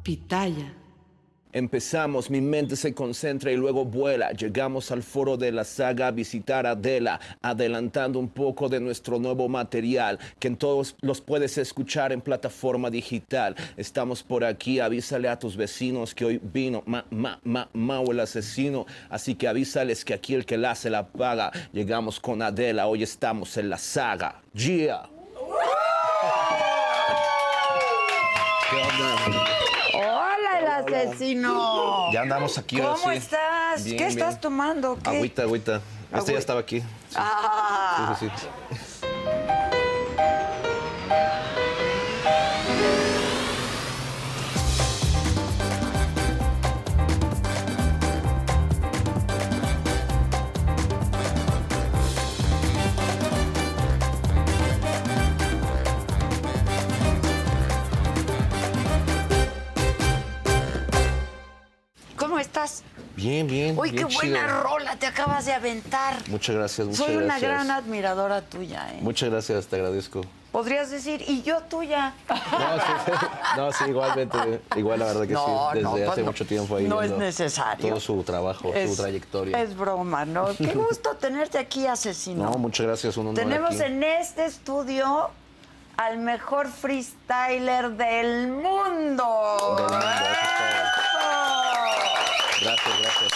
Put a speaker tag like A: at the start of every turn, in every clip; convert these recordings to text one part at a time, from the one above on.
A: Pitaya.
B: Empezamos, mi mente se concentra y luego vuela. Llegamos al foro de la saga a visitar a Adela, adelantando un poco de nuestro nuevo material, que en todos los puedes escuchar en plataforma digital. Estamos por aquí, avísale a tus vecinos que hoy vino ma, ma, ma, Mau el asesino, así que avísales que aquí el que la hace la paga. Llegamos con Adela, hoy estamos en la saga. Yeah. ¿Qué onda?
A: ¡Hola, el asesino!
B: Ya andamos aquí. ahora
A: ¿Cómo
B: sí.
A: estás?
B: Bien,
A: ¿Qué
B: bien.
A: estás tomando? ¿Qué?
B: Agüita, agüita. Este
A: Agüi-
B: ya estaba aquí. Sí,
A: Ah,
B: sí, sí.
A: ¿Cómo estás?
B: Bien, bien.
A: Uy, qué
B: bien chido.
A: buena rola te acabas de aventar.
B: Muchas gracias, muchas
A: Soy una
B: gracias.
A: gran admiradora tuya, ¿eh?
B: Muchas gracias, te agradezco.
A: Podrías decir, y yo tuya.
B: No, sí, no, sí, igualmente. Igual, la verdad que
A: No,
B: sí. Desde
A: no, pues
B: hace
A: no.
B: mucho tiempo ahí.
A: No es
B: viendo
A: necesario.
B: Todo su trabajo, su trayectoria.
A: Es broma, ¿no? Qué gusto tenerte aquí, asesino.
B: No, muchas gracias. Un honor
A: Tenemos
B: aquí.
A: en este estudio al mejor freestyler del mundo.
B: Del mundo, eso es
A: ¡Eso!
B: Gracias, gracias.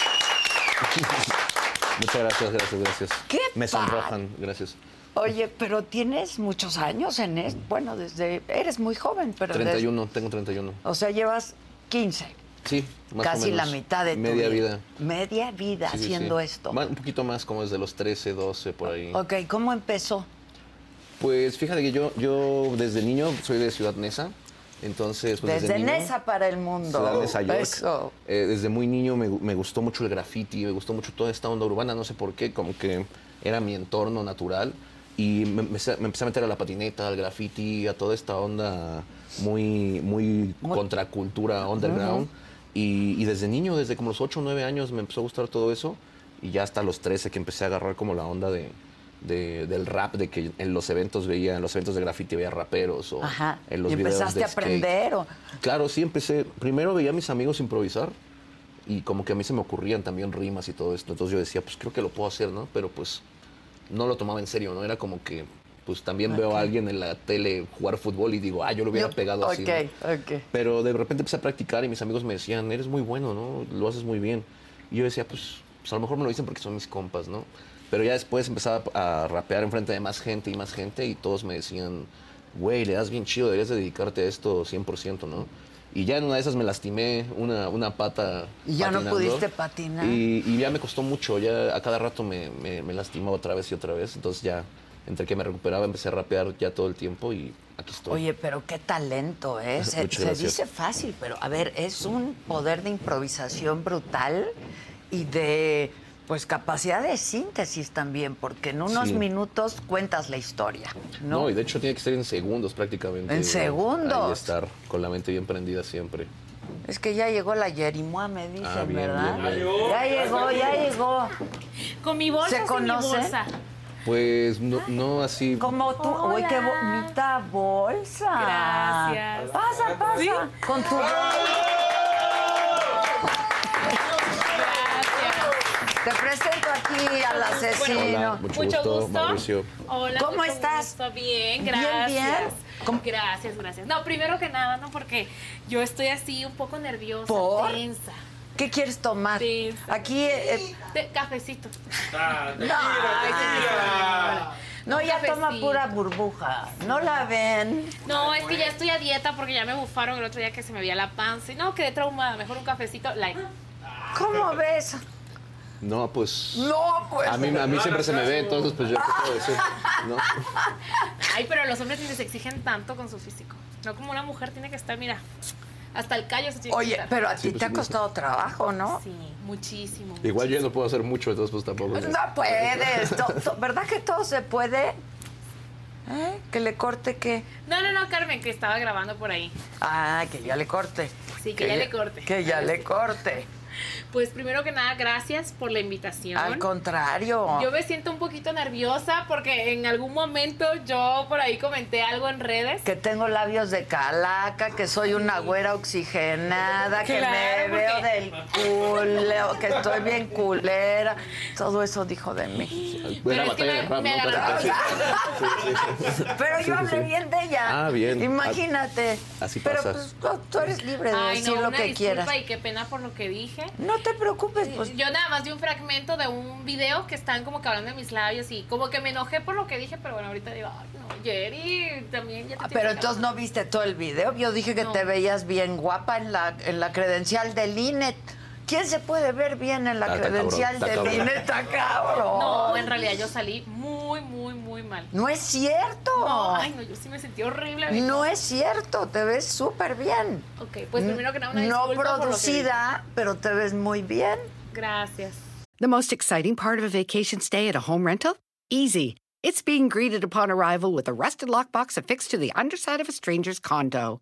B: muchas gracias, gracias, gracias.
A: ¡Qué
B: Me
A: padre!
B: sonrojan, gracias.
A: Oye, pero tienes muchos años en esto. Bueno, desde eres muy joven, pero desde-
B: 31, tengo 31.
A: o sea, llevas 15,
B: Sí, más o
A: casi
B: menos.
A: la mitad de tu
B: Media
A: vida.
B: vida.
A: Media vida
B: Sí, sí,
A: haciendo
B: sí.
A: esto.
B: Más- un poquito más, como desde los 13, 12, por ahí.
A: Ok, ¿cómo empezó?
B: Pues fíjate que yo, yo desde niño soy de Ciudad Neza, entonces pues,
A: desde
B: niño-
A: Nesa para el mundo.
B: Ciudad Neza, York.
A: Eso.
B: Eh, desde muy niño me, gu- me gustó mucho el graffiti, me gustó mucho toda esta onda urbana, no sé por qué, como que era mi entorno natural. Y me, empecé- me empecé a meter a la patineta, al graffiti, a toda esta onda muy, muy
A: Muy-
B: contracultura, underground. y, y desde niño, desde como los 8 o 9 años, me empezó a gustar todo eso. Y ya hasta los 13 que empecé a agarrar como la onda de, de- del rap, de que en los eventos veía, en los eventos de graffiti veía raperos o
A: Ajá.
B: en los
A: y
B: videos de
A: empezaste a
B: skate.
A: aprender o
B: Claro, sí, empecé. Primero veía a mis amigos improvisar y como que a mí se me ocurrían también rimas y todo esto. Entonces yo decía, pues creo que lo puedo hacer, ¿no? Pero pues no lo tomaba en serio, ¿no? Era como que, pues también veo a alguien en la tele jugar fútbol y digo, ah, yo lo hubiera
A: Yo-
B: pegado así. ¿no?
A: Ok, ok.
B: Pero de repente empecé a practicar y mis amigos me decían, eres muy bueno, ¿no? Lo haces muy bien. Y yo decía, pues, pues, a lo mejor me lo dicen porque son mis compas, ¿no? Pero ya después empezaba a rapear enfrente de más gente y más gente y todos me decían, güey, le das bien chido, deberías de dedicarte a esto 100%, ¿no? Y ya en una de esas me lastimé una, una pata.
A: Y ya no pudiste patinar.
B: Y, y ya me costó mucho, ya a cada rato me, me, me lastimaba otra vez y otra vez. Entonces ya, entre que me recuperaba, empecé a rapear ya todo el tiempo y aquí estoy.
A: Oye, pero qué talento, ¿eh? Se,
B: Muchas
A: se
B: gracias.
A: dice fácil, pero a ver, es un poder de improvisación brutal y de pues capacidad de síntesis también, porque en unos
B: Sí.
A: minutos cuentas la historia, ¿no?
B: No. y de hecho tiene que ser en segundos prácticamente.
A: ¿En
B: Ahí
A: segundos?
B: estar con la mente bien prendida siempre.
A: Es que ya llegó la Yerimoa, me dicen,
B: Ah, bien,
A: ¿verdad?
B: bien, bien.
A: Ya llegó, ya llegó.
C: Con mi bolsa,
A: ¿Se
C: sin
A: conocen?
C: mi bolsa.
B: Pues no, no así.
A: Como tú,
C: Hola.
A: uy, qué bonita bolsa.
C: Gracias.
A: Pasa, pasa.
C: ¿Sí?
A: Con tu bolsa.
C: Gracias.
A: Te presento aquí al asesino.
B: Hola, mucho
C: Mucho
B: gusto,
C: gusto.
B: Mauricio.
C: Hola,
A: ¿Cómo
C: mucho
A: estás?
C: gusto. Bien,
A: Bien,
C: gracias.
A: bien. ¿Cómo?
C: Gracias, gracias. No, primero que nada, no, porque yo estoy así un poco nerviosa,
A: ¿Por?
C: tensa.
A: ¿Qué quieres tomar?
C: Sí.
A: Aquí. eh,
C: Te- cafecito.
A: no, no, ya toma
C: Cafecito.
A: pura burbuja. No la ven.
C: No, es que ya estoy a dieta porque ya me bufaron el otro día que se me veía la panza. Y no, quedé traumada. Mejor un cafecito light.
A: ¿Cómo ves?
B: No, pues.
A: No, pues.
B: A mí, a mí siempre se me ve, entonces, pues yo qué puedo decir. ¿no?
C: Ay, pero los hombres ni les exigen tanto con su físico. No como una mujer tiene que estar, mira, hasta el callo se tiene que
A: Oye,
C: estar.
A: pero a ti
B: pues,
A: te ha
B: sí.
A: costado trabajo, ¿no?
C: Sí, muchísimo.
B: Igual yo no puedo hacer mucho, entonces, pues tampoco.
A: No puedes. to- to- ¿Verdad que todo se puede? ¿Eh? Que le corte que.
C: No, no, no, Carmen, que estaba grabando por ahí.
A: Ah, que ya le corte.
C: Sí, que ya le corte.
A: Que ya le corte.
C: Pues primero que nada, gracias por la invitación.
A: Al contrario.
C: Yo me siento un poquito nerviosa porque en algún momento yo por ahí comenté algo en redes.
A: Que tengo labios de calaca, que soy una güera oxigenada, que me
C: Claro,
A: veo
C: porque-
A: del culo, que estoy bien culera. Todo eso dijo de mí.
C: Pero
B: Buena
C: es que
B: batalla de
C: me-
B: rap,
C: me
B: ¿no? Casi,
C: agarraron.
B: casi. Sí, sí, sí.
A: Pero yo hablé bien de ella.
B: Ah, bien.
A: Imagínate.
B: Así
A: Pero
B: pasa.
A: pues tú- tú eres libre de
C: Ay,
A: decir
C: no,
A: lo
C: una
A: que
C: disculpa
A: quieras.
C: y qué pena por lo que dije.
A: No te preocupes, pues
C: Yo nada más di un fragmento de un video que están como que hablando de mis labios y como que me enojé por lo que dije, pero bueno, ahorita digo, ay, no, Jerry, también ya te
A: Ah,
C: tienes
A: Pero
C: que
A: entonces no
C: calmar".
A: viste todo el video. Yo dije que
C: No.
A: te veías bien guapa en la, en la credencial del INET. ¿Quién se puede ver bien en la
B: Ah, está
A: credencial
B: cabrón, está
A: del
B: cabrón.
A: INET? Está cabrón.
C: No, en realidad yo salí muy, muy, muy mal.
A: No es cierto.
C: No,
A: No,
C: ay, no, yo sí me sentí horrible.
A: es cierto. Te ves súper bien.
C: Ok, pues primero que nada, una
A: Mm, no
C: disculpa por lo que
A: producida, pero te ves muy bien.
C: dije. Gracias.
D: The most exciting part of a vacation stay at a home rental? Easy. It's being greeted upon arrival with a rusted lockbox affixed to the underside of a stranger's condo.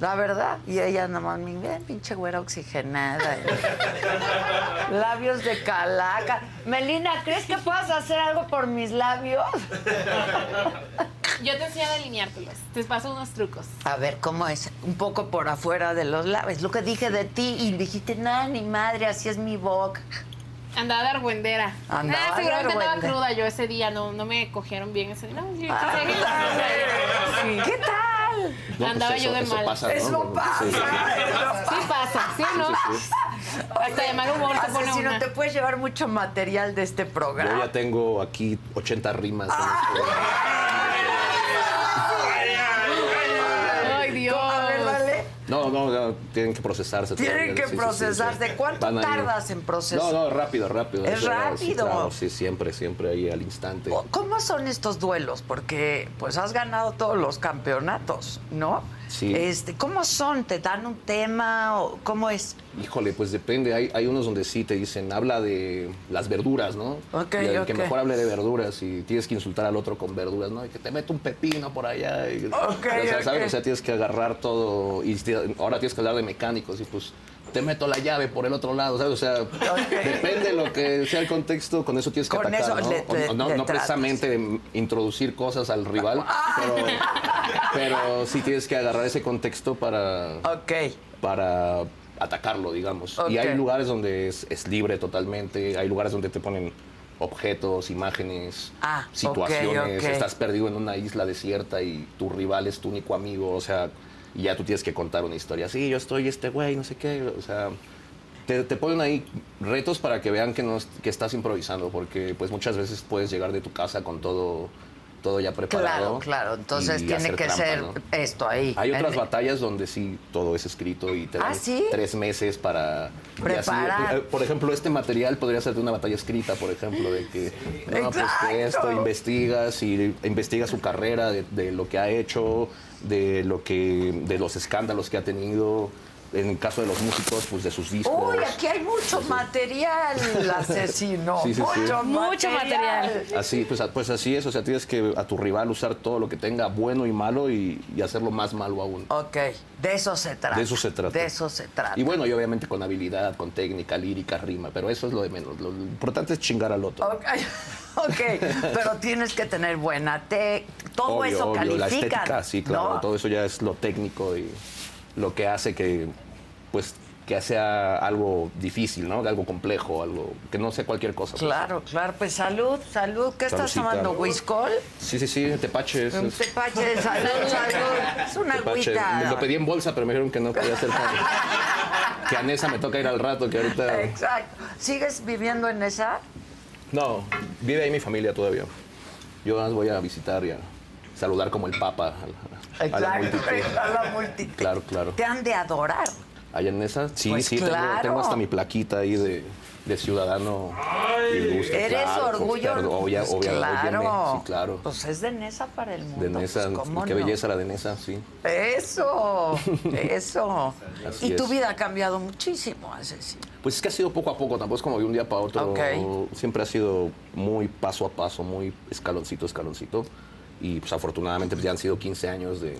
A: La verdad. Y ella nomás, mi bien, pinche güera oxigenada. labios de calaca. Melina, ¿crees que puedas hacer algo por mis labios?
C: Yo te enseño a delineártelos. Te paso unos trucos.
A: A ver, ¿cómo es? Un poco por afuera de los labios. Lo que dije de ti y dijiste, nada, ni madre, así es mi boca.
C: Andaba de argüendera.
A: Andaba
C: Ah,
A: de
C: seguramente andaba
A: argüendera.
C: cruda yo ese día. No, no me cogieron bien ese día. No, sí, sí, sí.
A: ¿Qué tal?
B: No, pues
C: Andaba yo
B: eso-
C: de
B: eso
C: mal.
B: pasa, ¿no?
A: Eso pasa.
B: Sí, sí,
C: Sí pasa, sí, ¿no? Hasta de mal humor te pone
A: Asesino,
C: una.
A: te puedes llevar mucho material de este
B: sí. pues, Yo
A: programa.
B: ya tengo aquí 80 rimas. ¿no?
A: Ah.
C: Ay, Dios.
A: A ver, dale.
B: No, no, no, tienen que procesarse.
A: Tienen
B: todavía,
A: que procesarse. ¿Cuánto
B: Van a ir.
A: tardas en procesar?
B: No, no, rápido, rápido.
A: Es
B: Sí, claro, Sí,
A: rápido.
B: claro, sí, siempre, siempre ahí al instante.
A: O- ¿Cómo son estos duelos? Porque pues has ganado todos los campeonatos, ¿no?
B: Sí.
A: Este, ¿Cómo son? ¿Te dan un tema? o ¿Cómo es?
B: Híjole, pues depende. Hay, hay unos donde sí te dicen, habla de las verduras, ¿no?
A: Ok,
B: y el que
A: ok.
B: mejor hable de verduras y tienes que insultar al otro con verduras, ¿no? Y que te mete un pepino por allá. Y, o
A: Ok,
B: sea, ¿sabes?
A: ok.
B: O sea, tienes que agarrar todo y te- ahora tienes que hablar de mecánicos y pues te meto la llave por el otro lado, ¿sabes? O sea, depende de lo que sea el contexto, con eso tienes que
A: Con
B: atacar,
A: eso
B: ¿no?
A: le-
B: O-
A: le-
B: o no,
A: le
B: no
A: tratas. Ah.
B: precisamente mm, introducir cosas al rival, pero, pero sí tienes que agarrar ese contexto para
A: Ok.
B: para atacarlo, digamos. Y
A: Ok.
B: hay lugares donde es, es libre totalmente, hay lugares donde te ponen objetos, imágenes,
A: Ah, ok,
B: situaciones,
A: ok.
B: estás perdido en una isla desierta y tu rival es tu único amigo, o sea, y ya tú tienes que contar una historia. Sí, yo estoy este güey, no sé qué, o sea, te, te ponen ahí retos para que vean que, no, es- que estás improvisando, porque pues muchas veces puedes llegar de tu casa con todo todo ya preparado.
A: Claro, claro. Entonces
B: y
A: tiene
B: hacer
A: que
B: trampa,
A: ser
B: ¿no?
A: esto ahí.
B: Hay otras
A: En-
B: batallas donde sí todo es escrito y te
A: ¿Ah,
B: dan
A: sí?
B: tres meses para y así,
A: Preparar.
B: eh, por ejemplo, este material podría ser de una batalla escrita, por ejemplo, de que no, pues que
A: Exacto.
B: esto investigas y investigas su carrera, de, de lo que ha hecho, de lo que, de los escándalos que ha tenido. En el caso de los músicos, pues de sus discos.
A: Uy, aquí hay mucho material, asesino.
B: Sí, sí, sí.
A: Mucho,
C: Mucho material.
B: Así, pues, a- pues así es, o sea, tienes que a tu rival usar todo lo que tenga bueno y malo y, y hacerlo más malo aún.
A: Ok, de eso se trata.
B: De eso se trata.
A: De eso se trata.
B: Y bueno, y obviamente con habilidad, con técnica, lírica, rima, pero eso es lo de menos. Lo importante es chingar al otro.
A: Ok, ok, pero tienes que tener buena te todo
B: Obvio,
A: eso
B: obvio,
A: califica.
B: la estética, sí, claro,
A: ¿no?
B: todo eso ya es lo técnico y lo que hace que, pues, que sea algo difícil, ¿no? Algo complejo, algo que no sea cualquier cosa. pues.
A: Claro, claro, pues salud, salud. ¿Qué estás
B: Saludcita.
A: tomando? ¿Whiskol?
B: Sí, sí, sí, tepache. es-
A: Un
B: es-
A: tepache, salud, salud. Es una
B: tepache.
A: agüita.
B: Me Lo pedí en bolsa, pero me dijeron que no podía hacer pan. Que a Nesa me toca ir al rato, que ahorita...
A: Exacto. ¿Sigues viviendo en esa?
B: No, vive ahí mi familia todavía. Yo nada más voy a visitar y a saludar como el Papa a la, a la multitud.
A: a la multitud.
B: Claro, claro.
A: Te han de adorar.
B: Allá en esa, sí,
A: Pues
B: sí, tengo-
A: claro.
B: tengo, hasta mi plaquita ahí de, de ciudadano ilustre.
A: Eres
B: Eh, claro,
A: orgullo.
B: claro, obvia-
A: Pues
B: obvia-
A: claro.
B: óyeme, sí, claro.
A: Pues es de Nesa para el mundo.
B: de Nesa,
A: pues, ¿cómo
B: qué
A: no?
B: belleza la de Nesa, sí.
A: Eso, eso.
B: Así
A: y tu
B: es.
A: vida ha cambiado muchísimo, asesino.
B: Pues es que ha sido poco a poco, tampoco es como de un día para otro.
A: Ok.
B: Siempre ha sido muy paso a paso, muy escaloncito, escaloncito. Y pues afortunadamente pues, ya han sido 15 años de,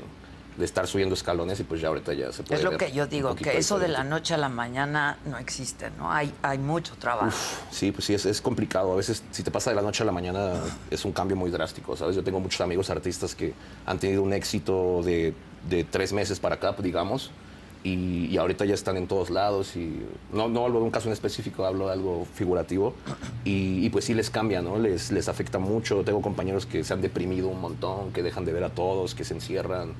B: de estar subiendo escalones y pues ya ahorita ya se puede
A: Es lo
B: ver
A: que yo
B: un
A: digo,
B: poquito
A: que eso de la
B: diferente.
A: noche a la mañana no existe, ¿no? Hay, hay mucho trabajo.
B: Sí, pues sí, es, es complicado. A veces, si te pasa de la noche a la mañana, es un cambio muy drástico, ¿sabes? Yo tengo muchos amigos artistas que han tenido un éxito de, de tres meses para acá, pues, digamos, y, y ahorita ya están en todos lados. Y no, no hablo de un caso en específico, hablo de algo figurativo. Y, y pues sí les cambia, ¿no? Les, les afecta mucho. Tengo compañeros que se han deprimido un montón, que dejan de ver a todos, que se encierran.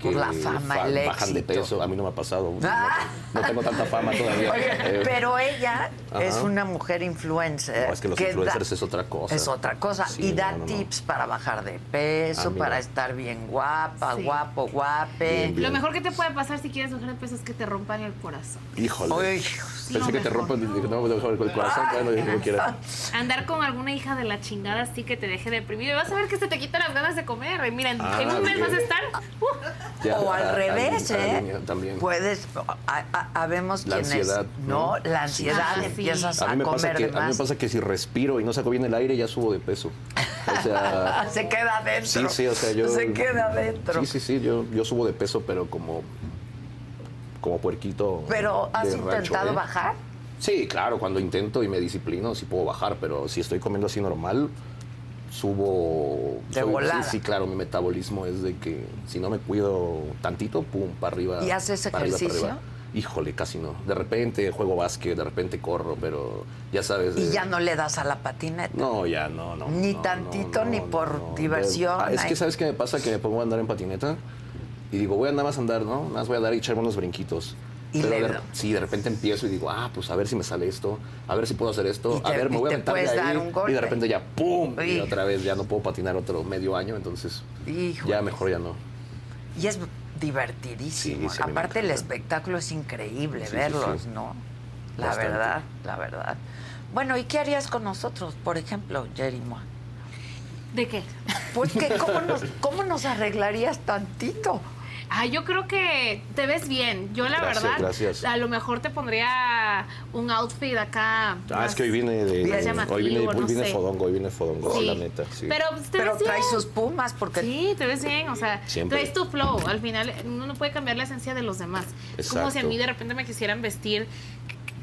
B: Que
A: Por la fama,
B: fa-
A: el
B: bajan de
A: éxito.
B: peso, a mí no me ha pasado. No-
A: Ah.
B: No, tengo tanta fama todavía.
A: Oye,
B: Eh,
A: pero ella
B: Ajá.
A: es una mujer influencer.
B: No, es que los
A: da-
B: influencers es otra cosa.
A: Es otra cosa.
B: Sí,
A: y da
B: no, no, no.
A: tips para bajar de peso,
B: Ah, mira.
A: para estar bien guapa,
C: Sí.
A: guapo, guape.
B: Bien, bien.
C: Lo mejor que te puede pasar si quieres bajar de peso es que te rompan el corazón.
B: Híjole.
A: Uy,
B: Pensé
C: lo
B: que te
C: mejor.
B: rompen dije, no, me dejó el corazón, bueno, dije, no quiera.
C: Andar con alguna hija de la chingada así que te deje deprimido. Y vas a ver que se te quitan las ganas de comer. Y mira, en,
B: Ah,
C: en un mes
B: bien.
C: vas a estar. uh,
B: Ya,
A: o al
B: a- a-
A: revés,
B: a la
A: ¿eh?
B: línea También.
A: Puedes, a- a- habemos
B: La
A: quienes,
B: ansiedad,
A: ¿no?
B: ¿no?
A: La ansiedad
C: Ah, sí.
A: empiezas
B: a
A: a,
B: mí, me pasa
A: comer
B: que,
A: de
B: a mí me
A: más.
B: pasa que si respiro y no saco bien el aire, ya subo de peso. O sea.
A: Ah, se queda
B: sí,
A: adentro.
B: sí, o sea, yo.
A: Se queda adentro.
B: Sí, sí, sí, yo, yo subo de peso, pero como. Como puerquito.
A: Pero has
B: de rancho,
A: intentado
B: ¿eh?
A: bajar.
B: Sí, claro, cuando intento y me disciplino, sí puedo bajar, pero si estoy comiendo así normal, subo.
A: De
B: soy-
A: volada.
B: Sí, sí, claro, mi metabolismo es de que si no me cuido tantito, pum, para arriba.
A: ¿Y haces
B: para arriba, para
A: ejercicio?
B: arriba. Híjole, casi no. De repente juego básquet, de repente corro, pero ya sabes.
A: Y
B: eh,
A: ya no le das a la patineta.
B: no, ya no, no.
A: Ni
B: no,
A: tantito, ni por
B: De-
A: diversión,
B: Ah, es
A: ay.
B: que sabes qué me pasa que me pongo a andar en patineta y digo, voy a nada más andar, ¿no? Nada más voy a dar y echarme unos brinquitos.
A: Y
B: Pero
A: le-
B: de, sí, de repente empiezo y digo, ah, pues a ver si me sale esto, a ver si puedo hacer esto,
A: Y
B: a
A: te-
B: ver,
A: y
B: me voy
A: te
B: a aventar
A: puedes
B: de ahí.
A: dar un golpe.
B: Y de repente ya, ¡pum!
A: Uy.
B: Y otra vez ya no puedo patinar otro medio año, entonces
A: Híjole.
B: ya mejor ya no.
A: Y es divertidísimo.
B: Sí, sí, a mí me
A: Aparte el
B: encanta.
A: espectáculo es increíble
B: Sí, sí,
A: verlos,
B: sí.
A: ¿no? La
B: Bastante.
A: verdad, la verdad. Bueno, ¿y qué harías con nosotros, por ejemplo, Jerimo?
C: ¿De qué?
A: Pues que cómo nos, cómo nos arreglarías tantito.
C: Ay, Ah, yo creo que te ves bien. Yo, la
B: Gracias,
C: verdad,
B: gracias.
C: a lo mejor te pondría un outfit acá.
B: Ah, es que hoy vine de.
C: Bien
B: hoy vine,
C: llamativo,
B: hoy
C: no
B: vine
C: sé.
B: fodongo, hoy vine fodongo, la neta. Sí.
C: Pero pues, te
A: Pero
C: ves bien.
A: traes sus pumas porque
C: Sí, te ves bien, o sea,
B: Siempre.
C: traes tu flow. Al final, uno no puede cambiar la esencia de los demás. Es como si a
B: Exacto.
C: mí de repente me quisieran vestir,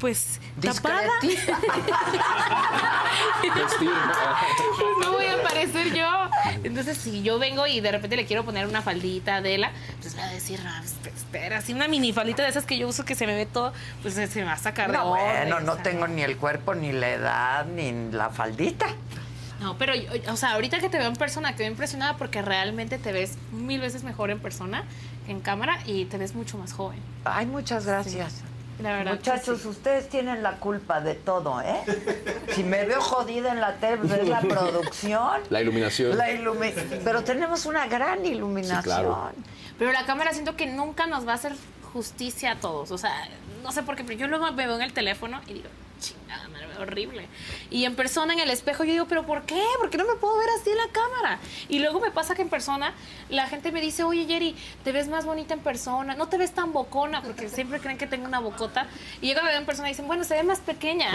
C: pues, tapada.
A: discretista.
B: Vestir, ¿no?
C: Pues no voy a parecer yo. Entonces, si yo vengo y de repente le quiero poner una faldita a Adela, pues va a decir, "Ah, esp- espera, así una mini faldita de esas que yo uso que se me ve todo, pues se se me va a sacar de
A: No,
C: onda",
A: bueno,
C: o
A: no
C: sea.
A: tengo ni el cuerpo, ni la edad, ni la faldita.
C: No, pero, yo- o sea, ahorita que te veo en persona, quedé impresionada porque realmente te ves mil veces mejor en persona que en cámara y te ves mucho más joven.
A: Ay, muchas gracias.
C: La verdad. que
A: Muchachos,
C: sí.
A: ustedes tienen la culpa de todo, ¿eh? Si me veo jodida en la tele, pues es la producción.
B: La iluminación.
A: La ilumi- Pero tenemos una gran iluminación.
B: claro.
C: Pero la cámara siento que nunca nos va a hacer justicia a todos. O sea, no sé por qué, pero yo luego me veo en el teléfono y digo, chingada, madre, me veo horrible. Y en persona, en el espejo, yo digo, ¿pero por qué? ¿Por qué no me puedo ver así en la cámara? Y luego me pasa que en persona la gente me dice, oye, Jerry, te ves más bonita en persona, no te ves tan bocona, porque siempre creen que tengo una bocota. Y llego a ver en persona y dicen, bueno, se ve más pequeña.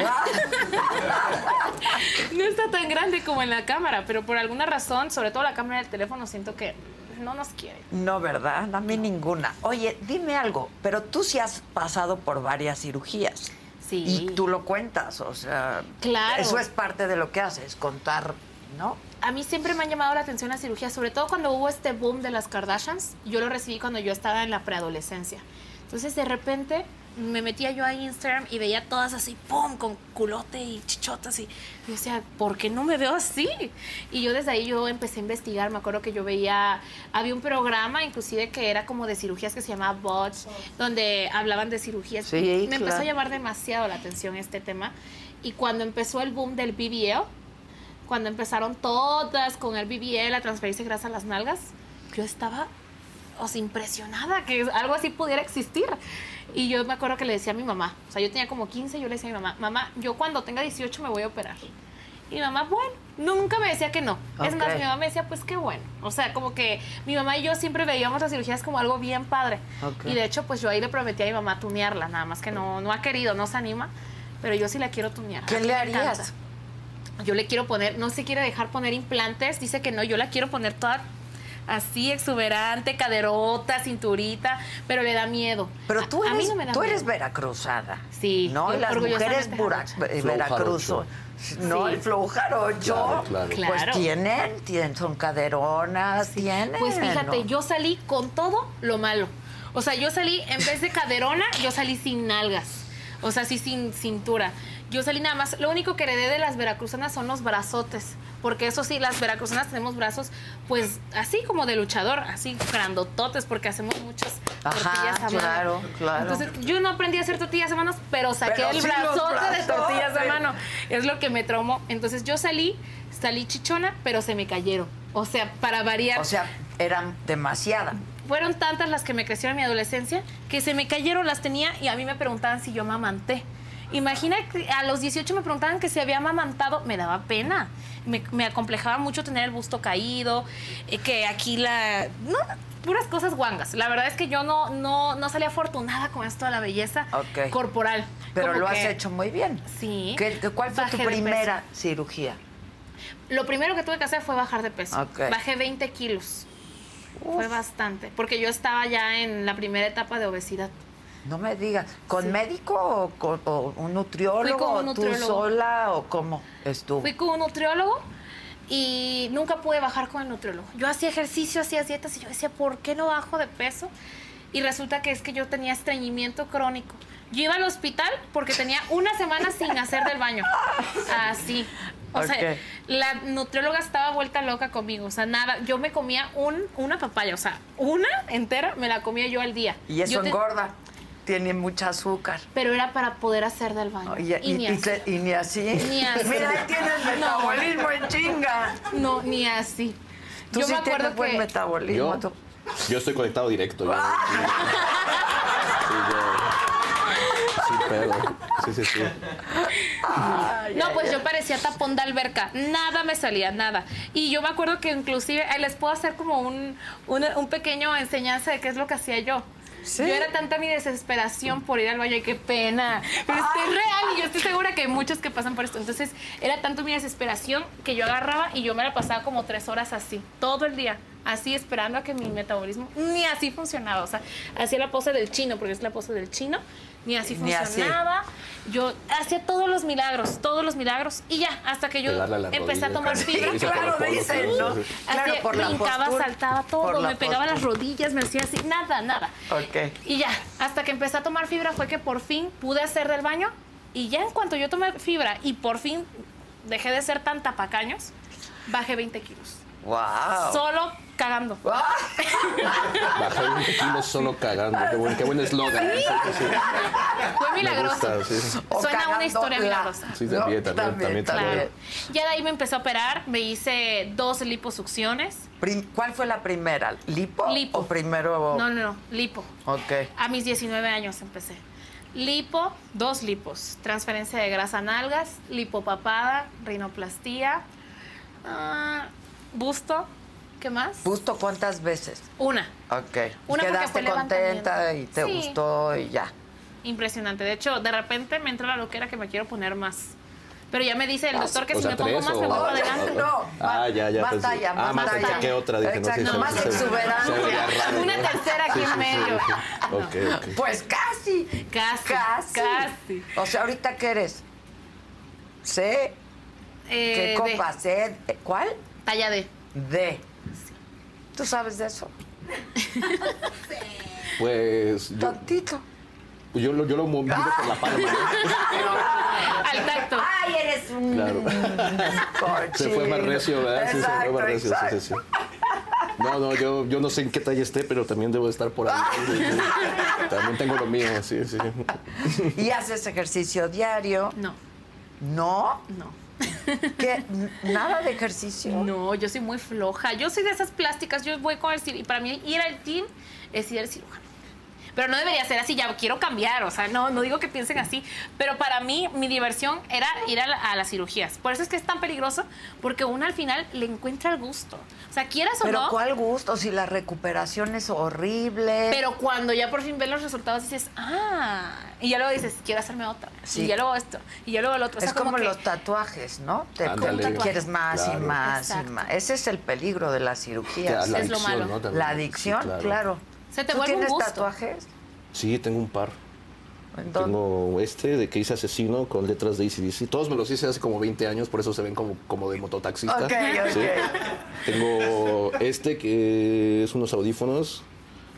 C: no está tan grande como en la cámara, pero por alguna razón, sobre todo la cámara del teléfono, siento que no nos quieren.
A: No, ¿verdad? A mí ninguna. Oye, dime algo, pero tú sí has pasado por varias cirugías.
C: Sí.
A: Y tú lo cuentas, o sea.
C: Claro.
A: Eso es parte de lo que haces, contar, ¿no?
C: A mí siempre me han llamado la atención las cirugías, sobre todo cuando hubo este boom de las Kardashians. Yo lo recibí cuando yo estaba en la preadolescencia. Entonces, de repente, me metía yo a Instagram y veía todas así, ¡pum!, con culote y chichotas. Y yo decía, ¿por qué no me veo así? Y yo desde ahí yo empecé a investigar. Me acuerdo que yo veía, había un programa inclusive que era como de cirugías que se llamaba Bots, donde hablaban de cirugías.
A: Sí,
C: me
A: claro.
C: empezó a llamar demasiado la atención este tema. Y cuando empezó el boom del BBL, cuando empezaron todas con el BBL, la transferencia de grasa a las nalgas, yo estaba o sea, impresionada que algo así pudiera existir. Y yo me acuerdo que le decía a mi mamá, o sea, yo tenía como 15, yo le decía a mi mamá, mamá, yo cuando tenga 18 me voy a operar. Y mi mamá, bueno, nunca me decía que no. Es más,
A: Ok.
C: mi mamá me decía, pues qué bueno. O sea, como que mi mamá y yo siempre veíamos las cirugías como algo bien padre.
A: Ok.
C: Y de hecho, pues yo ahí le prometí a mi mamá tunearla, nada más que no, no ha querido, no se anima, pero yo sí la quiero tunear.
A: ¿Qué le
C: Ah, Me
A: harías?
C: encanta yo le quiero poner, no se quiere dejar poner implantes, dice que no, yo la quiero poner toda así, exuberante, caderota, cinturita, pero le da miedo.
A: Pero
C: A-
A: tú
C: a
A: eres,
C: mí no me da
A: tú eres
C: miedo.
A: veracruzada.
C: Sí,
A: ¿No? Y
C: yo
A: las mujeres
C: orgullosamente
A: bura- eh,
B: Flow
A: veracruzo.
B: jarocho.
A: No,
C: Sí.
A: el flow jarocho.
B: Claro, claro.
C: Claro.
A: Pues tienen, tienen, son caderonas, tienen.
C: Pues fíjate,
A: ¿no?
C: yo salí con todo lo malo. O sea, yo salí, en vez de caderona, yo salí sin nalgas. O sea, sí, sin cintura. Yo salí nada más. Lo único que heredé de las veracruzanas son los brazotes. Porque eso sí, las veracruzanas tenemos brazos, pues, así como de luchador, así grandototes, porque hacemos muchas
A: Ajá,
C: tortillas a mano.
A: claro, claro.
C: Entonces, yo no aprendí a hacer tortillas a manos, pero saqué
A: Pero
C: el
A: sí los
C: brazote de tortillas a
A: brazotes.
C: mano. Es lo que me traumó. Entonces, yo salí, salí chichona, pero se me cayeron. O sea, para variar.
A: O sea, eran demasiada.
C: Fueron tantas las que me crecieron en mi adolescencia que se me cayeron, las tenía y a mí me preguntaban si yo mamanté. Imagina que a los 18 me preguntaban que si había mamantado, me daba pena. Me, me acomplejaba mucho tener el busto caído, eh, que aquí la... No, puras cosas guangas. La verdad es que yo no, no, no salí afortunada con esto de la belleza
A: Ok.
C: corporal.
A: Pero
C: Como
A: lo has
C: que-
A: hecho muy bien.
C: Sí.
A: ¿Qué- qué- ¿Cuál fue tu
C: Bajé de peso.
A: primera cirugía?
C: Lo primero que tuve que hacer fue bajar de peso.
A: Ok.
C: Bajé 20 kilos. Fue bastante. Porque yo estaba ya en la primera etapa de obesidad.
A: No me digas, ¿con médico o, con, o un nutriólogo?
C: Fui con un
A: o ¿Tú
C: nutriólogo.
A: sola o cómo estuvo?
C: Fui con un nutriólogo y nunca pude bajar con el nutriólogo. Yo hacía ejercicio, hacía dietas y yo decía, ¿por qué no bajo de peso? Y resulta que es que yo tenía estreñimiento crónico. Yo iba al hospital porque tenía una semana sin hacer del baño. Así. O sea,
A: Ok.
C: la nutrióloga estaba vuelta loca conmigo. O sea, nada. Yo me comía un, una papaya. O sea, una entera me la comía yo al día.
A: Y eso
C: Yo te-
A: engorda, tiene mucha azúcar.
C: Pero era para poder hacer del baño.
A: Oh, Y,
C: Y
A: y-
C: ni
A: y
C: así.
A: te- y ni así.
C: Ni así.
A: Mira, ahí tienes
C: No.
A: metabolismo en chinga.
C: No, ni así.
A: Tú
C: yo
A: sí
C: me acuerdo
A: tienes
C: que...
A: buen metabolismo.
B: ¿Yo?
A: tú.
B: Yo estoy conectado directo. yo- Sí, yo- sin pedo. Sí, sí, sí.
C: No, pues yo parecía tapón de alberca. Nada me salía, nada. Y yo me acuerdo que inclusive eh, les puedo hacer como un, un, un pequeño enseñanza de qué es lo que hacía yo.
A: Sí.
C: Yo era tanta mi desesperación por ir al baño y qué pena. Pero esto es real y yo estoy segura que hay muchos que pasan por esto. Entonces, era tanto mi desesperación que yo agarraba y yo me la pasaba como tres horas así, todo el día. Así esperando a que mi metabolismo ni así funcionaba. O sea, hacía la pose del chino, porque es la pose del chino, ni así
A: Ni así.
C: funcionaba. Yo hacía todos los milagros, todos los milagros. Y ya, hasta que yo
B: Pegarle a las
C: empecé a
B: rodillas,
C: tomar
B: con-
C: fibra.
B: Sí,
A: Claro,
B: por los
A: dicen,
B: polos,
A: ¿no?
B: sí, sí, sí.
A: Claro,
C: Así,
A: por la
C: brincaba,
A: postura,
C: saltaba
A: por
C: todo,
A: la
C: me pegaba
A: postura.
C: las rodillas, me hacía así, nada, nada.
A: Ok.
C: Y ya, hasta que empecé a tomar fibra fue que por fin pude hacer del baño. Y ya en cuanto yo tomé fibra y por fin dejé de ser tan tapacaños, bajé 20 kilos.
A: ¡Wow!
C: Solo cagando.
B: Bajar un kilo solo cagando. Qué buen, qué buen eslogan. ¿eh? Sí, sí, sí.
C: Fue milagroso.
B: gusta, sí.
A: O
C: Suena
A: cagándola.
C: una historia milagrosa.
B: Sí, también, también, también,
C: Claro. Ya de ahí me empecé a operar, me hice dos liposucciones.
A: Prim- ¿Cuál fue la primera? ¿Lipo?
C: Lipo.
A: ¿O primero?
C: No, no, no, lipo.
A: Ok.
C: A mis 19 años empecé. Lipo, dos lipos. Transferencia de grasa a nalgas, lipopapada, rinoplastía, ah, busto. ¿Qué más?
A: ¿Busto cuántas veces?
C: Una.
A: Ok.
C: Una porque fue
A: Quedaste contenta y
C: levantamiento.
A: te
C: Sí.
A: gustó y ya.
C: Impresionante. De hecho, de repente me entra la loquera que me quiero poner más. Pero ya me dice el doctor que
B: o
C: si
B: sea,
C: me pongo
B: tres
C: más
B: o-
C: me voy
B: No,
C: para
B: ya,
C: adelante.
B: no. Ah, ya, ya,
A: Más
B: pensé.
A: talla,
B: Ah,
A: más
B: más
A: talla.
B: talla que otra, dije, no, sí,
A: Exacto,
B: se-
A: más
B: se- se-
A: exuberancia.
B: se veía raro.
C: Una tercera aquí en medio.
B: Ok, ok.
A: Pues casi.
C: Casi,
A: Casi.
C: casi.
A: O sea, ¿ahorita qué eres? ¿C? ¿Qué
C: Eh, de-
A: copa? ¿C? ¿De ¿Cuál?
C: Talla D.
A: D. ¿Tú sabes de eso?
B: Pues yo,
A: Tantito.
B: yo, lo, yo lo moví por la palma.
C: Al tacto.
A: ¡Ay, eres un
B: Claro. Se fue más recio, ¿verdad? Sí, se fue más recio. sí, sí, sí. No, no, yo, yo no sé en qué talla esté, pero también debo estar por ahí. También tengo lo mío, sí, sí.
A: ¿Y haces ejercicio diario?
C: No,
A: ¿No?
C: no.
A: ¿Qué? ¿Nada de ejercicio?
C: No, yo soy muy floja. Yo soy de esas plásticas. Yo voy con el cirujano. Y para mí ir al team es ir al cirujano. Pero no debería ser así. Ya quiero cambiar. O sea, no, no digo que piensen así. Pero para mí, mi diversión era ir a, la- a las cirugías. Por eso es que es tan peligroso. Porque uno al final le encuentra el gusto. O sea, quieras o
A: Pero
C: no.
A: ¿cuál gusto? Si la recuperación es horrible.
C: Pero cuando ya por fin ves los resultados dices, ah, y ya luego dices, quiero hacerme otra.
A: Sí.
C: Y ya luego esto. Y ya luego el otro. O sea,
A: es como,
C: que-
A: los tatuajes, ¿no? Te
B: Ah, Ándale.
A: te quieres más
B: Claro.
A: y más y
C: Exacto.
A: más. Ese es el peligro de las cirugías.
C: la- Es lo malo.
B: También.
A: La adicción,
B: Sí,
A: claro.
C: Se te
A: ¿Tú
C: vuelve un
A: tienes
C: gusto.
A: tatuajes?
B: Sí, tengo un par.
A: ¿En dónde?
B: Tengo este de que hice asesino con letras de ACDC. Todos me los hice hace como 20 años, por eso se ven como, como de mototaxista.
A: Ok, ok.
B: Sí. Tengo este que es unos audífonos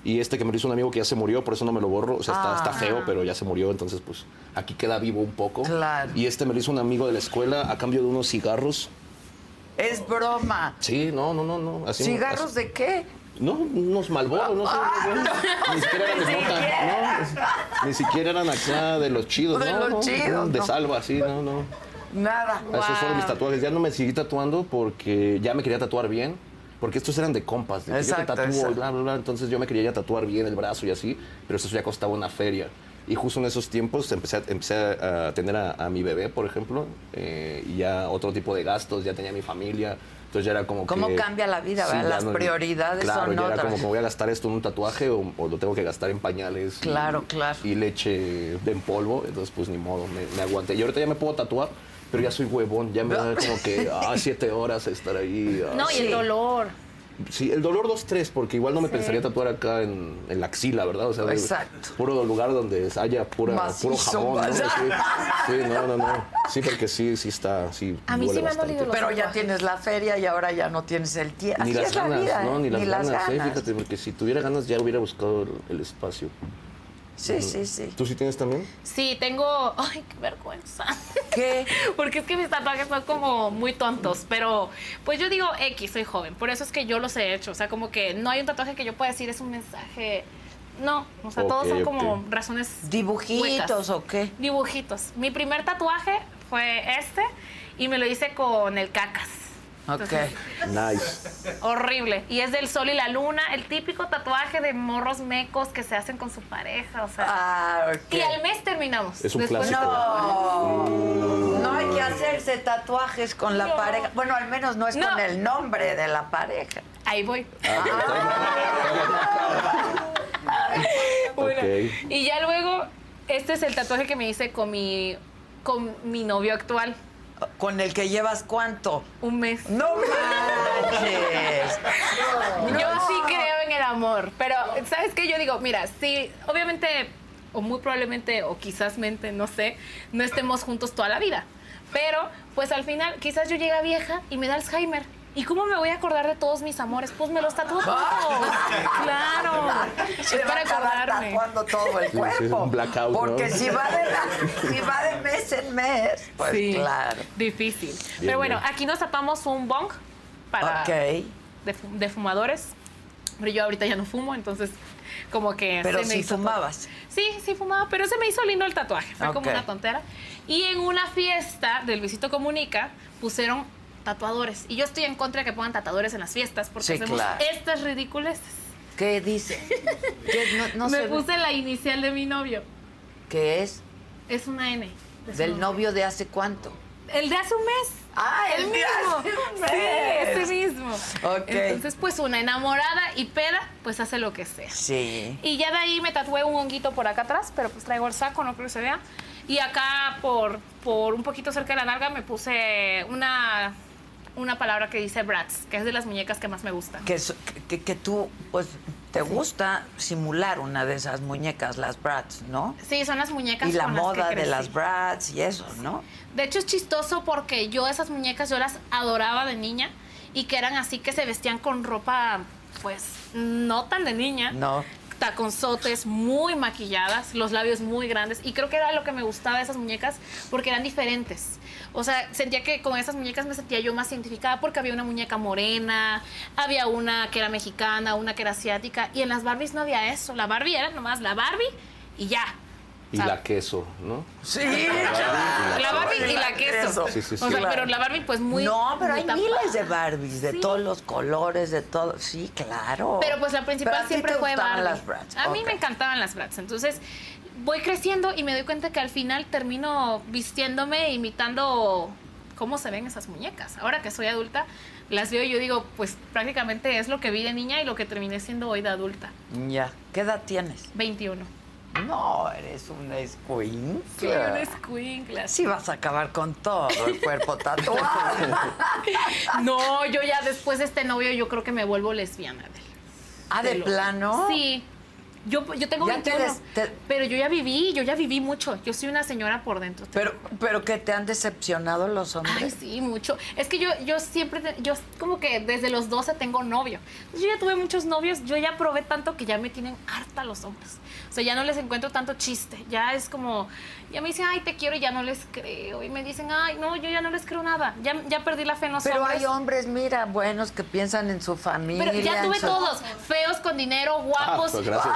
B: y este que me lo hizo un amigo que ya se murió, por eso no me lo borro. O sea, está,
A: Ah.
B: está feo, pero ya se murió, entonces pues aquí queda vivo un poco.
A: Claro.
B: Y este me lo hizo un amigo de la escuela a cambio de unos cigarros.
A: Es broma.
B: Sí, no, no, no, no. Así,
A: ¿Cigarros
B: así-
A: de qué?
B: No, unos Malboro, no sé. bueno,
A: Ah,
B: Ni siquiera eran de mota, no, ni siquiera eran acá de los chidos,
A: De
B: no,
A: los
B: no,
A: chidos,
B: de
A: no.
B: salva, sí, no, no.
A: Nada.
B: Esos fueron mis
C: Wow.
B: tatuajes. Ya no me seguí tatuando porque ya me quería tatuar bien. Porque estos eran de compas, de que
A: Exacto,
B: yo te tatúo,
A: exacto.
B: y bla, bla, bla. Entonces yo me quería ya tatuar bien el brazo y así, pero eso ya costaba una feria. Y justo en esos tiempos empecé a, empecé a a tener a, a mi bebé, por ejemplo, eh, y ya otro tipo de gastos, ya tenía mi familia. Entonces ya era como
A: ¿Cómo
B: que-
A: cambia la vida, verdad?
B: ya
A: Las prioridades
B: claro,
A: son
B: ya
A: otras.
B: Era como, ¿me voy a gastar esto en un tatuaje o, o lo tengo que gastar en pañales? y-
A: Claro, claro.
B: Y leche en polvo, entonces pues ni modo, me, me aguanté. Y ahorita ya me puedo tatuar, pero ya soy huevón, ya me da como que, ah, siete horas estar ahí. ah,
C: No, y
B: sí.
C: el dolor.
B: Sí, el dolor dos, tres, porque igual no me pensaría tatuar acá en, en la axila, ¿verdad? O sea, de-
A: Exacto.
B: puro lugar donde haya pura,
A: Macizo,
B: puro jamón, ¿no?
A: macizo.
B: Sí, sí, no, no, no. Sí, porque sí, sí está, sí
C: A mí sí
B: duele
C: me han
B: bastante.
C: dolido los
A: Pero ya
C: tatuajes.
A: tienes la feria y ahora ya no tienes el tiempo.
B: Ni
A: Así
B: las
A: es la
B: ganas,
A: vida,
B: ¿no?
A: ¿eh?
B: Ni las ganas, ¿eh?
A: ganas.
B: Fíjate, porque si tuviera ganas ya hubiera buscado el, el espacio.
A: Sí, sí, sí.
B: ¿Tú sí tienes también?
C: Sí, tengo. Ay, qué vergüenza.
A: ¿Qué?
C: Porque es que mis tatuajes son como muy tontos. Pero, pues yo digo X, soy joven. Por eso es que yo los he hecho. O sea, como que no hay un tatuaje que yo pueda decir es un mensaje. No, o sea, todos
B: Ok,
C: son
B: ok.
C: como razones.
A: ¿Dibujitos
C: huecas.
A: o qué?
C: Dibujitos. Mi primer tatuaje fue este y me lo hice con el cacas.
A: Ok.
C: Entonces,
B: Nice.
C: Horrible. Y es del sol y la luna, el típico tatuaje de morros mecos que se hacen con su pareja, o sea.
A: Ah, ok.
C: Y al mes terminamos.
B: Es un
C: Después-
B: clásico.
A: No, no hay que hacerse tatuajes con la
C: No.
A: pareja. Bueno, al menos no es
C: No.
A: con el nombre de la pareja.
C: Ahí voy.
B: Ah,
C: Bueno,
B: Ok.
C: y ya luego, este es el tatuaje que me hice con mi, con mi novio actual.
A: ¿Con el que llevas cuánto?
C: Un mes.
A: ¡No manches!
C: Yo sí creo en el amor, pero ¿sabes qué? Yo digo, mira, sí, obviamente, o muy probablemente, o quizás mente, no sé, no estemos juntos toda la vida. Pero, pues al final, quizás yo llegue vieja y me da Alzheimer. ¿Y cómo me voy a acordar de todos mis amores? Pues me los tatúo todos. Claro.
A: Se
C: Es
A: va a
C: para
A: acabar
C: acordarme.
A: tatuando todo el
B: sí, es
A: cuerpo.
B: un blackout, ¿no?
A: porque si, va de la- si va de mes en mes, pues
C: Sí.
A: claro.
C: Difícil.
B: Bien,
C: Pero bueno,
B: bien.
C: aquí nos tapamos un bong, para
A: Ok.
C: de, fu- de fumadores. Pero yo ahorita ya no fumo, entonces como que...
A: Pero
C: se me
A: sí
C: hizo todo.
A: fumabas.
C: Sí, sí fumaba, pero se me hizo lindo el tatuaje. Fue
A: Ok.
C: como una tontera. Y en una fiesta del Luisito Comunica pusieron tatuadores. Y yo estoy en contra de que pongan tatuadores en las fiestas porque
A: Sí,
C: hacemos
A: claro.
C: estas ridiculeces.
A: ¿Qué dice? ¿Qué? No, no
C: me
A: se ve.
C: puse la inicial de mi novio.
A: ¿Qué es?
C: Es una N. de su
A: ¿Del novio de hace cuánto?
C: El de hace un mes.
A: Ah, el de hace un
C: Sí,
A: mes.
C: ese mismo.
A: Ok.
C: Entonces, pues una enamorada y peda, pues hace lo que sea.
A: Sí.
C: Y ya de ahí me tatué un honguito por acá atrás, pero pues traigo el saco, no creo que se vea. Y acá por, por un poquito cerca de la nalga me puse una, una palabra que dice Bratz, que es de las muñecas que más me gustan.
A: Que, so- que, que tú, pues, te gusta simular una de esas muñecas, las Bratz, ¿no?
C: Sí, son las muñecas
A: Y la
C: con las que
A: moda de
C: crecí.
A: las Bratz y eso, ¿no?
C: De hecho es chistoso porque yo esas muñecas yo las adoraba de niña y que eran así que se vestían con ropa pues no tan de niña.
A: No.
C: Taconzotes muy maquilladas, los labios muy grandes y creo que era lo que me gustaba de esas muñecas porque eran diferentes. O sea, sentía que con esas muñecas me sentía yo más identificada porque había una muñeca morena, había una que era mexicana, una que era asiática y en las Barbies no había eso. La Barbie era nomás la Barbie y ya.
B: Y
C: O sea,
B: la queso, ¿no?
A: Sí,
C: la Barbie y la queso.
B: Sí, sí, sí.
C: O sea,
B: Claro.
C: pero la Barbie, pues muy.
A: no, pero
C: muy
A: hay
C: tapada.
A: miles de Barbies, de
C: Sí.
A: todos los colores, de todo. Sí, claro.
C: Pero pues la principal
A: Pero a ti
C: siempre
A: te
C: fue
A: gustaban
C: Barbie.
A: las Bratz.
C: A mí
A: Ok.
C: me encantaban las Bratz. Entonces voy creciendo y me doy cuenta que al final termino vistiéndome e imitando cómo se ven esas muñecas. Ahora que soy adulta, las veo y yo digo, pues prácticamente es lo que vi de niña y lo que terminé siendo hoy de adulta.
A: Ya. ¿Qué edad tienes?
C: 21.
A: No, eres una escuín.
C: Soy una escuincla.
A: Sí vas a acabar con todo el cuerpo tatuado.
C: No, yo ya después de este novio yo creo que me vuelvo lesbiana. Adel.
A: ah, de
C: Te lo-
A: plano.
C: Sí. Yo, yo tengo
A: Ya te
C: 21,
A: des- te-
C: pero yo ya viví, yo ya viví mucho. Yo soy una señora por dentro.
A: Pero, pero que te han decepcionado los
C: Ay,
A: hombres.
C: sí, mucho. Es que yo, yo siempre, te- yo como que desde los 12 tengo novio. Yo ya tuve muchos novios, yo ya probé tanto que ya me tienen harta los hombres. O sea, ya no les encuentro tanto chiste. Ya es como, ya me dicen, ay, te quiero y ya no les creo. Y me dicen, ay, no, yo ya no les creo nada. Ya, ya perdí la fe en los
A: pero
C: hombres.
A: hay hombres, mira, buenos que piensan en su familia.
C: pero ya
A: en
C: tuve
A: su-
C: todos, feos con dinero,
B: Ah,
C: guapos.
B: pues gracias.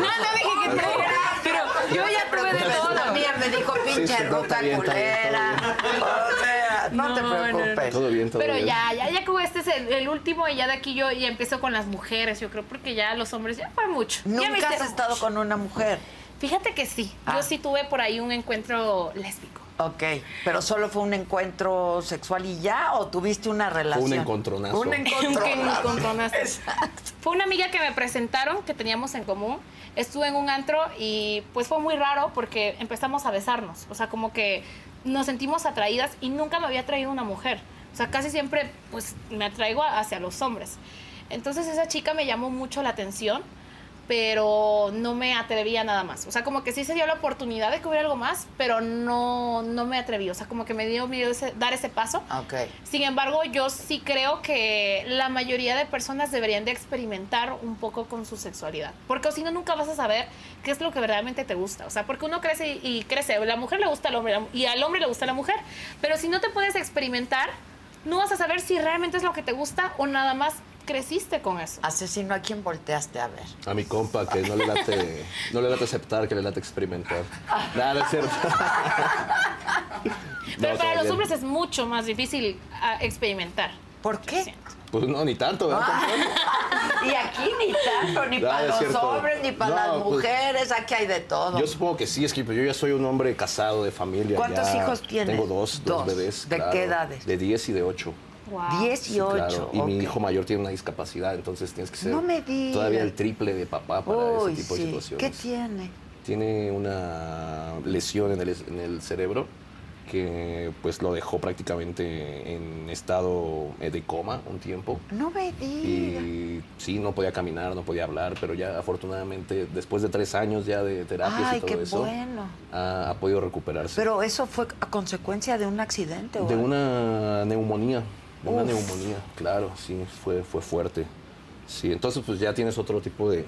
C: No, no dije que te dijera, pero yo ya tuve de todo.
A: Mía me dijo pinche
B: sí, no,
A: ruta
B: está bien, está bien,
A: culera. O sea, no, te
C: No, no, no.
A: preocupes.
B: Todo bien, todo
C: Pero
B: bien.
C: ya, ya, ya como este es el, el último y ya de aquí yo ya empiezo con las mujeres, yo creo, porque ya los hombres ya fue mucho. Ya me
A: Nunca has
C: hicieron
A: estado
C: mucho.
A: con una mujer.
C: Fíjate que sí,
A: Ah.
C: yo sí tuve por ahí un encuentro lésbico.
A: Ok, pero solo fue un encuentro sexual y ya, o tuviste una relación.
B: encontronazo.
A: Un encontronazo.
C: Que ni contonazo. Fue una amiga que me presentaron, que teníamos en común. Estuve en un antro y pues fue muy raro porque empezamos a besarnos. O sea, como que nos sentimos atraídas y nunca me había atraído una mujer. O sea, casi siempre pues me atraigo a- hacia los hombres. Entonces esa chica me llamó mucho la atención, pero no me atrevía nada más. O sea, como que sí se dio la oportunidad de que hubiera algo más, pero no, no me atreví. O sea, como que me dio miedo ese- dar ese paso.
A: Ok.
C: Sin embargo, yo sí creo que la mayoría de personas deberían de experimentar un poco con su sexualidad, porque si no nunca vas a saber qué es lo que verdaderamente te gusta, o sea, porque uno crece y, y crece, la mujer le gusta al hombre la mu- y al hombre le gusta a la mujer, pero si no te puedes experimentar, no vas a saber si realmente es lo que te gusta o nada más creciste con eso.
A: Asesino, ¿a quién volteaste a ver?
B: A mi compa que no le late, no le late aceptar, que le late experimentar. Nada, no es cierto.
C: Pero
B: Ah, No, todo
C: para los
B: bien.
C: hombres es mucho más difícil ah, experimentar.
A: ¿Por qué?
B: Pues no, ni tanto, ¿verdad?
A: Ah. Y aquí ni tanto, ni
B: No,
A: para
B: Ah, es
A: los
B: cierto.
A: hombres, ni para
B: No,
A: las
B: pues-
A: mujeres, aquí hay de todo.
B: Yo supongo que sí, es que yo ya soy un hombre casado de familia.
A: ¿Cuántos
B: ya
A: hijos tienes?
B: Tengo dos, dos,
A: Dos.
B: bebés.
A: ¿De qué edades?
B: De 10 y de 8.
C: Wow.
A: 18.
B: claro. Y mi
A: ok.
B: hijo mayor tiene una discapacidad, entonces tienes que ser
A: No me digas.
B: todavía el triple de papá para
A: Uy,
B: ese tipo de
A: sí. ¿Qué
B: situaciones.
A: tiene?
B: tiene una lesión en el, en el cerebro que pues lo dejó prácticamente en estado eh, de coma un tiempo
A: No me digas.
B: y sí no podía caminar no podía hablar pero ya afortunadamente después de tres años ya de terapias
A: Ay,
B: y todo
A: qué
B: eso
A: bueno.
B: ha, ha podido recuperarse
A: Pero eso fue a consecuencia de un accidente, ¿o
B: de
A: algo?
B: una neumonía de una
A: Uf.
B: neumonía claro sí fue fue fuerte sí entonces pues ya tienes otro tipo de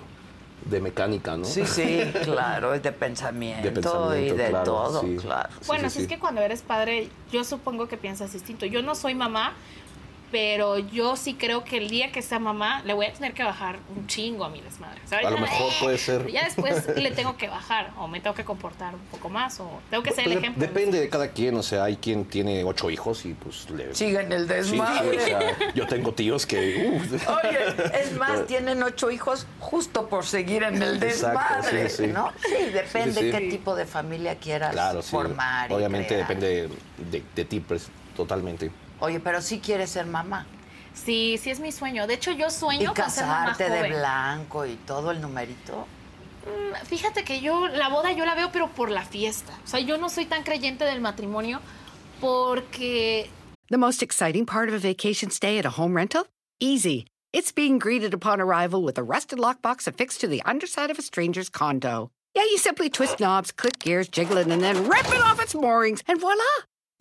B: de mecánica, ¿no?
A: Sí, sí, claro, es de pensamiento, y
B: pensamiento,
A: de
B: claro,
A: todo,
B: sí.
A: claro.
B: Sí,
C: Bueno,
B: sí,
C: si es
B: sí.
C: que cuando eres padre, yo supongo que piensas distinto. Yo no soy mamá, pero yo sí creo que el día que sea mamá, le voy a tener que bajar un chingo a mi desmadre. O sea,
B: A lo
C: ahorita,
B: mejor
C: ¡eh!
B: puede ser.
C: Ya después le tengo que bajar, o me tengo que comportar un poco más, o tengo que ser el
B: Pues de-
C: ejemplo.
B: Depende de cada quien, o sea, hay quien tiene ocho hijos y pues le...
A: Sigan el
B: Sí, sí,
A: desmadre.
B: o sea, yo tengo tíos que... uf,
A: Oye, es más, tienen ocho hijos justo por seguir en el
B: Exacto,
A: desmadre,
B: sí, sí.
A: ¿no? Sí, depende
B: Sí, sí, sí.
A: qué tipo de familia quieras
B: claro, sí.
A: formar. y
B: Obviamente
A: crear.
B: depende de, de ti, pues, totalmente.
A: Oye, pero sí quieres ser mamá.
C: Sí, sí es mi sueño. De hecho, yo
A: Y
C: sueño con ser mamá
A: casarte de
C: joven.
A: blanco y todo el numerito.
C: Mm, Fíjate que yo la boda yo la veo pero por la fiesta. O sea, yo no soy tan creyente del matrimonio porque
D: The most exciting part of a vacation stay at a home rental? Easy. It's being greeted upon arrival with a rusted lockbox affixed to the underside of a stranger's condo. Yeah, you simply twist knobs, click gears, jiggle it, and then rip it off its moorings, and voila!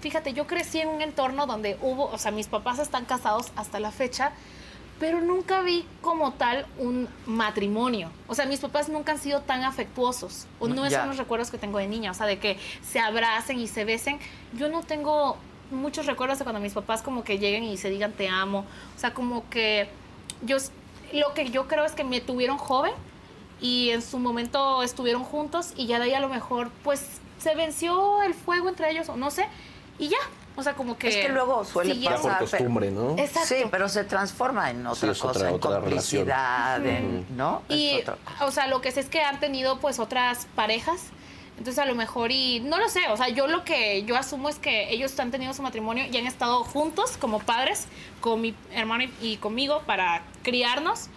C: fíjate, yo crecí en un entorno donde hubo, o sea, mis papás están casados hasta la fecha, pero nunca vi como tal un matrimonio. O sea, mis papás nunca han sido tan afectuosos. O no
A: Ya.
C: son los recuerdos que tengo de niña, o sea, de que se abracen y se besen. Yo no tengo muchos recuerdos de cuando mis papás como que lleguen y se digan te amo. O sea, como que yo s- lo que yo creo es que me tuvieron joven y en su momento estuvieron juntos y ya de ahí a lo mejor pues se venció el fuego entre ellos o no sé y ya o sea como que
A: Es que luego suele
C: siguieron-
B: Ya por
A: pasar. pero-
B: costumbre, ¿no?
C: Exacto.
A: Sí, pero se transforma en otra
B: es
A: cosa,
B: otra-
A: en
B: otra relación.
A: complicidad, en, ¿no?
C: y
A: Es otra cosa.
C: o sea lo que sé es que han tenido pues otras parejas entonces a lo mejor y no lo sé o sea yo lo que yo asumo es que ellos han tenido su matrimonio y han estado juntos como padres con mi hermano y- y conmigo para criarnos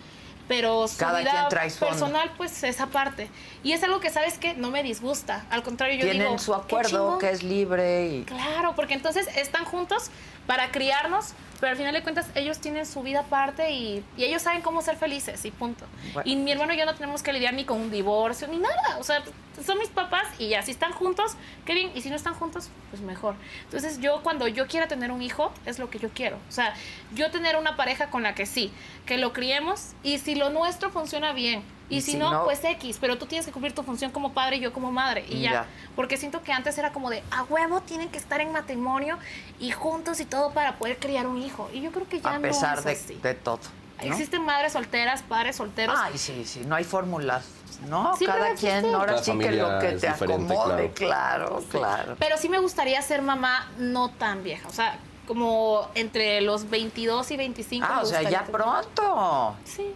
C: pero su
A: Cada
C: vida
A: quien trae su onda.
C: personal pues esa parte y es algo que sabes que no me disgusta al contrario yo
A: Tienen
C: digo
A: su
C: "Qué
A: acuerdo
C: chingón".
A: que es libre y
C: Claro, porque entonces están juntos para criarnos, pero al final de cuentas ellos tienen su vida aparte y, y ellos saben cómo ser felices y punto.
A: Bueno.
C: Y mi hermano y yo no tenemos que lidiar ni con un divorcio ni nada. O sea, son mis papás y ya, si están juntos, qué bien. Y si no están juntos, pues mejor. Entonces yo cuando yo quiera tener un hijo, es lo que yo quiero. O sea, yo tener una pareja con la que sí, que lo criemos y si lo nuestro funciona bien. Y, si, no, pues X, pero tú tienes que cumplir tu función como padre y yo como madre. Y
A: Ya.
C: ya. Porque siento que antes era como de, a huevo tienen que estar en matrimonio y juntos y todo para poder criar un hijo. Y yo creo que ya
A: a
C: no es
A: pesar de,
C: así.
A: de todo. ¿no?
C: Existen madres solteras, padres solteros.
A: Ay, sí, sí, no hay fórmulas, ¿no?
C: Sí,
A: Cada
C: pero
A: quien,
C: existe-
A: ahora
B: Cada
A: sí que
B: familia
A: lo que
B: es
A: te
B: diferente,
A: acomode, claro, claro.
C: Pero sí me gustaría ser mamá no tan vieja. O sea, como entre los 22 y 25.
A: Ah,
C: me
A: o sea,
C: gustaría
A: ya
C: tener-
A: pronto.
C: Sí,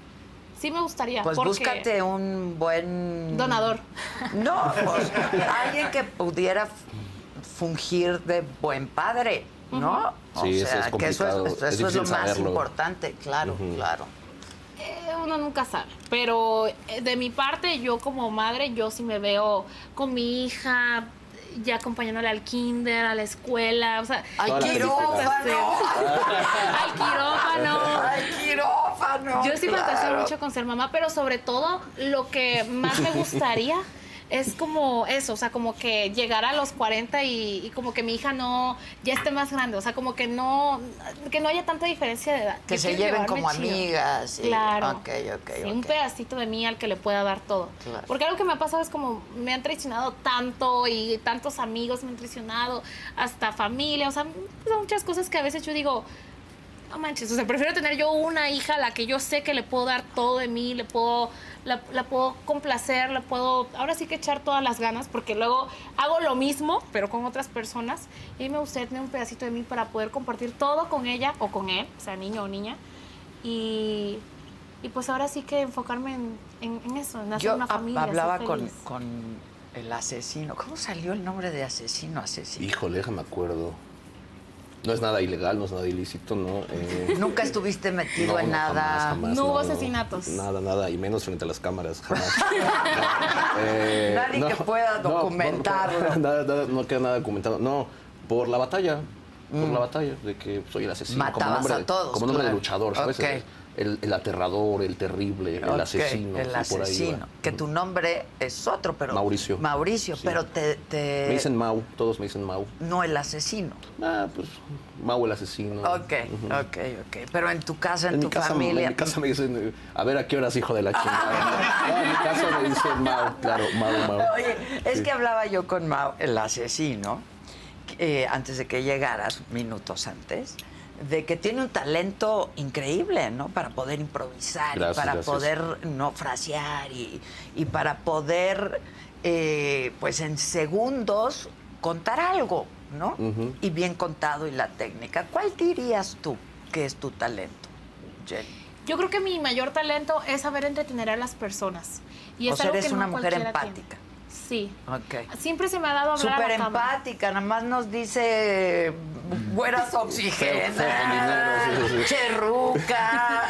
C: sí me gustaría.
A: Pues
C: porque-
A: búscate un buen...
C: Donador.
A: No, pues alguien que pudiera f- fungir de buen padre, ¿no?
B: Sí,
A: o
B: eso
A: sea,
B: es
A: que eso
B: complicado,
A: es,
B: es
A: eso es lo
B: difícil
A: más
B: saberlo.
A: importante, claro, claro.
C: Eh, uno nunca sabe, pero eh, de mi parte, yo como madre, yo sí me veo con mi hija, ya acompañándola al kinder, a la escuela, o sea,
A: ¡Ay,
B: Todas las
A: quirófano!
C: al quirófano.
A: ¡Ay, quirófano!
C: Yo sí fantaseo
A: claro.
C: mucho con ser mamá, pero sobre todo lo que más me gustaría es como eso, o sea, como que llegar a los 40 y, y como que mi hija no, ya esté más grande, o sea, como que no, que no haya tanta diferencia de edad.
A: Que
C: Yo
A: se
C: quiero
A: lleven
C: llevarme
A: como
C: chido.
A: amigas. y-
C: Claro.
A: Ok, ok,
C: Sí, Un
A: ok.
C: pedacito de mí al que le pueda dar todo.
A: Claro.
C: Porque algo que me ha pasado es como me han traicionado tanto y tantos amigos me han traicionado, hasta familia, o sea, pues, muchas cosas que a veces yo digo, no manches, o sea, prefiero tener yo una hija a la que yo sé que le puedo dar todo de mí, le puedo, la, la puedo complacer, la puedo, ahora sí que echar todas las ganas, porque luego hago lo mismo, pero con otras personas, y a mí me gustaría tener un pedacito de mí para poder compartir todo con ella o con él, o sea, niño o niña, y, y pues ahora sí que enfocarme en, en- en eso, en hacer
A: Yo
C: una
A: ha-
C: familia. ser
A: hablaba con,
C: feliz.
A: con el asesino. ¿Cómo salió el nombre de asesino? Asesino.
B: Híjole, déjame acuerdo. No es nada ilegal, no es nada ilícito, ¿no? Eh,
A: Nunca estuviste metido
B: no, no,
A: en nada.
B: jamás, jamás,
C: No hubo asesinatos.
B: Nada, nada, y menos frente a las cámaras, jamás. Eh,
A: Nadie que pueda
B: no, no,
A: documentarlo.
B: nada, nada, no queda nada documentado. No, por la batalla, por la batalla, de que soy el asesino.
A: Mm. Matabas
B: nombre,
A: a todos,
B: Como nombre
A: claro.
B: de luchador, ¿sabes?
A: Ok.
B: El, el aterrador, el terrible, el
A: Ok,
B: asesino.
A: El
B: y por ahí va.
A: asesino. Que tu nombre es otro, pero.
B: Mauricio.
A: Mauricio,
B: Sí.
A: pero te. te-
B: Me dicen Mau, todos me dicen Mau.
A: No el asesino.
B: Ah, pues, Mau el asesino.
A: Ok, ok, ok. Pero en tu casa, en,
B: En
A: tu
B: mi, casa,
A: familia.
B: en mi casa me dicen, eh, a ver a qué horas, hijo de la chingada. No, en mi casa me dicen Mau, claro, Mau, Mau.
A: Oye, es
B: Sí.
A: que hablaba yo con Mao, el asesino, eh, antes de que llegaras, minutos antes, de que tiene un talento increíble, ¿no? Para poder improvisar,
B: Gracias,
A: y para
B: gracias.
A: poder no frasear y, y para poder, eh, pues en segundos, contar algo, ¿no?
B: Ujú.
A: Y bien contado y la técnica. ¿Cuál dirías tú que es tu talento, Jen?
C: Yo creo que mi mayor talento es saber entretener a las personas. Y
A: O
C: es
A: sea,
C: algo
A: eres
C: que no
A: una mujer
C: cualquiera tiene.
A: empática.
C: Sí.
A: Ok.
C: Siempre se me ha dado hablar
A: Súper
C: a la cámara.
A: empática, nada más nos dice buenas
B: feo
A: oxigenadas,
B: con dinero, sí, sí, sí.
A: cherruca.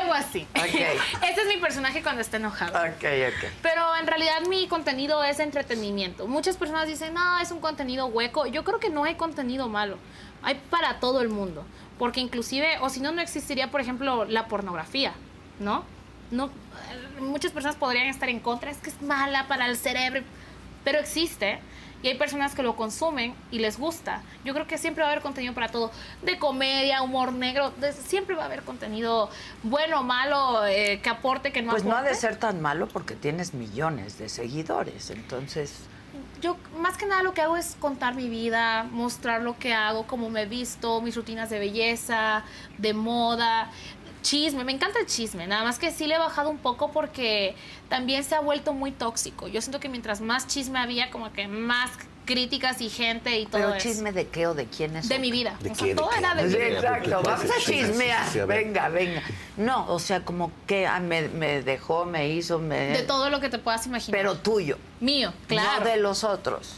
C: Algo así.
A: Ok.
C: Ese es mi personaje cuando está enojado.
A: ok, ok.
C: Pero en realidad mi contenido es entretenimiento. Muchas personas dicen, no, es un contenido hueco. Yo creo que no hay contenido malo. Hay para todo el mundo. Porque inclusive, o si no, no existiría, por ejemplo, la pornografía, ¿no? no eh, muchas personas podrían estar en contra, es que es mala para el cerebro. Pero existe. Y hay personas que lo consumen y les gusta. Yo creo que siempre va a haber contenido para todo. De comedia, humor negro. de- siempre va a haber contenido bueno, malo, eh, que aporte, que no
A: Pues no ha
C: aporte.
A: de ser tan malo porque tienes millones de seguidores, entonces
C: yo más que nada lo que hago es contar mi vida, mostrar lo que hago, cómo me he visto, mis rutinas de belleza, de moda, chisme, me encanta el chisme, nada más que sí le he bajado un poco porque también se ha vuelto muy tóxico. Yo siento que mientras más chisme había, como que más críticas y gente y todo
A: pero
C: eso.
A: chisme de qué o de quién es
C: de
A: o
C: mi
A: qué?
C: vida.
B: ¿De
C: O sea,
B: qué? ¿De
C: todo
B: qué?
C: era de
B: ¿De
A: Sí,
C: mi vida.
B: qué?
A: exacto,
B: Puede
A: vamos
B: ser
A: a
B: chisme, sí,
A: chismear,
B: sí, sí, a ver.
A: venga, venga. No, o sea, como que ah, me, me dejó, me hizo, me...
C: De todo lo que te puedas imaginar.
A: Pero tuyo,
C: mío, claro.
A: no de los otros.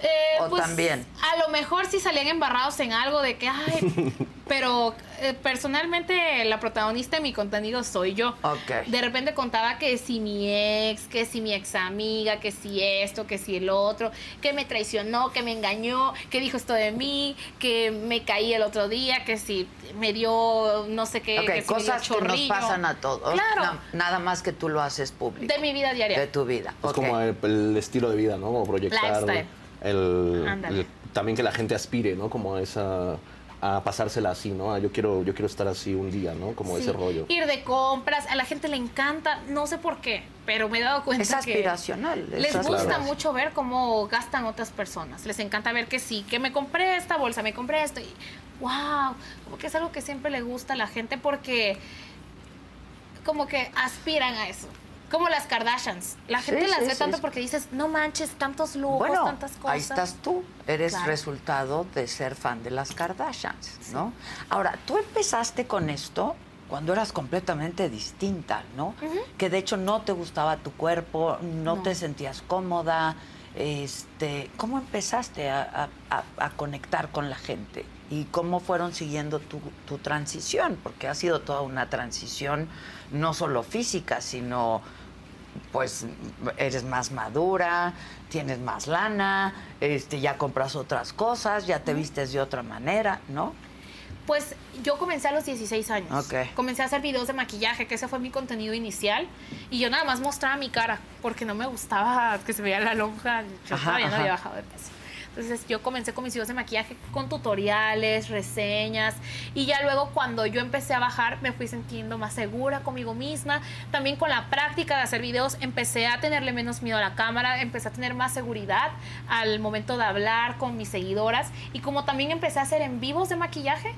C: Eh,
A: O también.
C: A lo mejor sí salían embarrados en algo de que, ay, pero eh, personalmente la protagonista de mi contenido soy yo.
A: Ok.
C: De repente contaba que si mi ex, que si mi ex amiga, que si esto, que si el otro, que me traicionó, que me engañó, que dijo esto de mí, que me caí el otro día, que si me dio no sé qué,
A: Ok,
C: que si me dio
A: cosas que nos
C: chorrillo.
A: pasan a todos.
C: Claro,
A: Na- nada más que tú lo haces público.
C: de mi vida diaria.
A: De tu vida.
B: Es
A: ok.
B: como el, el estilo de vida, ¿no? Como proyectar
C: Lifestyle.
B: el,
C: Ándale.
B: el- también que la gente aspire, ¿no? Como a esa a pasársela así, ¿no? A yo quiero yo quiero estar así un día, ¿no? Como
C: Sí,
B: ese rollo.
C: Ir de compras, a la gente le encanta, no sé por qué, pero me he dado cuenta
A: Es
C: que
A: aspiracional. es
C: les gusta
A: aspiracional.
B: Claro.
C: mucho ver cómo gastan otras personas. Les encanta ver que sí, que me compré esta bolsa, me compré esto. Y, wow, como que es algo que siempre le gusta a la gente porque como que aspiran a eso. Como las Kardashians. La
A: Sí,
C: gente las
A: sí,
C: ve
A: sí,
C: tanto
A: sí.
C: porque dices, no manches, tantos lujos,
A: Bueno,
C: tantas cosas.
A: ahí estás tú. Eres
C: Claro.
A: resultado de ser fan de las Kardashians, ¿no? Ahora, tú empezaste con esto cuando eras completamente distinta, ¿no? Que de hecho no te gustaba tu cuerpo, no,
C: No.
A: te sentías cómoda. Este, ¿Cómo empezaste a, a- a- a conectar con la gente? ¿Y cómo fueron siguiendo tu, tu transición? Porque ha sido toda una transición, no solo física, sino pues eres más madura, tienes más lana, este, ya compras otras cosas, ya te vistes de otra manera, ¿no?
C: Pues yo comencé a los 16 años.
A: Ok.
C: Comencé a hacer videos de maquillaje, que ese fue mi contenido inicial. Y yo nada más mostraba mi cara, porque no me gustaba que se veía la lonja. Yo
A: Ajá,
C: todavía no
A: ajá.
C: había bajado de peso. Entonces yo comencé con mis videos de maquillaje, con tutoriales, reseñas. Y ya luego cuando yo empecé a bajar, me fui sintiendo más segura conmigo misma. También con la práctica de hacer videos, empecé a tenerle menos miedo a la cámara, empecé a tener más seguridad al momento de hablar con mis seguidoras. Y como también empecé a hacer en vivos de maquillaje,